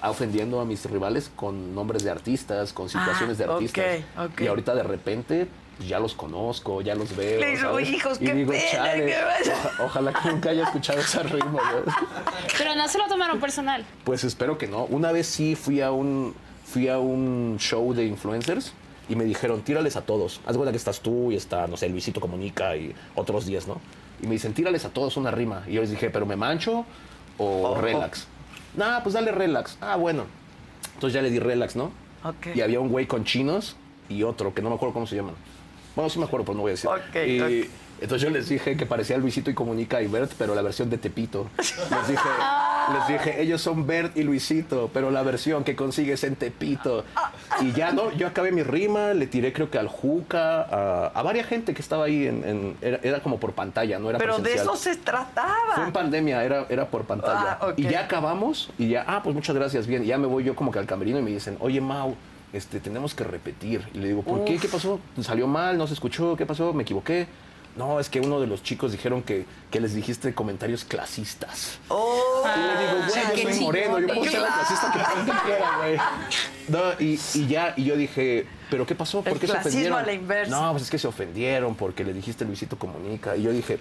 B: a- ofendiendo a mis rivales con nombres de artistas, con situaciones de
A: Ah, ok,
B: artistas.
A: ok.
B: Y ahorita de repente pues ya los conozco, ya los veo.
A: Le digo,
B: ¿sabes?
A: hijos,
B: Y
A: qué
B: digo,
A: pena,
B: "Chale,
A: qué vaya".
B: oja- ojalá que nunca haya escuchado ese ritmo. ¿no?
C: Pero no se lo tomaron personal.
B: Pues espero que no. Una vez sí fui a un, fui a un show de influencers y me dijeron, tírales a todos. Haz de cuenta que estás tú y está, no sé, Luisito Comunica y otros 10, ¿no? Y me dicen, tírales a todos una rima. Y yo les dije, ¿pero me mancho o relax? Nah, pues dale relax. Ah, bueno. Entonces ya le di relax, ¿no?
A: Ok.
B: Y había un güey con chinos y otro, que no me acuerdo cómo se llaman. Bueno, sí me acuerdo, pero no voy a decir.
A: Ok,
B: y
A: ok.
B: entonces yo les dije que parecía Luisito y Comunica y Bert, pero la versión de Tepito. Les dije, les dije, ellos son Bert y Luisito, pero la versión que consigues en Tepito. Y ya no, yo acabé mi rima, le tiré creo que al Juca, a, a varias gente que estaba ahí en, en- era, era como por pantalla, no era
A: Pero de
B: presencial.
A: eso se trataba.
B: Fue en pandemia, era, era por pantalla.
A: Ah, ok.
B: Y ya acabamos y ya, ah, pues muchas gracias, bien. Y ya me voy yo como que al camerino y me dicen, oye, Mau, este, tenemos que repetir. Y le digo, ¿por qué? ¿Qué pasó? ¿Salió mal? ¿No se escuchó? ¿Qué pasó? ¿Me equivoqué? No, es que uno de los chicos dijeron que, que les dijiste comentarios clasistas.
A: Oh,
B: Y le digo,
C: Ah,
B: güey,
C: qué
B: yo soy moreno, yo puedo
C: chingón.
B: ser el clasista que tanto quiera, güey. No, y, y ya, y yo dije, ¿pero qué pasó? ¿Por
A: El
B: qué se
A: clasismo
B: ofendieron?
A: a la inversa.
B: No, pues es que se ofendieron porque le dijiste Luisito Comunica. Y yo dije,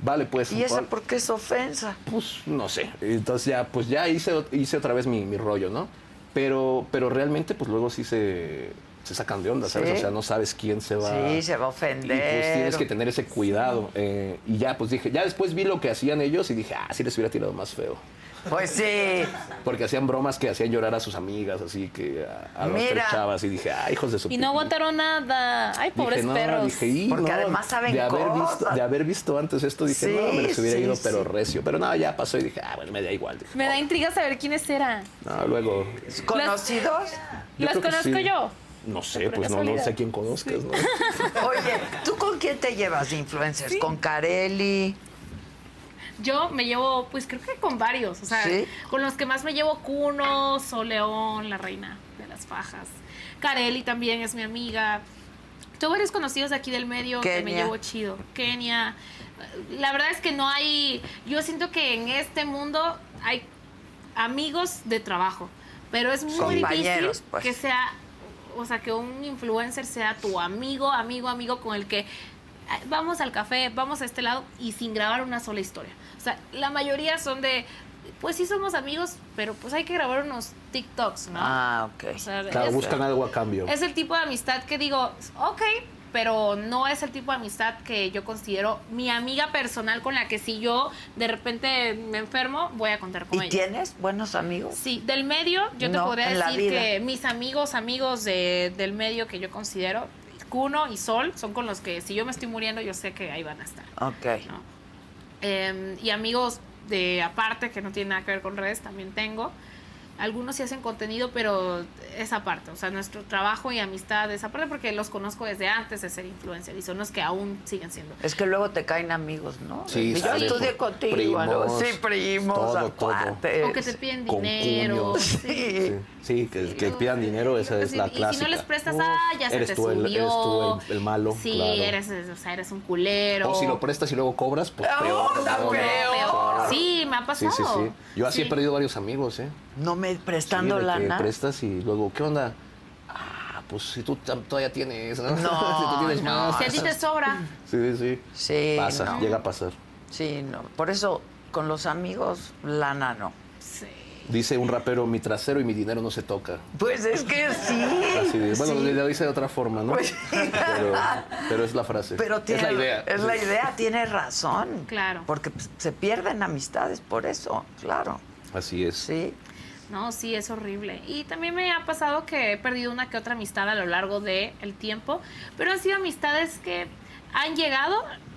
B: vale, pues.
A: ¿Y esa
B: pon-
A: por qué es ofensa?
B: pues no sé. Entonces ya, pues ya hice, hice otra vez mi, mi rollo, ¿no? Pero, pero realmente, pues luego sí se, se sacan de onda, ¿sabes?
A: Sí.
B: O sea, no sabes quién se va.
A: Sí, se va a ofender.
B: Ah. Y pues tienes que tener ese cuidado. eh, y ya, pues dije, ya después vi lo que hacían ellos y dije, ah, sí les hubiera tirado más feo.
A: Pues sí.
B: Porque hacían bromas que hacían llorar a sus amigas, así que a, a los
A: Mira.
B: tres chavas. Y dije, ah, hijos de su
C: Y no
B: pi-".
C: votaron nada. Ay,
B: Dije,
C: pobres
B: no,
C: perros.
B: dije, "Y,
A: Porque
B: no,
A: además saben
B: de haber, visto,
A: cosas".
B: de haber visto antes esto, dije,
A: Sí,
B: no, me les hubiera
A: sí,
B: ido, pero
A: sí.
B: recio. Pero nada, ya pasó y dije, ah, bueno, me da igual. Dije,
C: Me da intriga saber quiénes eran.
B: No, luego.
A: ¿Conocidos?
B: yo
C: ¿Las
B: creo que
C: conozco
B: sí.
C: yo?
B: No sé,
C: Por
B: pues no, no
C: casualidad.
B: sé quién conozcas, ¿no?
A: Oye, ¿tú con quién te llevas de influencers? ¿Con Carelli?
C: Yo me llevo, pues creo que con varios. O sea,
A: ¿Sí?
C: con los que más me llevo Cuno, Soleón, la reina de las fajas. Carelli también es mi amiga. Tengo varios conocidos de aquí del medio que me
A: Kenia.
C: llevo chido. Kenia. La verdad es que no hay. Yo siento que en este mundo hay amigos de trabajo. Pero es muy difícil
A: Compañeros, pues.
C: que sea. O sea, que un influencer sea tu amigo, amigo, amigo con el que "Ay, vamos al café, vamos a este lado y sin grabar una sola historia. O sea, la mayoría son de. Pues sí somos amigos, pero pues hay que grabar unos TikToks, ¿no?
A: Ah, ok.
C: O sea,
B: Claro,
C: es-
B: buscan algo a cambio.
C: es el tipo de amistad que digo, ok, pero no es el tipo de amistad que yo considero mi amiga personal con la que si yo de repente me enfermo, voy a contar con
A: ¿Y
C: ella.
A: tienes buenos amigos?
C: Sí, del medio, yo te
A: No,
C: podría
A: en la
C: decir
A: vida.
C: que mis amigos, amigos de- del medio que yo considero, Cuno y Sol, son con los que si yo me estoy muriendo, yo sé que ahí van a estar.
A: Ok.
C: ¿no? Em, y amigos de aparte que no tienen nada que ver con redes también tengo. Algunos sí hacen contenido, pero esa parte, o sea, nuestro trabajo y amistad, esa parte, porque los conozco desde antes de ser influencer y son los que aún siguen siendo.
A: Es que luego te caen amigos, ¿no?
B: Sí,
A: Yo
B: sale
A: estudié
B: por
A: contigo.
B: primos,
A: algo. sí, primos,
B: todo, todo.
A: acuates.
C: o que te piden
B: con
C: dinero.
B: cuños.
C: sí.
A: Sí.
B: Sí, sí, que, que pidan dinero, esa es la
C: Y si
B: clásica.
C: no les prestas,
B: Uf,
C: ah, ya se
B: eres
C: te
B: tú el-
C: subió.
B: eres tú el, el malo,
C: Sí,
B: claro.
C: eres, o sea, eres un culero.
B: O si lo prestas y luego cobras, pues
A: Ah,
B: peor.
A: está
B: ¿no?
A: peor.
B: Claro.
C: Sí, me ha
B: Sí,
C: pasado.
B: sí, sí. Yo así
C: Sí.
B: he perdido varios amigos, ¿eh?
A: No me prestando
B: Sí, de que
A: lana.
B: prestas y luego, ¿qué onda? Ah, pues si tú tam- todavía tienes, ¿no?
A: No,
B: si tú tienes
A: no.
B: más.
C: Si a ti te sobra.
B: Sí, sí.
A: Sí,
B: Pasa,
A: no.
B: llega a pasar.
A: Sí, no. Por eso, con los amigos, lana no.
C: Sí.
B: Dice un rapero, mi trasero y mi dinero no se toca.
A: Pues es que sí.
B: Así de- bueno,
A: sí.
B: lo dice de otra forma, ¿no?
A: Pues-
B: Pero, pero es la frase.
A: Pero tiene,
B: es la idea.
A: Es la idea, tiene razón.
C: Claro.
A: Porque pues, se pierden amistades por eso, claro.
B: Así es.
A: Sí.
C: No, sí, es horrible. Y también me ha pasado que he perdido una que otra amistad a lo largo del el tiempo, pero han sido amistades que han llegado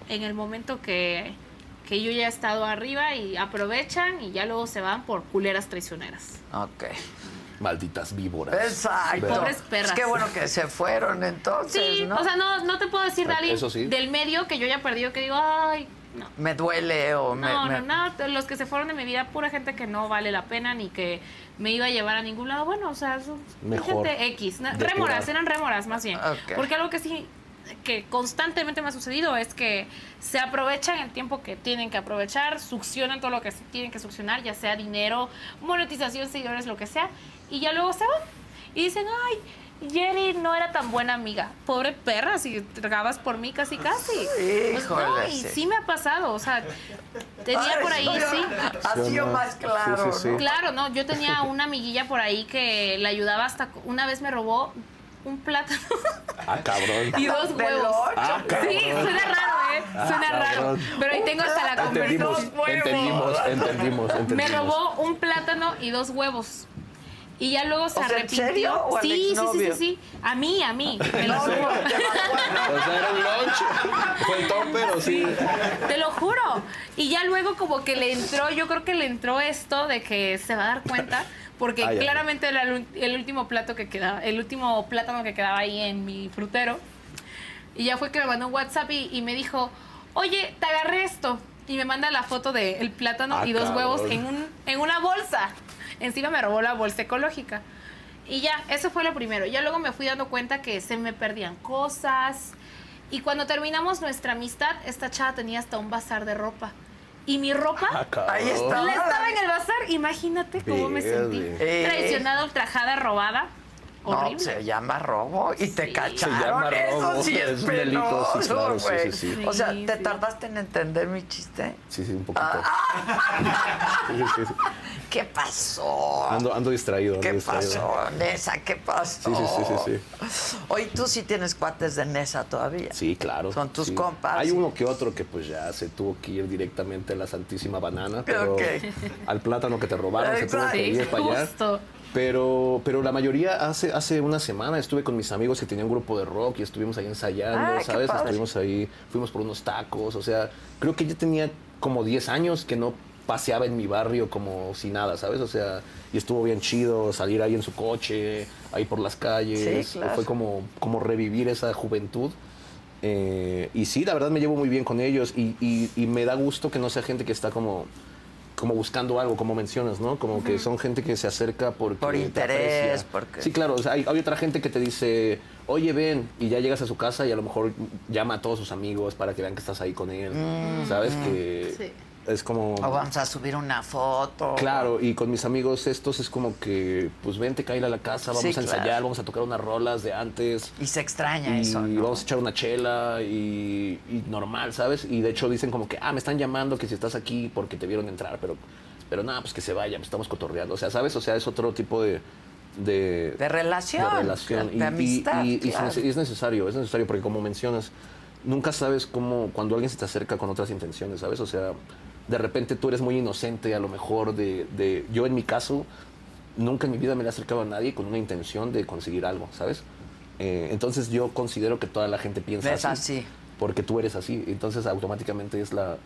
C: en el momento que, que yo ya he estado arriba y aprovechan y ya luego se van por culeras traicioneras.
A: Ok.
B: Malditas víboras.
A: Exacto.
B: ¿Verdad?
C: Pobres perras.
A: Es que bueno que se fueron entonces,
C: Sí,
A: ¿no?
C: o sea, no, no te puedo decir de
B: Ah,
C: alguien
B: eso sí.
C: del medio que yo haya perdido que digo, ay, no.
A: me duele o me...
C: No,
A: me-
C: no, no, los que se fueron de mi vida, pura gente que no vale la pena ni que me iba a llevar a ningún lado. Bueno, o sea, son
B: Mejor
C: gente X. no,
B: depurar.
C: rémoras, eran rémoras más bien.
A: Ah, Ok.
C: Porque algo que sí, que constantemente me ha sucedido es que se aprovechan el tiempo que tienen que aprovechar, succionan todo lo que tienen que succionar, ya sea dinero, monetización, seguidores, lo que sea, y ya luego se van. Y dicen, ay, Jerry no era tan buena amiga. Pobre perra, si tragabas por mí casi, casi. Pues no,
A: Híjole,
C: y
A: sí.
C: sí me ha pasado, o sea, tenía
A: Ay,
C: por ahí, sí.
A: Ha sido más claro,
B: sí, sí.
A: ¿no?
C: Claro, no, yo tenía una amiguilla por ahí que la ayudaba hasta, una vez me robó un plátano
B: Ah, cabrón.
C: y dos
A: Del
C: huevos.
A: ocho.
B: Ah, cabrón. Ah,
C: Sí, suena raro, ¿eh? Suena raro.
B: cabrón.
C: Pero ahí tengo hasta la conversación.
B: Entendimos, entendimos, entendimos, entendimos.
C: Me robó un plátano y dos huevos. Y ya luego se
A: sea, ¿en
C: arrepintió.
A: serio o al
C: sí, sí, sí, sí,
A: exnovio?
C: sí. A mí, a mí. Me lo juro.
B: O sea, era un lunch. Fue el tope, o sí.
C: Te lo juro. Y ya luego como que le entró, yo creo que le entró esto de que se va a dar cuenta. Porque
B: Ay, ay, ay.
C: claramente era el, ul- el último plato que quedaba, el último plátano que quedaba ahí en mi frutero. Y ya fue que me mandó un WhatsApp y, y me dijo, oye, te agarré esto. Y me manda la foto del plátano
B: Ah,
C: y dos huevos
B: cabrón.
C: en, un, en una bolsa. Encima me robó la bolsa ecológica. Y ya, eso fue lo primero. Ya luego me fui dando cuenta que se me perdían cosas. Y cuando terminamos nuestra amistad, esta chava tenía hasta un bazar de ropa. Y mi ropa
B: Ah, cabrón.
A: Ahí está.
C: la estaba en el bazar. Imagínate cómo me sentí.
B: Verde.
A: Eh.
C: Traicionada, ultrajada, robada. Horrible.
A: No, se llama robo y te
C: Sí.
A: cacharon.
B: Se llama
A: Eso
B: robo,
A: sí es,
B: es un delito, sí,
A: penoso,
B: claro, sí,
A: güey.
B: sí,
C: sí.
A: O sea,
C: Sí,
A: ¿te
C: sí.
A: tardaste en entender mi chiste?
B: Sí, sí, un poquito. Sí, sí, sí.
A: ¿Qué pasó?
B: Ando, ando distraído. ando
A: ¿Qué
B: distraído.
A: pasó, Nesa? ¿Qué pasó?
B: Sí, sí, sí,
A: Oye, tú sí tienes cuates de Nesa todavía.
B: Sí, claro.
A: Son tus
B: sí.
A: compas.
B: Hay uno que otro que pues ya se tuvo que ir directamente a la Santísima Banana, pero
A: Ok.
B: al plátano que te robaron se tuvo que
C: Sí,
B: ir para allá.
C: justo.
B: Pero, pero la mayoría hace, hace una semana estuve con mis amigos que tenían un grupo de rock y estuvimos ahí ensayando,
A: Ah, qué
B: ¿sabes?
A: padre.
B: Estuvimos ahí, fuimos por unos tacos, o sea, creo que yo tenía como 10 años que no paseaba en mi barrio como si nada, ¿sabes? O sea, y estuvo bien chido salir ahí en su coche, ahí por las calles,
A: Sí, claro.
B: fue como, como revivir esa juventud. Eh, y sí, la verdad me llevo muy bien con ellos y, y- y me da gusto que no sea gente que está como, como buscando algo, como mencionas, ¿no? Como que son gente que se acerca porque
A: Por
B: te
A: interés,
B: aprecia.
A: porque-
B: Sí, claro, o sea, hay, hay otra gente que te dice, oye, ven, y ya llegas a su casa y a lo mejor llama a todos sus amigos para que vean que estás ahí con él,
A: Mm,
B: ¿sabes? Que
C: Sí.
B: es como...
A: O vamos a subir una foto.
B: Claro, y con mis amigos estos es como que, pues vente, caer a la casa, vamos
A: Sí,
B: a ensayar,
A: claro.
B: vamos a tocar unas rolas de antes
A: Y se extraña
B: y
A: eso, ¿no?
B: vamos a echar una chela y, y normal, ¿sabes? Y de hecho dicen como que, ah, me están llamando, que si estás aquí porque te vieron entrar, pero, pero nada, pues que se vaya, pues estamos cotorreando, o sea, ¿sabes? O sea, es otro tipo de... De,
A: De relación,
B: de relación.
A: de amistad,
B: y- y se
A: claro.
B: nece- y es necesario, es necesario, porque como mencionas, nunca sabes cómo, cuando alguien se te acerca con otras intenciones, ¿sabes? O sea, de repente tú eres muy inocente, a lo mejor, de, de- yo en mi caso, nunca en mi vida me le he acercado a nadie con una intención de conseguir algo, ¿sabes? Eh, entonces yo considero que toda la gente piensa
A: Es así.
B: porque tú eres así, entonces automáticamente es la,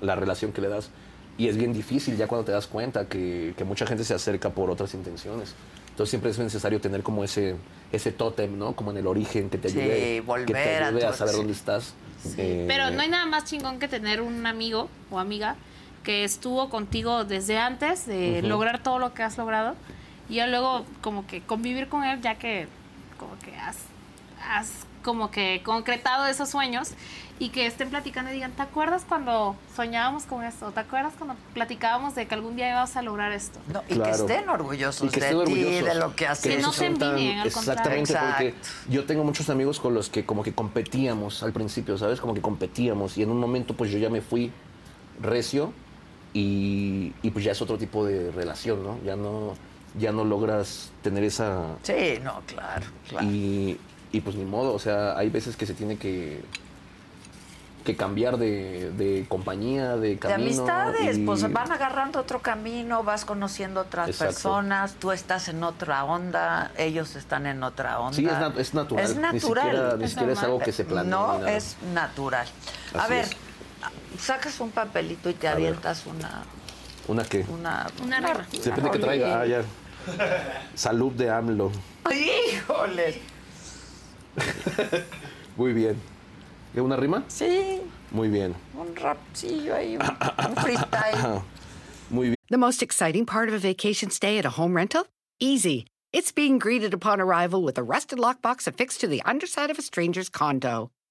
B: la relación que le das. Y es bien difícil ya cuando te das cuenta que, que mucha gente se acerca por otras intenciones. Entonces siempre es necesario tener como ese, ese tótem, ¿no? Como en el origen que te
A: Sí,
B: ayude, que te
A: volver a
B: ayude a,
A: tu-
B: saber
A: sí.
B: dónde estás.
C: Sí,
B: Eh,
C: pero no hay nada más chingón que tener un amigo o amiga que estuvo contigo desde antes de lograr todo lo que has logrado y ya luego como que convivir con él ya que como que has, has como que concretado esos sueños y que estén platicando y digan, ¿te acuerdas cuando soñábamos con esto? ¿Te acuerdas cuando platicábamos de que algún día ibas a lograr esto?
A: No, y
B: Claro.
A: que estén orgullosos
B: Y que
A: Pues, de
B: estén
A: ti,
B: orgullosos.
A: de lo que haces.
C: Que no se
B: son tan-
C: envidien, al
B: Exactamente,
A: contrario.
B: porque
A: Exacto.
B: yo tengo muchos amigos con los que como que competíamos al principio, ¿sabes? Como que competíamos y en un momento pues yo ya me fui recio y, y, pues ya es otro tipo de relación, ¿no? Ya no, ya no logras tener esa...
A: Sí, no, claro, claro.
B: Y, y, pues ni modo, o sea, hay veces que se tiene que que cambiar de, de compañía, de
A: de
B: camino.
A: amistades,
B: y-
A: pues van agarrando otro camino, vas conociendo otras
B: Exacto.
A: personas, tú estás en otra onda, ellos están en otra onda.
B: Sí, es, nat- es natural.
A: Es
B: Ni
A: natural.
B: siquiera, ni
C: Es
B: siquiera es
C: normal.
B: algo que se planea. ni
A: No,
B: nada.
A: es natural. a
B: Así
A: ver,
B: es.
A: sacas un papelito y te
B: ver.
A: avientas una,
B: Una que...
A: una,
C: Una rima.
B: Depende que traiga. Ah, ya. Salud de AMLO.
A: Híjole.
B: Muy bien. ¿Es una rima?
A: Sí,
B: Muy bien.
A: un rapcillo ahí, un, un freestyle.
B: Muy bien.
D: The most exciting part of a vacation stay at a home rental? Easy. It's being greeted upon arrival with a rusted lockbox affixed to the underside of a stranger's condo.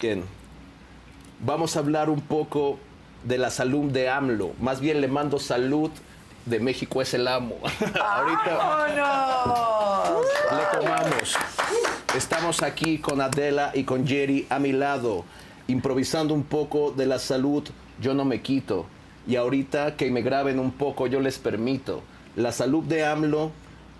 B: Bien. Vamos a hablar un poco de la salud de AMLO. Más bien le mando salud de México es el amo. Ahorita
A: ¡Vámonos!
B: le comamos. Estamos aquí con Adela y con Jerry a mi lado, improvisando un poco de la salud. Yo no me quito. Y ahorita que me graben un poco, yo les permito. La salud de AMLO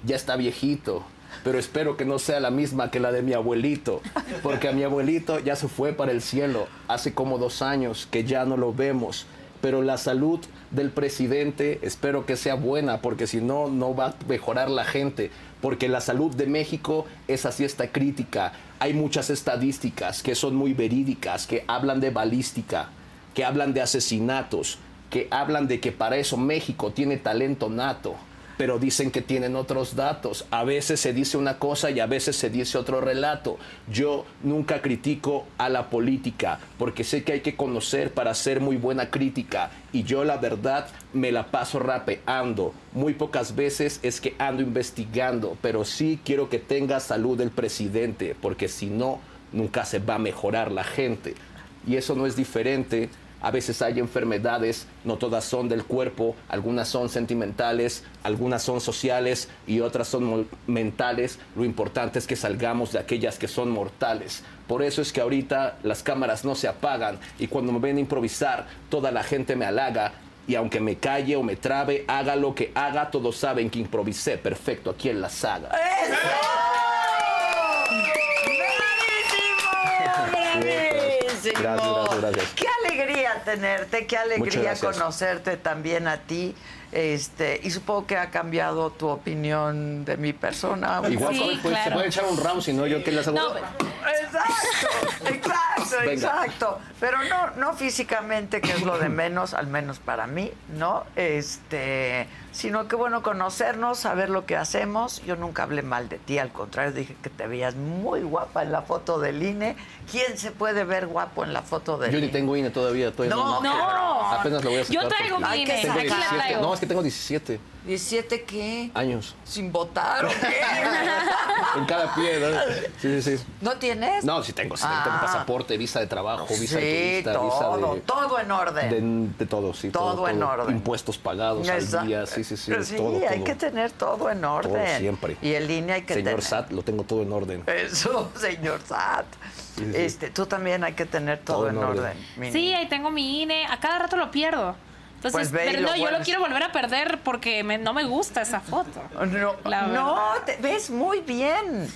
B: ya está viejito. Pero espero que no sea la misma que la de mi abuelito, porque a mi abuelito ya se fue para el cielo hace como dos años que ya no lo vemos pero la salud del presidente espero que sea buena, porque si no, no va a mejorar la gente, porque la salud de México es así está crítica. Hay muchas estadísticas que son muy verídicas, que hablan de balística, que hablan de asesinatos, que hablan de que para eso México tiene talento nato. Pero dicen que tienen otros datos. A veces se dice una cosa y a veces se dice otro relato. Yo nunca critico a la política, porque sé que hay que conocer para hacer muy buena crítica. Y yo la verdad me la paso rapeando. Muy pocas veces es que ando investigando, pero sí quiero que tenga salud el presidente, porque si no, nunca se va a mejorar la gente. Y eso no es diferente. A veces hay enfermedades, no todas son del cuerpo, algunas son sentimentales, algunas son sociales y otras son mol- mentales. Lo importante es que salgamos de aquellas que son mortales. Por eso es que ahorita las cámaras no se apagan y cuando me ven improvisar, toda la gente me halaga. Y aunque me calle o me trabe, haga lo que haga, todos saben que improvisé perfecto aquí en la saga. Gracias,
A: ¡Bravísimo!
B: gracias, gracias.
A: Qué alegría tenerte, qué
B: Muchas
A: alegría
B: gracias.
A: conocerte también a ti. Este, y supongo que ha cambiado tu opinión de mi persona.
B: Igual
C: Sí,
B: se puede- se
C: claro.
B: puede echar un round, si no, yo que les hago.
C: No, pero-
A: Exacto, exacto,
B: Venga.
A: exacto. Pero no, no físicamente, que es lo de menos, al menos para mí, ¿no? Este, sino que bueno conocernos, saber lo que hacemos. Yo nunca hablé mal de ti, al contrario, dije que te veías muy guapa en la foto del INE. ¿Quién se puede ver guapo en la foto del
B: Yo ni
A: INE?
B: tengo INE todavía. todavía
A: No,
C: no.
B: Apenas lo voy a sacar.
C: Yo traigo
B: porque
C: mi INE,
B: tengo
C: aquí la
B: 17.
C: traigo.
B: No, es que tengo 17
A: ¿17 qué?
B: años.
A: ¿Sin votar o qué?
B: En cada pie, ¿no? Sí, sí, sí.
A: ¿No tienes?
B: No, sí tengo, sí tengo, tengo
A: Ah.
B: pasaporte, visa de trabajo, visa de
A: sí,
B: turista,
A: todo,
B: visa
A: todo en
B: de,
A: orden.
B: de... de todo, sí.
A: Todo en orden.
B: Impuestos pagados
A: Exacto.
B: al día, sí, sí, sí.
A: Sí,
B: todo,
A: hay
B: todo.
A: que tener todo en orden.
B: siempre.
A: Y en línea E hay que
B: Señor
A: tener.
B: SAT, lo tengo todo en orden.
A: Eso, señor SAT.
B: Sí, sí.
A: Este, tú también hay que tener todo, en orden. mi
C: Sí,
A: niña.
C: ahí tengo mi INE. A cada rato lo pierdo. Entonces,
A: Pues ve y
C: pero
A: lo
C: no, yo lo
A: vuelves.
C: quiero volver a perder porque me- no me gusta esa foto.
A: No,
C: La
A: no te ves muy bien.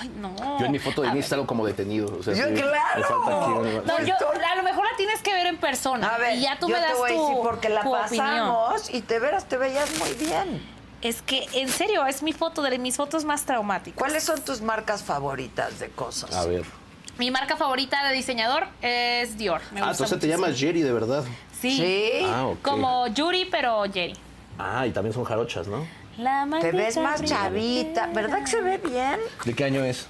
C: Ay, no.
B: Yo en mi foto de
C: A
B: Instagram salgo como detenido. O sea,
A: Yo,
B: sí, me
A: claro.
B: falta aquí una-
C: ver, No, yo, a lo mejor la tienes que ver en persona.
A: A ver,
C: y ya tú
A: yo
C: me das
A: te voy a
C: tu,
A: decir porque la
C: tu opinión.
A: pasamos y te veras te veías muy bien.
C: Es que, en serio, es mi foto, de mis fotos más traumáticas.
A: ¿Cuáles son tus marcas favoritas de cosas?
B: A ver.
C: Mi marca favorita de diseñador es Dior. Me
B: Ah,
C: gusta
B: entonces te
C: muchísimo.
B: llamas Jerry de verdad.
C: Sí.
A: Sí.
B: Ah, ok.
C: Como Yuri, pero Jerry.
B: Ah, y también son jarochas, ¿no?
C: La
A: Te ves
C: maldita
A: más
C: primavera.
A: chavita, ¿verdad que se ve bien?
B: ¿De qué año es?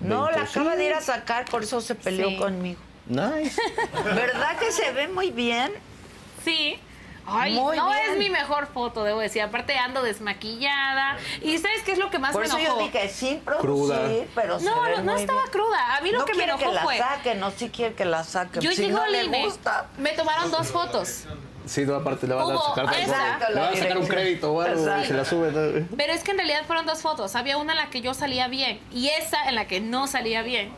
A: No, la
B: 20.
A: acaba de ir a sacar, por eso se peleó
C: Sí.
A: conmigo.
B: Nice.
A: ¿Verdad que se ve muy bien?
C: Sí. Ay,
A: Muy
C: no
A: bien.
C: es mi mejor foto, debo decir. Aparte ando desmaquillada. ¿Y sabes qué es lo que más
A: Por
C: me
A: eso
C: enojó?
A: yo dije, sin producir,
B: Cruda.
A: pero se
C: no,
A: ve
C: no, no
A: muy
C: estaba
A: bien.
C: cruda. A mí lo
A: no
C: que me
A: quiere
C: enojó
A: que la
C: fue.
A: saquen, no, sí quiere que la saquen.
C: Yo
A: si
C: llego
A: no
C: al
A: le
C: INE,
A: gusta.
C: me tomaron dos fotos.
B: Sí, no, aparte le van a
C: Hubo
B: sacar algo.
C: esa.
B: Le van a sacar un crédito o algo y
A: Exacto.
B: se la suben. ¿no?
C: Pero es que en realidad fueron dos fotos. Había una en la que yo salía bien y esa en la que no salía bien.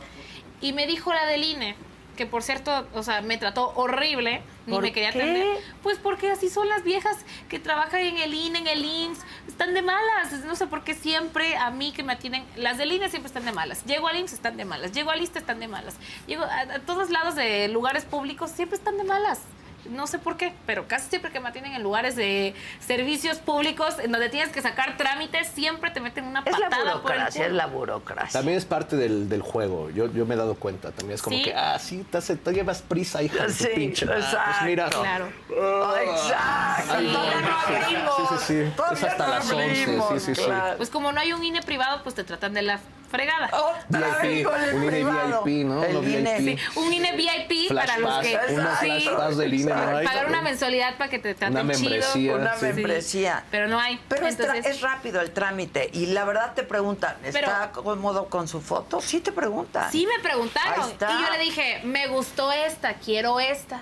C: Y me dijo la del INE, que por cierto, o sea, me trató horrible, ni
A: ¿Por
C: me quería
A: qué?
C: atender. Pues porque así son las viejas que trabajan en el INE, en el IMSS, están de malas. No sé por qué siempre a mí que me atienden, las de línea E siempre están de malas. Llego a IMSS, están de malas. Llego a Lista, E, están de malas. Llego a, a todos lados de lugares públicos, siempre están de malas. No sé por qué, pero casi siempre que me atienden en lugares de servicios públicos, en donde tienes que sacar trámites, siempre te meten una
A: Es la
C: patada por el
A: burocracia, es
C: culo.
A: la burocracia.
B: También es parte del, del juego. Yo, yo me he dado cuenta. También es como
C: Sí.
B: que, ah, sí, te, hace- te llevas prisa, hija. de tu
A: Sí,
B: pinche madre.
A: exacto.
B: Pues mira.
C: Claro.
A: Oh, exacto.
C: Sí.
A: Todavía no
B: Sí, sí,
A: abrimos.
B: sí, sí.
A: Todavía
B: Es hasta
A: no
B: las 11,
A: abrimos,
B: sí, sí, sí.
A: claro.
C: Pues como no hay un INE privado, pues te tratan de la fregada.
A: Oh. Otra vez
B: VIP,
A: con el
B: un INE
A: privado.
B: VIP, ¿no?
A: El
B: No
A: INE.
B: VIP.
A: Sí.
C: Un E INE VIP para los
B: Flashbacks,
C: que...
B: una
C: sí,
B: flashbacks del INE, ¿no? Ahí
C: pagar una
B: también.
C: mensualidad para que te traten
B: Una
C: chido.
B: membresía.
A: Una
B: Sí.
A: membresía.
C: Pero no hay.
A: Pero es, tra-
C: Entonces-
A: es rápido el trámite. Y la verdad te preguntan, ¿está cómodo con su foto? Sí te preguntan.
C: Sí me preguntaron.
A: Ahí está.
C: Y yo le dije, me gustó esta, quiero esta.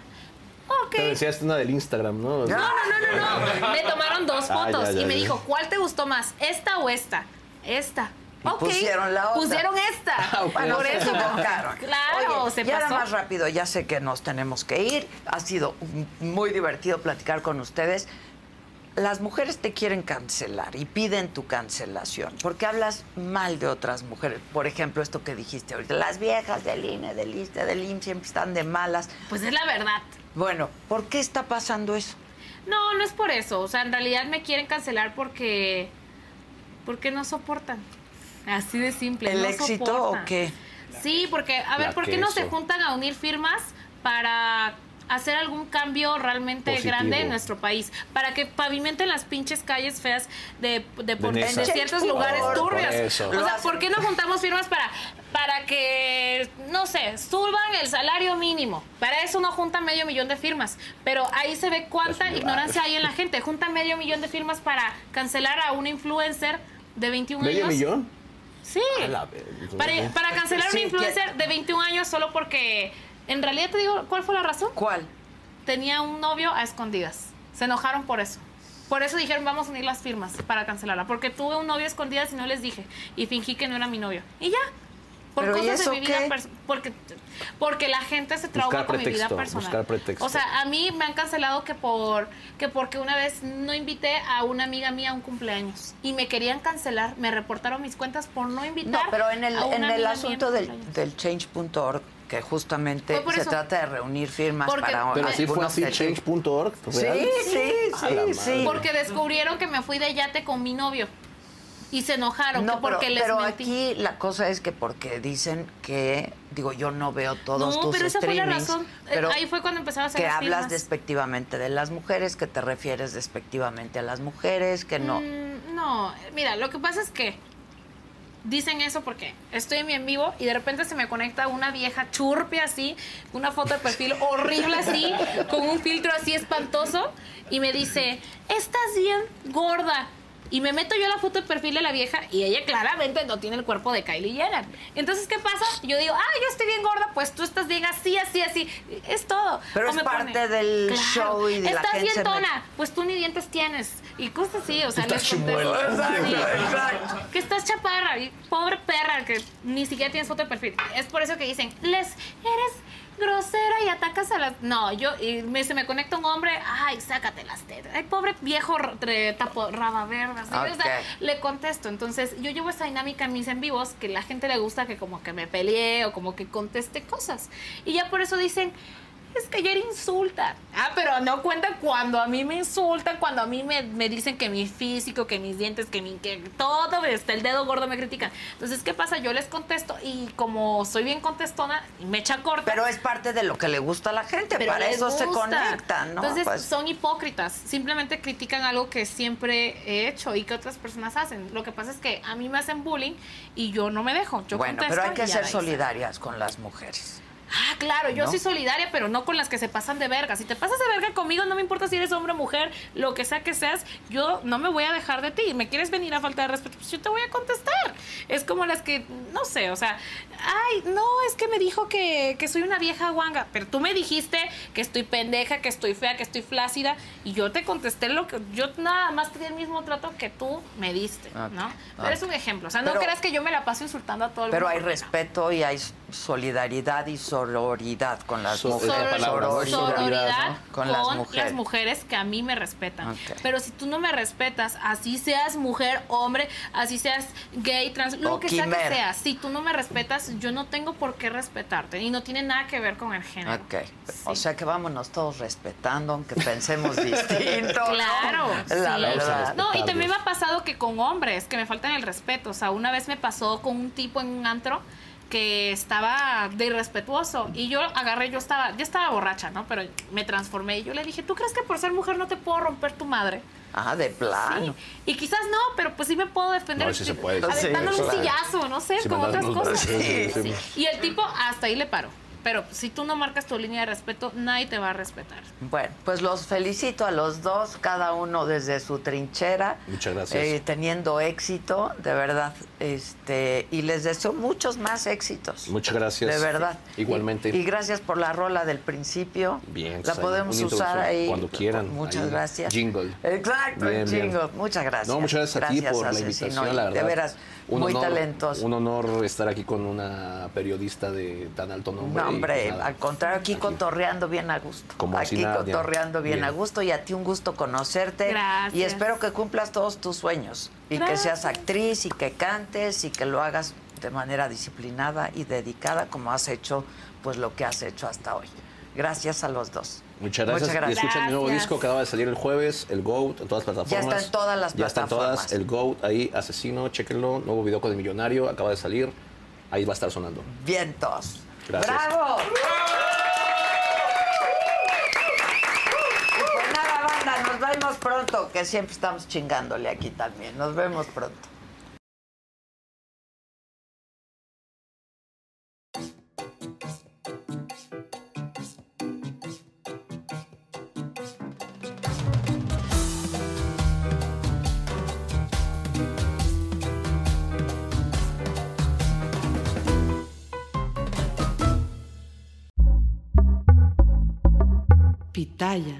C: Ok.
B: Te decías una del Instagram, ¿no?
A: Ya.
C: No, no, no, no, no. Me tomaron dos
B: Ah,
C: fotos
B: ya, ya,
C: y me
B: ya.
C: dijo, ¿cuál te gustó más? ¿Esta o esta? Esta.
A: Y
C: Ok.
A: pusieron la otra.
C: Pusieron esta.
B: ok.
A: Bueno,
C: Por
A: se
C: eso.
A: equivocaron.
C: Ah, Claro,
A: Oye,
C: se
A: ya era
C: pasó.
A: más rápido, ya sé que nos tenemos que ir. Ha sido muy divertido platicar con ustedes. Las mujeres te quieren cancelar y piden tu cancelación porque hablas mal de otras mujeres. Por ejemplo, esto que dijiste ahorita, las viejas del INE, del ISTE, del INE siempre están de malas.
C: Pues es la verdad.
A: Bueno, ¿por qué está pasando eso?
C: No, no es por eso. O sea, en realidad me quieren cancelar porque. porque no soportan. Así de simple.
A: ¿El
C: no
A: éxito
C: soportan.
A: o qué?
C: Sí, porque, a ver,
B: La
C: ¿por qué no se
B: queso.
C: juntan a unir firmas para hacer algún cambio realmente
B: Positivo.
C: grande en nuestro país? Para que pavimenten las pinches calles feas de, de, por- de
B: Nesa.
C: ciertos
A: Por
C: lugares
A: favor, por
C: turbios.
B: eso.
C: O
A: Lo
C: sea,
A: hacen.
C: ¿por qué no juntamos firmas para, para que, no sé, suban el salario mínimo? Para eso no juntan medio millón de firmas. Pero ahí se ve cuánta
B: Las
C: ignorancia hay en la gente. Juntan medio millón de firmas para cancelar a un influencer de 21
B: ¿Medio
C: años.
B: millón?
C: Sí.
B: A la ver-
C: Para, para cancelar a
A: Sí,
C: un influencer de 21 años solo porque, en realidad te digo, ¿cuál fue la razón?
A: ¿Cuál?
C: Tenía un novio a escondidas. Se enojaron por eso. Por eso dijeron, vamos a unir las firmas para cancelarla. Porque tuve un novio a escondidas y no les dije. Y fingí que no era mi novio. Y ya. Por
A: Pero, ¿y
C: cosas
A: eso
C: de mi vida
A: qué?
C: pers- porque porque la gente se trauma
B: Buscar
C: con mi vida
B: pretexto,
C: personal.
B: buscar pretexto.
C: O sea, a mí me han cancelado que por que porque una vez no invité a una amiga mía a un cumpleaños y me querían cancelar, me reportaron mis cuentas por no invitar.
A: No, pero en el,
C: a una
A: en el
C: amiga mía a mi
A: asunto del,
C: cumpleaños.
A: del change.org, que justamente
C: Fue por
A: se
C: eso.
A: trata de reunir firmas
C: Porque-
A: para
B: Pero
C: Me-
B: sí fue
A: algunos
B: así,
A: objetivos.
B: change.org. ¿real?
A: Sí, sí,
B: A la
A: sí,
B: madre.
A: sí.
C: porque descubrieron que me fui de yate con mi novio y se enojaron que
A: No, pero,
C: porque les
A: pero
C: mentí.
A: aquí la cosa es que porque dicen que, digo, yo no veo todos
C: no,
A: tus
C: pero esa fue la
A: streamings,
C: razón. Eh,
A: pero
C: Ahí fue cuando empezaron a hacer
A: que
C: las
A: hablas
C: firmas.
A: despectivamente de las mujeres, que te refieres despectivamente a las mujeres, que no.
C: Mm, no, mira, lo que pasa es que dicen eso porque estoy en mi en vivo y de repente se me conecta una vieja churpia así, una foto de perfil horrible así, con un filtro así espantoso y me dice, estás bien gorda. Y me meto yo a la foto de perfil de la vieja y ella claramente no tiene el cuerpo de Kylie Jenner. Entonces, ¿qué pasa? Yo digo, ah, yo estoy bien gorda, pues tú estás bien así, así, así. Es todo.
A: Pero
C: O
A: es
C: me pone,
A: parte del show y la
C: Estás
A: gente se
C: bien tona,
A: mete".
C: pues tú ni dientes tienes. Y cosas así, o sea,
B: Estás
C: les contesto.
B: chimuela.
C: Sí.
A: exacto.
C: Que estás chaparra, y pobre perra, que ni siquiera tienes foto de perfil. Es por eso que dicen, les eres grosera y atacas a las... No, yo, y me- se me conecta un hombre, ay, sácate las tetas. Ay, pobre viejo r- tre- tapo, raba verde. así, o sea,
A: Ok.
C: le contesto. Entonces, yo llevo esa dinámica en mis en vivos que la gente le gusta que como que me pelee o como que conteste cosas. Y ya por eso dicen, es que ayer insulta. Ah, pero no cuenta cuando a mí me insultan, cuando a mí me, me dicen que mi físico, que mis dientes, que mi que todo, hasta el dedo gordo me critican. Entonces, ¿qué pasa? Yo les contesto y como soy bien contestona, me echa corta.
A: Pero es parte de lo que le gusta a la gente,
C: Pero
A: para
C: les
A: eso se
C: gusta.
A: conectan, ¿no?
C: Entonces
A: Pues-
C: son hipócritas, simplemente critican algo que siempre he hecho y que otras personas hacen. Lo que pasa es que a mí me hacen bullying y yo no me dejo. Yo
A: bueno,
C: contesto
A: pero hay
C: y
A: que
C: ya
A: ser
C: ahí
A: solidarias con las mujeres.
C: Ah, claro, yo
A: ¿No?
C: soy solidaria, pero no con las que se pasan de verga. Si te pasas de verga conmigo, no me importa si eres hombre o mujer, lo que sea que seas, yo no me voy a dejar de ti. ¿Me quieres venir a falta de respeto? Pues yo te voy a contestar. Es como las que, no sé, o sea, ay, no, es que me dijo que, que soy una vieja guanga, pero tú me dijiste que estoy pendeja, que estoy fea, que estoy flácida, y yo te contesté lo que, yo nada más te di el mismo trato que tú me diste,
A: Ok,
C: ¿no?
A: Ah, ok.
C: Pero es un ejemplo, o sea, no
A: Pero-
C: creas que yo me la paso insultando a todo el
A: Pero
C: mundo.
A: hay
C: porque no.
A: respeto y hay solidaridad y sororidad con las
B: Sor-
A: mujeres.
B: Esa palabra,
C: Sororidad,
B: ¿no? Sororidad,
C: sororidad
B: ¿no?
A: Con
C: con,
A: las
C: las,
A: mujeres.
C: mujeres. que a mí me respetan.
A: Ok.
C: Pero si tú no me respetas, así seas mujer, hombre, así seas gay, trans, lo
A: O
C: que sea
A: quimera.
C: que sea, si tú no me respetas, yo no tengo por qué respetarte y no tiene nada que ver con el género.
A: Ok,
C: Sí.
A: o sea que vámonos todos respetando, aunque pensemos distinto. ¿no?
C: Claro,
A: La
C: sí.
A: verdad.
C: No, y también me ha pasado que con hombres, que me faltan el respeto. O sea, una vez me pasó con un tipo en un antro que estaba de irrespetuoso y yo agarré, yo estaba, yo estaba borracha, ¿no? Pero me transformé y yo le dije, ¿tú crees que por ser mujer no te puedo romper tu madre?
A: Ah, de plano.
C: Sí. Y quizás no, pero pues sí me puedo defender.
B: No, sí se puede.
C: Aventándole
A: Sí,
C: un
A: claro.
C: sillazo, no sé,
B: Sí,
C: con
B: mandas
C: otras
B: unos
C: cosas.
B: brazos, sí, sí,
C: Sí. Y el tipo hasta ahí le paró. Pero si tú no marcas tu línea de respeto, nadie te va a respetar.
A: Bueno, pues los felicito a los dos, cada uno desde su trinchera.
B: Muchas gracias.
A: eh, teniendo éxito, de verdad. este Y les deseo muchos más éxitos.
B: Muchas gracias.
A: De verdad.
B: Igualmente.
A: Y, y gracias por la rola del principio.
B: Bien,
A: La
B: Saida,
A: podemos
B: una
A: usar
B: introducción,
A: ahí.
B: cuando quieran,
A: Muchas
B: ahí,
A: gracias.
B: jingle.
A: Exacto, el
B: Bien, bien.
A: jingle. Muchas gracias.
B: No, muchas gracias a ti por la
A: Asesino.
B: invitación, la verdad.
A: De veras,
B: Un
A: muy
B: honor-
A: talentoso.
B: Un honor estar aquí con una periodista de tan alto nombre.
A: No,
B: y,
A: hombre,
B: pues, nada,
A: al contrario, aquí
B: aquí.
A: cotorreando bien a gusto.
B: Como
A: aquí
B: si nada, Diana.
A: cotorreando bien,
B: Bien.
A: a gusto y a ti un gusto conocerte.
C: Gracias.
A: Y espero que cumplas todos tus sueños y que seas
C: Gracias.
A: actriz y que cantes y que lo hagas de manera disciplinada y dedicada como has hecho pues lo que has hecho hasta hoy. Gracias a los dos.
B: Muchas gracias.
A: Muchas
B: Y
A: gracias.
B: escuchen mi nuevo
C: Gracias.
B: disco que acaba de salir el jueves, el GOAT, en todas las plataformas.
A: Ya está en todas las
B: Ya está en
A: plataformas.
B: todas. El GOAT, ahí, Asesino, chéquenlo. Nuevo video con el millonario, acaba de salir. Ahí va a estar sonando.
A: Vientos.
B: Gracias.
A: ¡Bravo! Y pues nada, banda, nos vemos pronto, que siempre estamos chingándole aquí también. Nos vemos pronto.
D: Pitaya.